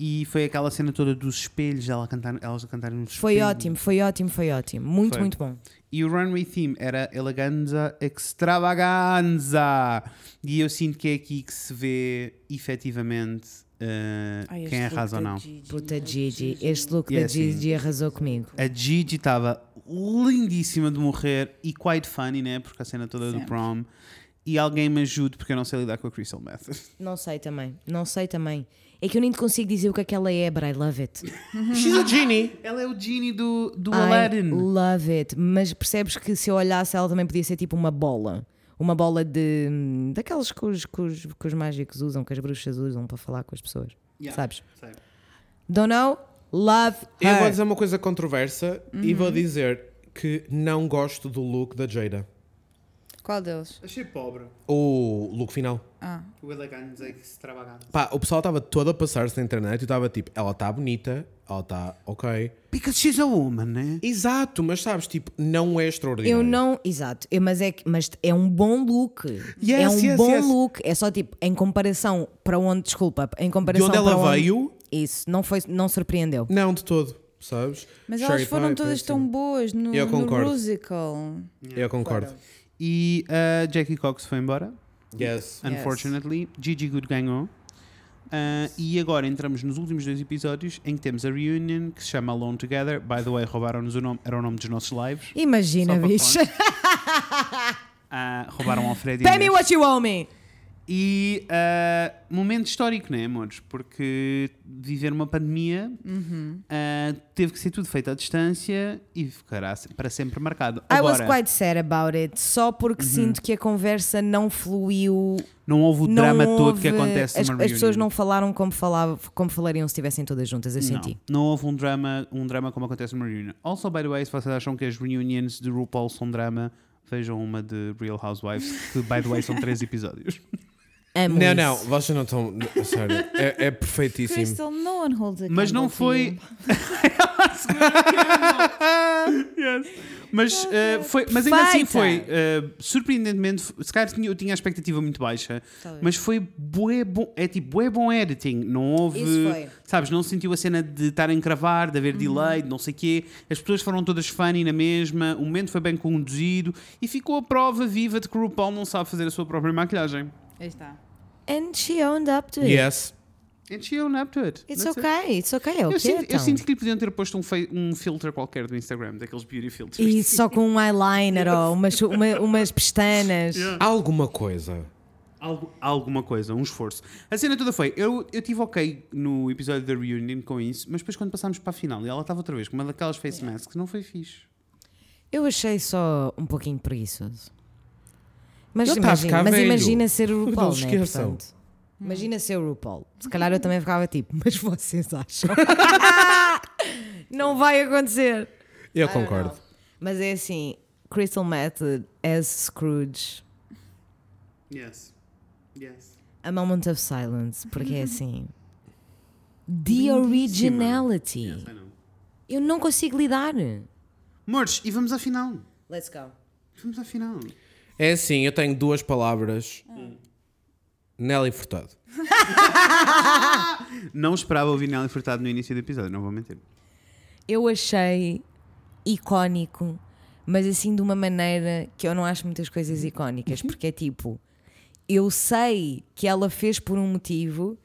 Speaker 1: E foi aquela cena toda dos espelhos, ela cantar, elas a cantarem nos
Speaker 2: Foi
Speaker 1: espelhos.
Speaker 2: ótimo, foi ótimo, foi ótimo. Muito,
Speaker 1: Foi.
Speaker 2: muito bom.
Speaker 1: E o runway theme era eleganza extravaganza. E eu sinto que é aqui que se vê efetivamente eh,
Speaker 6: Ai, este
Speaker 1: quem
Speaker 6: look
Speaker 1: arrasa ou
Speaker 6: da
Speaker 1: não.
Speaker 6: Gigi.
Speaker 2: Puta Gigi, este look
Speaker 1: Yeah,
Speaker 2: da Gigi arrasou comigo.
Speaker 1: A Gigi estava lindíssima de morrer e quite funny, né? Porque a cena toda do prom. E alguém me ajude porque eu não sei lidar com a Crystal Method.
Speaker 2: Não sei também, não sei também. É que eu nem te consigo dizer o que é que ela é, but I love it.
Speaker 3: She's a genie.
Speaker 1: Ela é o Genie do, do
Speaker 2: I
Speaker 1: Aladdin.
Speaker 2: love it. Mas percebes que se eu olhasse, ela também podia ser tipo uma bola. Uma bola de. daquelas que os, que os, que os mágicos usam, que as bruxas usam para falar com as pessoas. Sabes?
Speaker 1: Sei.
Speaker 2: Don't know? Love
Speaker 3: Eu vou
Speaker 2: her.
Speaker 3: dizer uma coisa controversa e
Speaker 2: Uhum.
Speaker 3: vou dizer que não gosto do look da Jada.
Speaker 6: Qual deles?
Speaker 1: Achei pobre.
Speaker 3: O look final.
Speaker 1: O eleganza extravaganza.
Speaker 3: Pá, o pessoal estava todo a passar-se na internet e estava tipo, ela está bonita, ela está ok.
Speaker 1: Because she's a woman, né?
Speaker 3: Exato, mas sabes, tipo, não é extraordinário.
Speaker 2: Eu não, exato, eu- mas, é, que- mas é um bom look.
Speaker 3: Yes,
Speaker 2: é um
Speaker 3: yes,
Speaker 2: bom
Speaker 3: yes.
Speaker 2: look. É só tipo, em comparação para onde, desculpa, em comparação
Speaker 3: De onde ela
Speaker 2: para onde-
Speaker 3: veio?
Speaker 2: Isso, não, foi, não surpreendeu.
Speaker 3: Não, de todo, sabes?
Speaker 6: Mas
Speaker 3: Sherry
Speaker 6: elas foram
Speaker 3: Pie,
Speaker 6: todas
Speaker 3: parece-
Speaker 6: tão boas no,
Speaker 3: Eu
Speaker 6: no
Speaker 3: concordo.
Speaker 6: musical.
Speaker 3: Eu concordo.
Speaker 1: E a Jackie Cox foi embora.
Speaker 3: Yes.
Speaker 1: Unfortunately, Gigi Good ganhou. Ah, e agora entramos nos últimos dois episódios em que temos a reunion que se chama Alone Together. By the way, roubaram-nos o nome, era o nome dos nossos lives.
Speaker 2: Imagina,
Speaker 1: Só para
Speaker 2: bicha.
Speaker 1: Ah, roubaram ao Fred e
Speaker 2: Pay me
Speaker 1: Inês.
Speaker 2: what you owe me.
Speaker 1: E ah, momento histórico, não é, amores? Porque viver uma pandemia
Speaker 2: Uhum.
Speaker 1: ah, teve que ser tudo feito à distância e ficará se- para sempre marcado.
Speaker 2: I was
Speaker 1: Agora,
Speaker 2: quite sad about it, só porque sinto que a conversa não fluiu.
Speaker 1: não houve o
Speaker 2: não
Speaker 1: drama todo
Speaker 2: houve-
Speaker 1: que acontece
Speaker 2: as,
Speaker 1: numa
Speaker 2: as pessoas
Speaker 1: reunion.
Speaker 2: não falaram como, falava, como falariam se estivessem todas juntas, eu senti.
Speaker 1: Não, não houve um drama, um drama como acontece numa reunião. Also, by the way, se vocês acham que as reunions de RuPaul são drama, vejam uma de Real Housewives, que, by the way, são três episódios.
Speaker 2: Amo
Speaker 3: Não,
Speaker 2: isso.
Speaker 3: não, vocês não estão. Sério, é, é perfeitíssimo.
Speaker 6: Crystal, no one holds a
Speaker 2: um
Speaker 1: Mas não
Speaker 6: candle to you.
Speaker 1: foi. Yes. Mas,
Speaker 2: Ah,
Speaker 1: eh, foi, mas ainda assim foi. eh, surpreendentemente, f- se calhar tinha- eu tinha a expectativa muito baixa, mas foi bué bom. É tipo, bué bom editing. Não houve.
Speaker 2: Isso foi. Uhum.
Speaker 1: Sabes, não se sentiu a cena de estar a encravar, de haver delay, de não sei quê. As pessoas foram todas funny na mesma, o momento foi bem conduzido e ficou a prova viva de que o RuPaul não sabe fazer a sua própria maquilhagem.
Speaker 6: Aí está.
Speaker 2: And she owned up to it.
Speaker 3: Yes.
Speaker 1: And she owned up to it.
Speaker 2: It's
Speaker 1: That's it.
Speaker 2: okay, it's okay, é
Speaker 1: Eu,
Speaker 2: o que
Speaker 1: sinto,
Speaker 2: é,
Speaker 1: eu
Speaker 2: então.
Speaker 1: sinto que lhe podiam ter posto um, fei- um filtro qualquer do Instagram, daqueles beauty filters.
Speaker 2: E só com um eyeliner ou umas, uma- umas pestanas.
Speaker 3: Alguma coisa.
Speaker 1: Algo- alguma coisa, um esforço. A cena toda foi. Eu, eu tive ok no episódio da Reunion com isso, mas depois quando passámos para a final e ela estava outra vez com uma daquelas face masks, não foi fixe.
Speaker 2: Eu achei só um pouquinho preguiçoso. Mas,
Speaker 3: Ele tá a
Speaker 2: imagina,
Speaker 3: ficar
Speaker 2: mas
Speaker 3: velho.
Speaker 2: imagina ser o
Speaker 3: Não
Speaker 2: RuPaul, né?
Speaker 3: esqueçam. Hum.
Speaker 2: Portanto, imagina ser o RuPaul. Se calhar eu também ficava tipo, mas vocês acham? não vai acontecer.
Speaker 3: Eu concordo.
Speaker 2: Mas é assim, Crystal Method as Scrooge.
Speaker 1: Yes. Yes.
Speaker 2: A Moment of Silence, porque é assim. The originality. Eu não consigo lidar.
Speaker 1: Mores, e vamos à final.
Speaker 2: Let's go.
Speaker 1: Vamos à final.
Speaker 3: É assim, eu tenho duas palavras.
Speaker 6: Ah.
Speaker 3: Nelly Furtado.
Speaker 1: Não esperava ouvir Nelly Furtado no início do episódio, não vou mentir.
Speaker 2: Eu achei icónico, mas assim de uma maneira que eu não acho muitas coisas icónicas, porque é tipo, eu sei que ela fez por um motivo,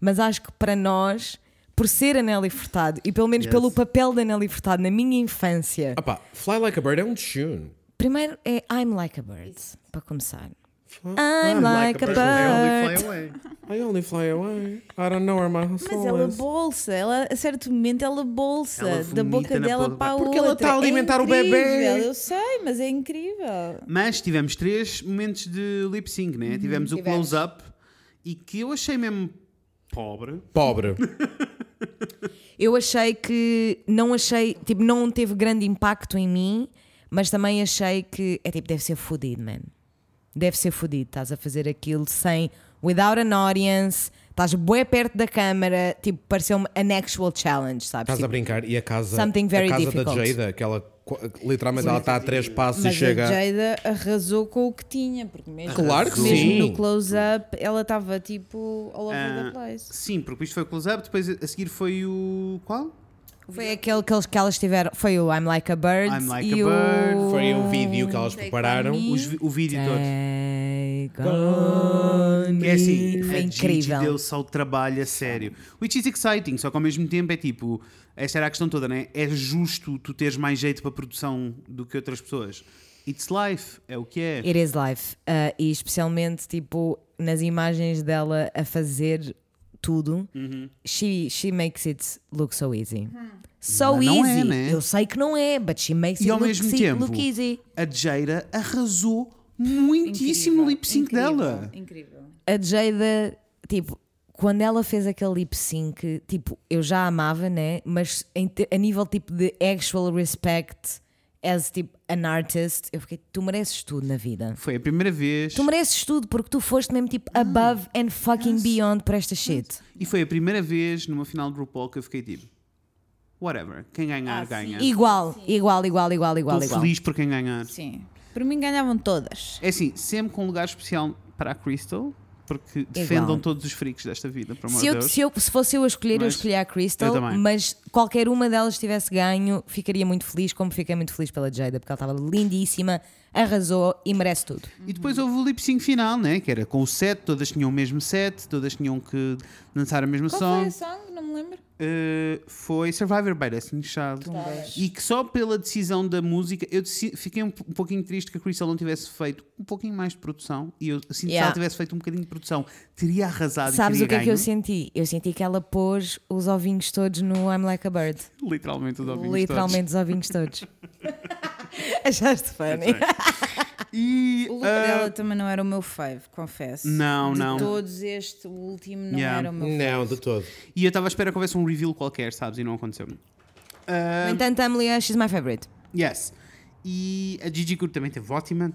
Speaker 2: mas acho que para nós, por ser a Nelly Furtado e pelo menos
Speaker 1: Yes.
Speaker 2: pelo papel da Nelly Furtado na minha infância,
Speaker 3: Opa, Fly Like a Bird é um tune.
Speaker 2: primeiro é I'm Like a Bird, para começar. Hum. Ah, I'm, like, a bird. É
Speaker 3: I only fly away. I don't know where my
Speaker 6: Mas
Speaker 3: soul
Speaker 6: ela é
Speaker 3: is.
Speaker 6: bolsa, ela, a certo momento ela bolsa
Speaker 1: Ela
Speaker 6: da boca
Speaker 1: vomita na
Speaker 6: dela
Speaker 1: boca.
Speaker 6: para a outra.
Speaker 3: Porque ela
Speaker 1: tá
Speaker 3: está a alimentar
Speaker 6: é
Speaker 3: o bebê.
Speaker 6: incrível, Eu sei, mas é incrível.
Speaker 1: Mas tivemos três momentos de lip sync, né? tivemos o
Speaker 2: Uhum, tivemos.
Speaker 1: close-up e que eu achei mesmo pobre.
Speaker 3: Pobre.
Speaker 2: Eu achei que não achei, tipo, não teve grande impacto em mim, mas também achei que é tipo, deve ser fodido, man. Deve ser fodido, estás a fazer aquilo sem without an audience, estás bué perto da câmara, tipo, pareceu-me an actual challenge, sabes?
Speaker 3: Estás a
Speaker 2: Tipo,
Speaker 3: brincar. E a casa,
Speaker 2: Something very
Speaker 3: a casa
Speaker 2: difficult.
Speaker 3: da Jada, que ela co- literalmente ela está a três passos
Speaker 6: Mas
Speaker 3: e chega.
Speaker 6: a Jada arrasou com o que tinha, porque mesmo,
Speaker 3: Claro que
Speaker 6: mesmo
Speaker 3: sim.
Speaker 6: no close-up ela estava tipo all over the
Speaker 1: Ah,
Speaker 6: place.
Speaker 1: sim, porque isto foi o close-up, depois a a seguir foi o. Qual?
Speaker 2: foi aquele que, eles, que elas tiveram, foi o I'm Like a Bird
Speaker 1: I'm Like
Speaker 2: e
Speaker 1: a
Speaker 2: o
Speaker 1: Bird,
Speaker 3: Foi o vídeo que elas prepararam.
Speaker 1: Os vi- o vídeo todo.
Speaker 2: É. Take on
Speaker 1: É assim,
Speaker 2: me. Foi
Speaker 1: a Gigi
Speaker 2: incrível.
Speaker 1: deu-se ao trabalho a sério. Which is exciting, só que ao mesmo tempo é tipo, esta era a questão toda, né? É justo tu teres mais jeito para a produção do que outras pessoas. It's life, é o que é.
Speaker 2: It is life. Uh, e especialmente, tipo, nas imagens dela a fazer tudo,
Speaker 1: Uhum.
Speaker 2: she, she makes it look so easy. So
Speaker 1: Hum. Mas não é,
Speaker 2: easy.
Speaker 1: né?
Speaker 2: Eu sei que não é, but she makes
Speaker 1: E
Speaker 2: it
Speaker 1: ao
Speaker 2: look,
Speaker 1: mesmo
Speaker 2: si-
Speaker 1: tempo-
Speaker 2: look easy.
Speaker 1: A Jada arrasou muitíssimo o lip sync
Speaker 6: incrível,
Speaker 1: dela.
Speaker 6: Incrível.
Speaker 2: A Jada, tipo, quando ela fez aquele lip sync, tipo, eu já a amava, né? Mas em te- a nível tipo de actual respect as tipo an artist, eu fiquei, tu mereces tudo na vida.
Speaker 1: Foi a primeira vez.
Speaker 2: Tu mereces tudo porque tu foste mesmo tipo above and fucking beyond para esta shit.
Speaker 1: E foi a primeira vez numa final de RuPaul que eu fiquei tipo, whatever, quem
Speaker 6: Ah,
Speaker 1: ganhar, ganha.
Speaker 2: Igual, igual, igual, igual, igual,
Speaker 1: Estou
Speaker 2: igual.
Speaker 1: feliz por quem ganhar.
Speaker 6: Sim. Por mim ganhavam todas.
Speaker 1: É assim, sempre com um lugar especial para a Crystal, porque defendam todos os freaks desta vida, por amor
Speaker 2: Se,
Speaker 1: de
Speaker 2: eu,
Speaker 1: Deus.
Speaker 2: se, eu- se fosse eu a escolher, eu
Speaker 1: Mas-
Speaker 2: escolhia a Crystal,
Speaker 1: Eu também.
Speaker 2: mas qualquer uma delas tivesse ganho, ficaria muito feliz, como fiquei muito feliz pela Jada, porque ela estava lindíssima, arrasou e merece tudo.
Speaker 1: E depois houve o lip sync final, né? Que era com o set, todas tinham o mesmo set, todas tinham que dançar a mesma
Speaker 6: Qual
Speaker 1: song.
Speaker 6: foi a song? Não me lembro.
Speaker 1: Eh, foi Survivor by Destiny Child. E que só pela decisão da música, eu deci- fiquei um, p- um pouquinho triste que a Crystal não tivesse feito um pouquinho mais de produção. E eu sinto que se
Speaker 2: Yeah.
Speaker 1: ela tivesse feito um bocadinho de produção, teria arrasado
Speaker 2: Sabes
Speaker 1: e
Speaker 2: o que
Speaker 1: teria
Speaker 2: é que eu
Speaker 1: ganho.
Speaker 2: senti? Eu senti que ela pôs os ovinhos todos no I'm Like a Bird.
Speaker 1: Literalmente, os ouvintes
Speaker 2: Literalmente os ovinhos todos. Achaste funny?
Speaker 1: todos. E,
Speaker 6: O look
Speaker 1: ah,
Speaker 6: dela também não era o meu fave, confesso.
Speaker 1: Não,
Speaker 6: De
Speaker 1: não.
Speaker 6: todos, este último não
Speaker 1: Yeah.
Speaker 6: era o meu fave.
Speaker 3: Não, de todo.
Speaker 1: e eu estava à espera que houvesse um reveal qualquer, sabes? E não aconteceu.
Speaker 2: No entanto, Amelia, she's my favorite.
Speaker 1: Yes. E a Gigi Good também teve ótima.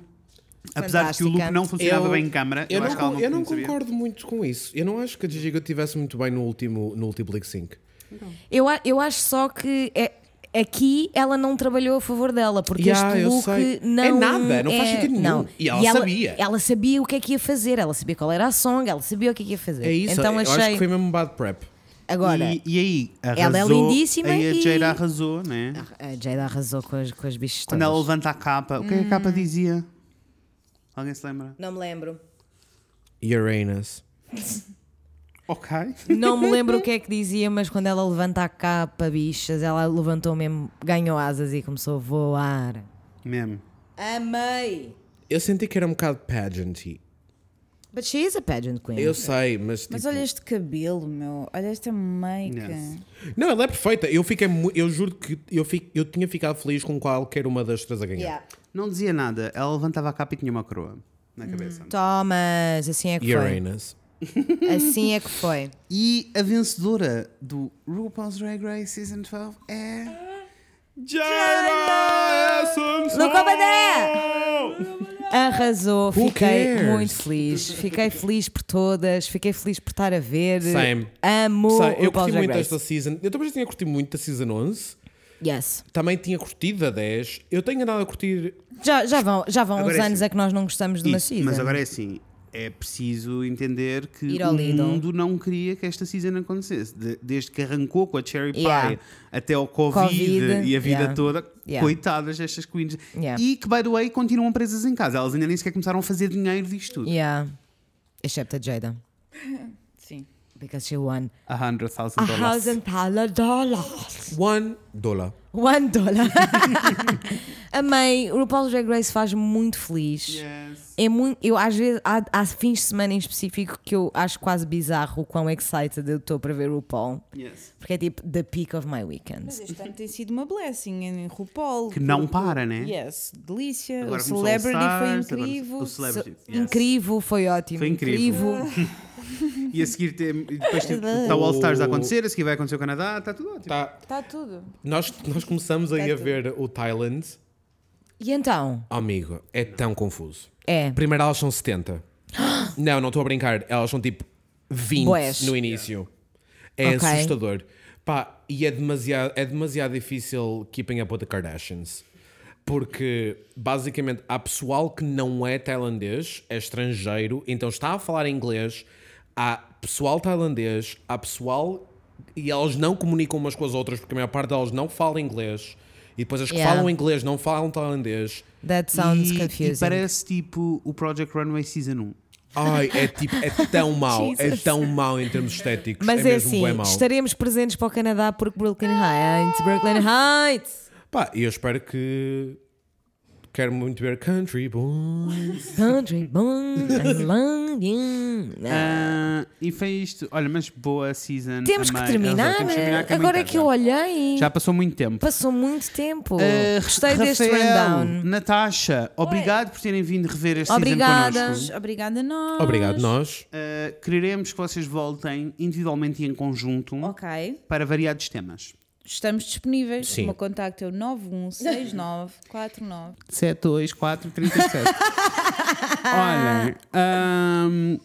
Speaker 1: Apesar de que o look
Speaker 2: Fantástica.
Speaker 1: não funcionava bem em câmara.
Speaker 3: Eu,
Speaker 1: acho
Speaker 3: não,
Speaker 1: que ela
Speaker 3: con- eu não
Speaker 1: sabia.
Speaker 3: concordo muito com isso. Eu não acho que a Gigi Good estivesse muito bem no último, no último League 5.
Speaker 2: Eu, a- eu acho só que é- aqui ela não trabalhou a favor dela, porque
Speaker 3: Yeah,
Speaker 2: este
Speaker 3: eu
Speaker 2: look
Speaker 3: sei.
Speaker 2: não.
Speaker 3: É nada, não faz
Speaker 2: é-
Speaker 3: sentido nenhum. E ela sabia.
Speaker 2: Ela sabia o que é que ia fazer, ela sabia qual era a song, ela sabia o que é que ia fazer.
Speaker 3: É isso,
Speaker 2: então
Speaker 3: eu
Speaker 2: achei.
Speaker 3: acho que foi mesmo um bad prep.
Speaker 2: Agora,
Speaker 1: E, e aí, arrasou.
Speaker 2: Ela é lindíssima
Speaker 1: Aí a
Speaker 2: e- Ah,
Speaker 1: Jada arrasou, né?
Speaker 2: a Jada arrasou com as, com as bichas
Speaker 1: Quando ela
Speaker 2: todas.
Speaker 1: levanta a capa, o que é que a
Speaker 2: Hum.
Speaker 1: capa dizia? Alguém se lembra?
Speaker 2: Não me lembro.
Speaker 3: Uranus.
Speaker 1: Ok.
Speaker 2: Não me lembro o que é que dizia, mas quando ela levanta a capa, bichas, ela levantou mesmo, ganhou asas e começou a voar.
Speaker 1: Mesmo.
Speaker 2: Amei!
Speaker 3: Eu senti que era um bocado pageanty.
Speaker 2: But she is a pageant queen.
Speaker 3: Eu sei, mas tipo...
Speaker 6: Mas olha este cabelo, meu. Olha esta make.
Speaker 1: Yes.
Speaker 3: Não, ela é perfeita. Eu fiquei mu- Eu juro que eu, fi- eu tinha ficado feliz com qualquer uma das três a ganhar.
Speaker 1: Não dizia nada. Ela levantava a capa e tinha uma coroa
Speaker 2: Hum.
Speaker 1: na cabeça.
Speaker 2: Thomas, assim é que foi.
Speaker 3: Uranus.
Speaker 2: Assim é que foi.
Speaker 1: E a vencedora do RuPaul's Drag Race Season 12 é... Jaira Assumpção!
Speaker 2: Não como É. Arrasou, fiquei
Speaker 3: cares?
Speaker 2: muito feliz. Fiquei feliz por todas, fiquei feliz por estar a ver.
Speaker 3: Same.
Speaker 2: Amo
Speaker 3: Sei,
Speaker 2: o
Speaker 3: eu
Speaker 2: Paul
Speaker 3: curti
Speaker 2: Drag
Speaker 3: muito
Speaker 2: Race.
Speaker 3: esta season. Eu também já tinha curtido muito da season 11.
Speaker 2: Yes.
Speaker 3: Também tinha curtido a 10. Eu tenho andado a curtir.
Speaker 2: Já, já vão, já vão
Speaker 1: Agora
Speaker 2: uns
Speaker 1: é
Speaker 2: anos
Speaker 1: assim.
Speaker 2: a que nós não gostamos de uma
Speaker 1: Isso,
Speaker 2: season.
Speaker 1: mas agora é assim, é preciso entender que
Speaker 2: Ir ao
Speaker 1: o
Speaker 2: Lidl.
Speaker 1: mundo não queria que esta season acontecesse. De- desde que arrancou com a Cherry
Speaker 2: Yeah.
Speaker 1: Pie até ao COVID,
Speaker 2: Covid,
Speaker 1: e a vida
Speaker 2: yeah.
Speaker 1: toda,
Speaker 2: Yeah.
Speaker 1: coitadas destas queens.
Speaker 2: Yeah.
Speaker 1: E que, by the way, continuam presas em casa. Elas ainda nem sequer começaram a fazer dinheiro disto tudo.
Speaker 2: Yeah. Excepto a Jada.
Speaker 6: Sim.
Speaker 2: Because she won
Speaker 1: A hundred thousand
Speaker 2: a
Speaker 1: dollars.
Speaker 2: thousand dollar dollars.
Speaker 3: One dollar.
Speaker 2: One dollar. Amei. O RuPaul's Drag Race faz muito feliz.
Speaker 1: Yes.
Speaker 2: É muito, eu às vezes, há, há fins de semana em específico que eu acho quase bizarro o quão excited eu estou para ver o Paul.
Speaker 1: Yes.
Speaker 2: Porque é tipo the peak of my weekend.
Speaker 6: Mas este ano tem sido uma blessing em RuPaul.
Speaker 1: Que não para, né?
Speaker 6: Yes, delícia.
Speaker 1: Agora
Speaker 6: o
Speaker 1: começou
Speaker 6: Celebrity
Speaker 1: o Stars, agora
Speaker 6: foi incrível.
Speaker 1: O Celebrity. yes.
Speaker 2: Incrível, foi ótimo.
Speaker 1: Foi incrível. E a seguir tem, e depois tem- está o All Stars a acontecer, a seguir vai acontecer o Canadá, está tudo ótimo.
Speaker 3: Tá.
Speaker 6: Está tudo.
Speaker 3: Nós, nós começamos aí a ver o Thailand.
Speaker 2: E então?
Speaker 3: Amigo, é tão confuso.
Speaker 2: É.
Speaker 3: Primeiro elas são 70. não, não estou a brincar. Elas são tipo 20
Speaker 2: Bués.
Speaker 3: no início. É
Speaker 2: Ok.
Speaker 3: assustador. Pá, e é demasiado, é demasiado difícil keeping up with the Kardashians. Porque basicamente há pessoal que não é tailandês, é estrangeiro, então está a falar inglês. Há pessoal tailandês, há pessoal. E elas não comunicam umas com as outras, porque a maior parte delas não fala inglês. E depois as que
Speaker 2: Yeah.
Speaker 3: falam inglês não falam tailandês.
Speaker 2: That sounds
Speaker 1: e,
Speaker 2: confusing.
Speaker 1: e parece tipo o Project Runway Season 1.
Speaker 3: Ai, é tipo, é tão mau, é tão mau em termos estéticos.
Speaker 2: Mas
Speaker 3: é,
Speaker 2: é,
Speaker 3: mesmo
Speaker 2: assim,
Speaker 3: bué mau.
Speaker 2: estaremos presentes para o Canadá porque Brooklyn Heights, Brooklyn Heights.
Speaker 3: Pá, e eu espero que. Quero muito ver Country Boy.
Speaker 2: Country boy, I love you.
Speaker 1: Ah, e foi isto. Olha, mas boa season.
Speaker 2: Temos que
Speaker 1: amei.
Speaker 2: terminar.
Speaker 1: Temos que terminar, é
Speaker 2: Agora é
Speaker 1: muito
Speaker 2: que eu
Speaker 1: tarde
Speaker 2: olhei.
Speaker 1: já. Já passou muito tempo.
Speaker 2: Passou muito tempo.
Speaker 1: Ah,
Speaker 2: Gostei deste
Speaker 1: Rafael,
Speaker 2: rundown.
Speaker 1: Natasha, obrigado por terem vindo rever este
Speaker 2: Obrigada.
Speaker 1: season connosco.
Speaker 6: Obrigada a nós.
Speaker 3: Obrigado, nós.
Speaker 1: Ah, quereremos que vocês voltem individualmente e em conjunto
Speaker 6: Ok.
Speaker 1: para variados temas.
Speaker 6: Estamos disponíveis.
Speaker 3: Sim.
Speaker 6: O meu contacto é o 916949.
Speaker 1: 72437. Olhem, ahm,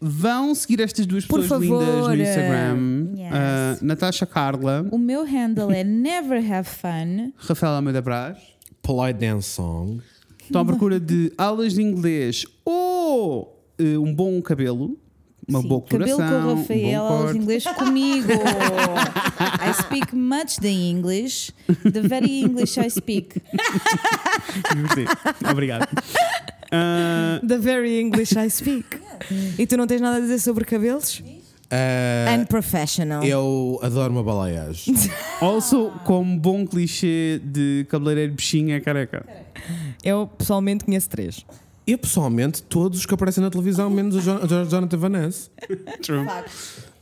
Speaker 1: vão seguir estas duas
Speaker 2: Por
Speaker 1: pessoas
Speaker 2: favor,
Speaker 1: lindas no
Speaker 2: eh,
Speaker 1: Instagram.
Speaker 6: yes.
Speaker 1: Ah, Natasha Carla,
Speaker 6: O meu handle é Never Have Fun.
Speaker 1: Rafael Almeida Braz.
Speaker 3: Polite Dance Song.
Speaker 1: Estão à procura de aulas de inglês ou eh, um bom cabelo, uma
Speaker 6: Sim,
Speaker 1: boa
Speaker 6: Cabelo
Speaker 1: coloração,
Speaker 6: com
Speaker 1: um
Speaker 6: o
Speaker 1: bom
Speaker 6: Rafael, aos
Speaker 1: corte.
Speaker 6: inglês comigo. I speak much the English. The very English I speak.
Speaker 1: Gostei. Obrigado. Ah,
Speaker 2: The very English I speak. E tu não tens nada a dizer sobre cabelos? Uh,
Speaker 3: Ah,
Speaker 2: Unprofessional.
Speaker 3: eu adoro uma baleiagem.
Speaker 1: also, como bom clichê de cabeleireiro bichinho é careca.
Speaker 2: Eu pessoalmente conheço três.
Speaker 3: eu pessoalmente, todos os que aparecem na televisão, menos o Jon- Jon- Jonathan Vanessa.
Speaker 1: True.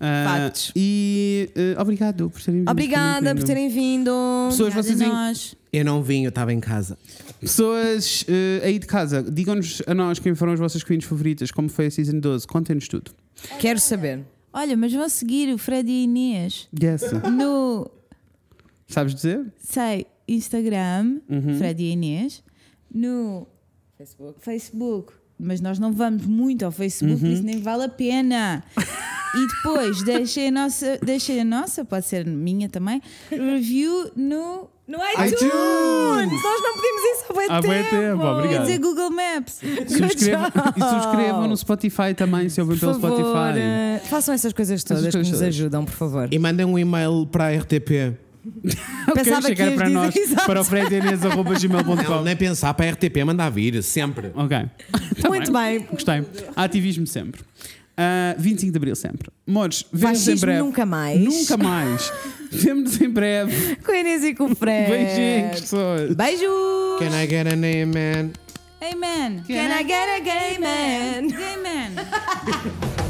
Speaker 1: Ah,
Speaker 2: Factos.
Speaker 1: E eh, obrigado por terem vindo.
Speaker 2: Obrigada por
Speaker 1: Foi incrível.
Speaker 2: terem vindo.
Speaker 1: Pessoas, vocês
Speaker 6: Obrigada
Speaker 1: em-
Speaker 6: a nós.
Speaker 3: Eu não vim, eu estava em casa.
Speaker 1: Pessoas eh, aí de casa, digam-nos a nós quem foram as vossas queens favoritas, como foi a Season 12, contem-nos tudo.
Speaker 2: Quero saber.
Speaker 6: Olha, mas vão seguir o Fred e a Inês
Speaker 1: Yes.
Speaker 6: no
Speaker 1: Sabes dizer?
Speaker 6: sei, Instagram,
Speaker 1: Uhum.
Speaker 6: Fred e a Inês, no Facebook. Mas nós não vamos muito ao Facebook,
Speaker 1: Uhum.
Speaker 6: por isso nem vale a pena. e depois deixem a nossa, deixem a nossa, pode ser minha também, review no.
Speaker 2: No iTunes! Nós não podemos isso há bué
Speaker 1: Há bué
Speaker 2: tempo.
Speaker 1: tempo,
Speaker 6: Quer
Speaker 1: obrigado.
Speaker 6: dizer, Google Maps.
Speaker 1: Subscrevam,
Speaker 2: job.
Speaker 1: e subscrevam no Spotify também, se ouvem
Speaker 2: Por
Speaker 1: pelo
Speaker 2: favor,
Speaker 1: Spotify.
Speaker 2: eh, façam essas coisas todas
Speaker 1: Essas
Speaker 2: que
Speaker 1: coisas
Speaker 2: nos
Speaker 1: todas.
Speaker 2: ajudam, por favor.
Speaker 3: E mandem um e-mail para a RTP.
Speaker 2: Pensava
Speaker 1: Quer
Speaker 2: que ias
Speaker 1: chegar para
Speaker 2: dizer
Speaker 1: nós,
Speaker 2: exato.
Speaker 1: para o fredenês.gmail.com.
Speaker 3: Não, nem pensar para a RTP, mandar vir, sempre.
Speaker 1: Ok.
Speaker 2: Muito bem.
Speaker 1: Gostei. Ativismo sempre. Ah, 25 de Abril sempre. Mores, vemos em
Speaker 2: Fascismo
Speaker 1: breve.
Speaker 2: nunca mais.
Speaker 1: Nunca mais. vemos em breve.
Speaker 2: Com a Inês e com o Fred.
Speaker 1: Beijinhos, pessoas.
Speaker 2: Beijos.
Speaker 3: Can I get a name, man?
Speaker 6: Amen.
Speaker 2: Can I get a gay man?
Speaker 6: Amen.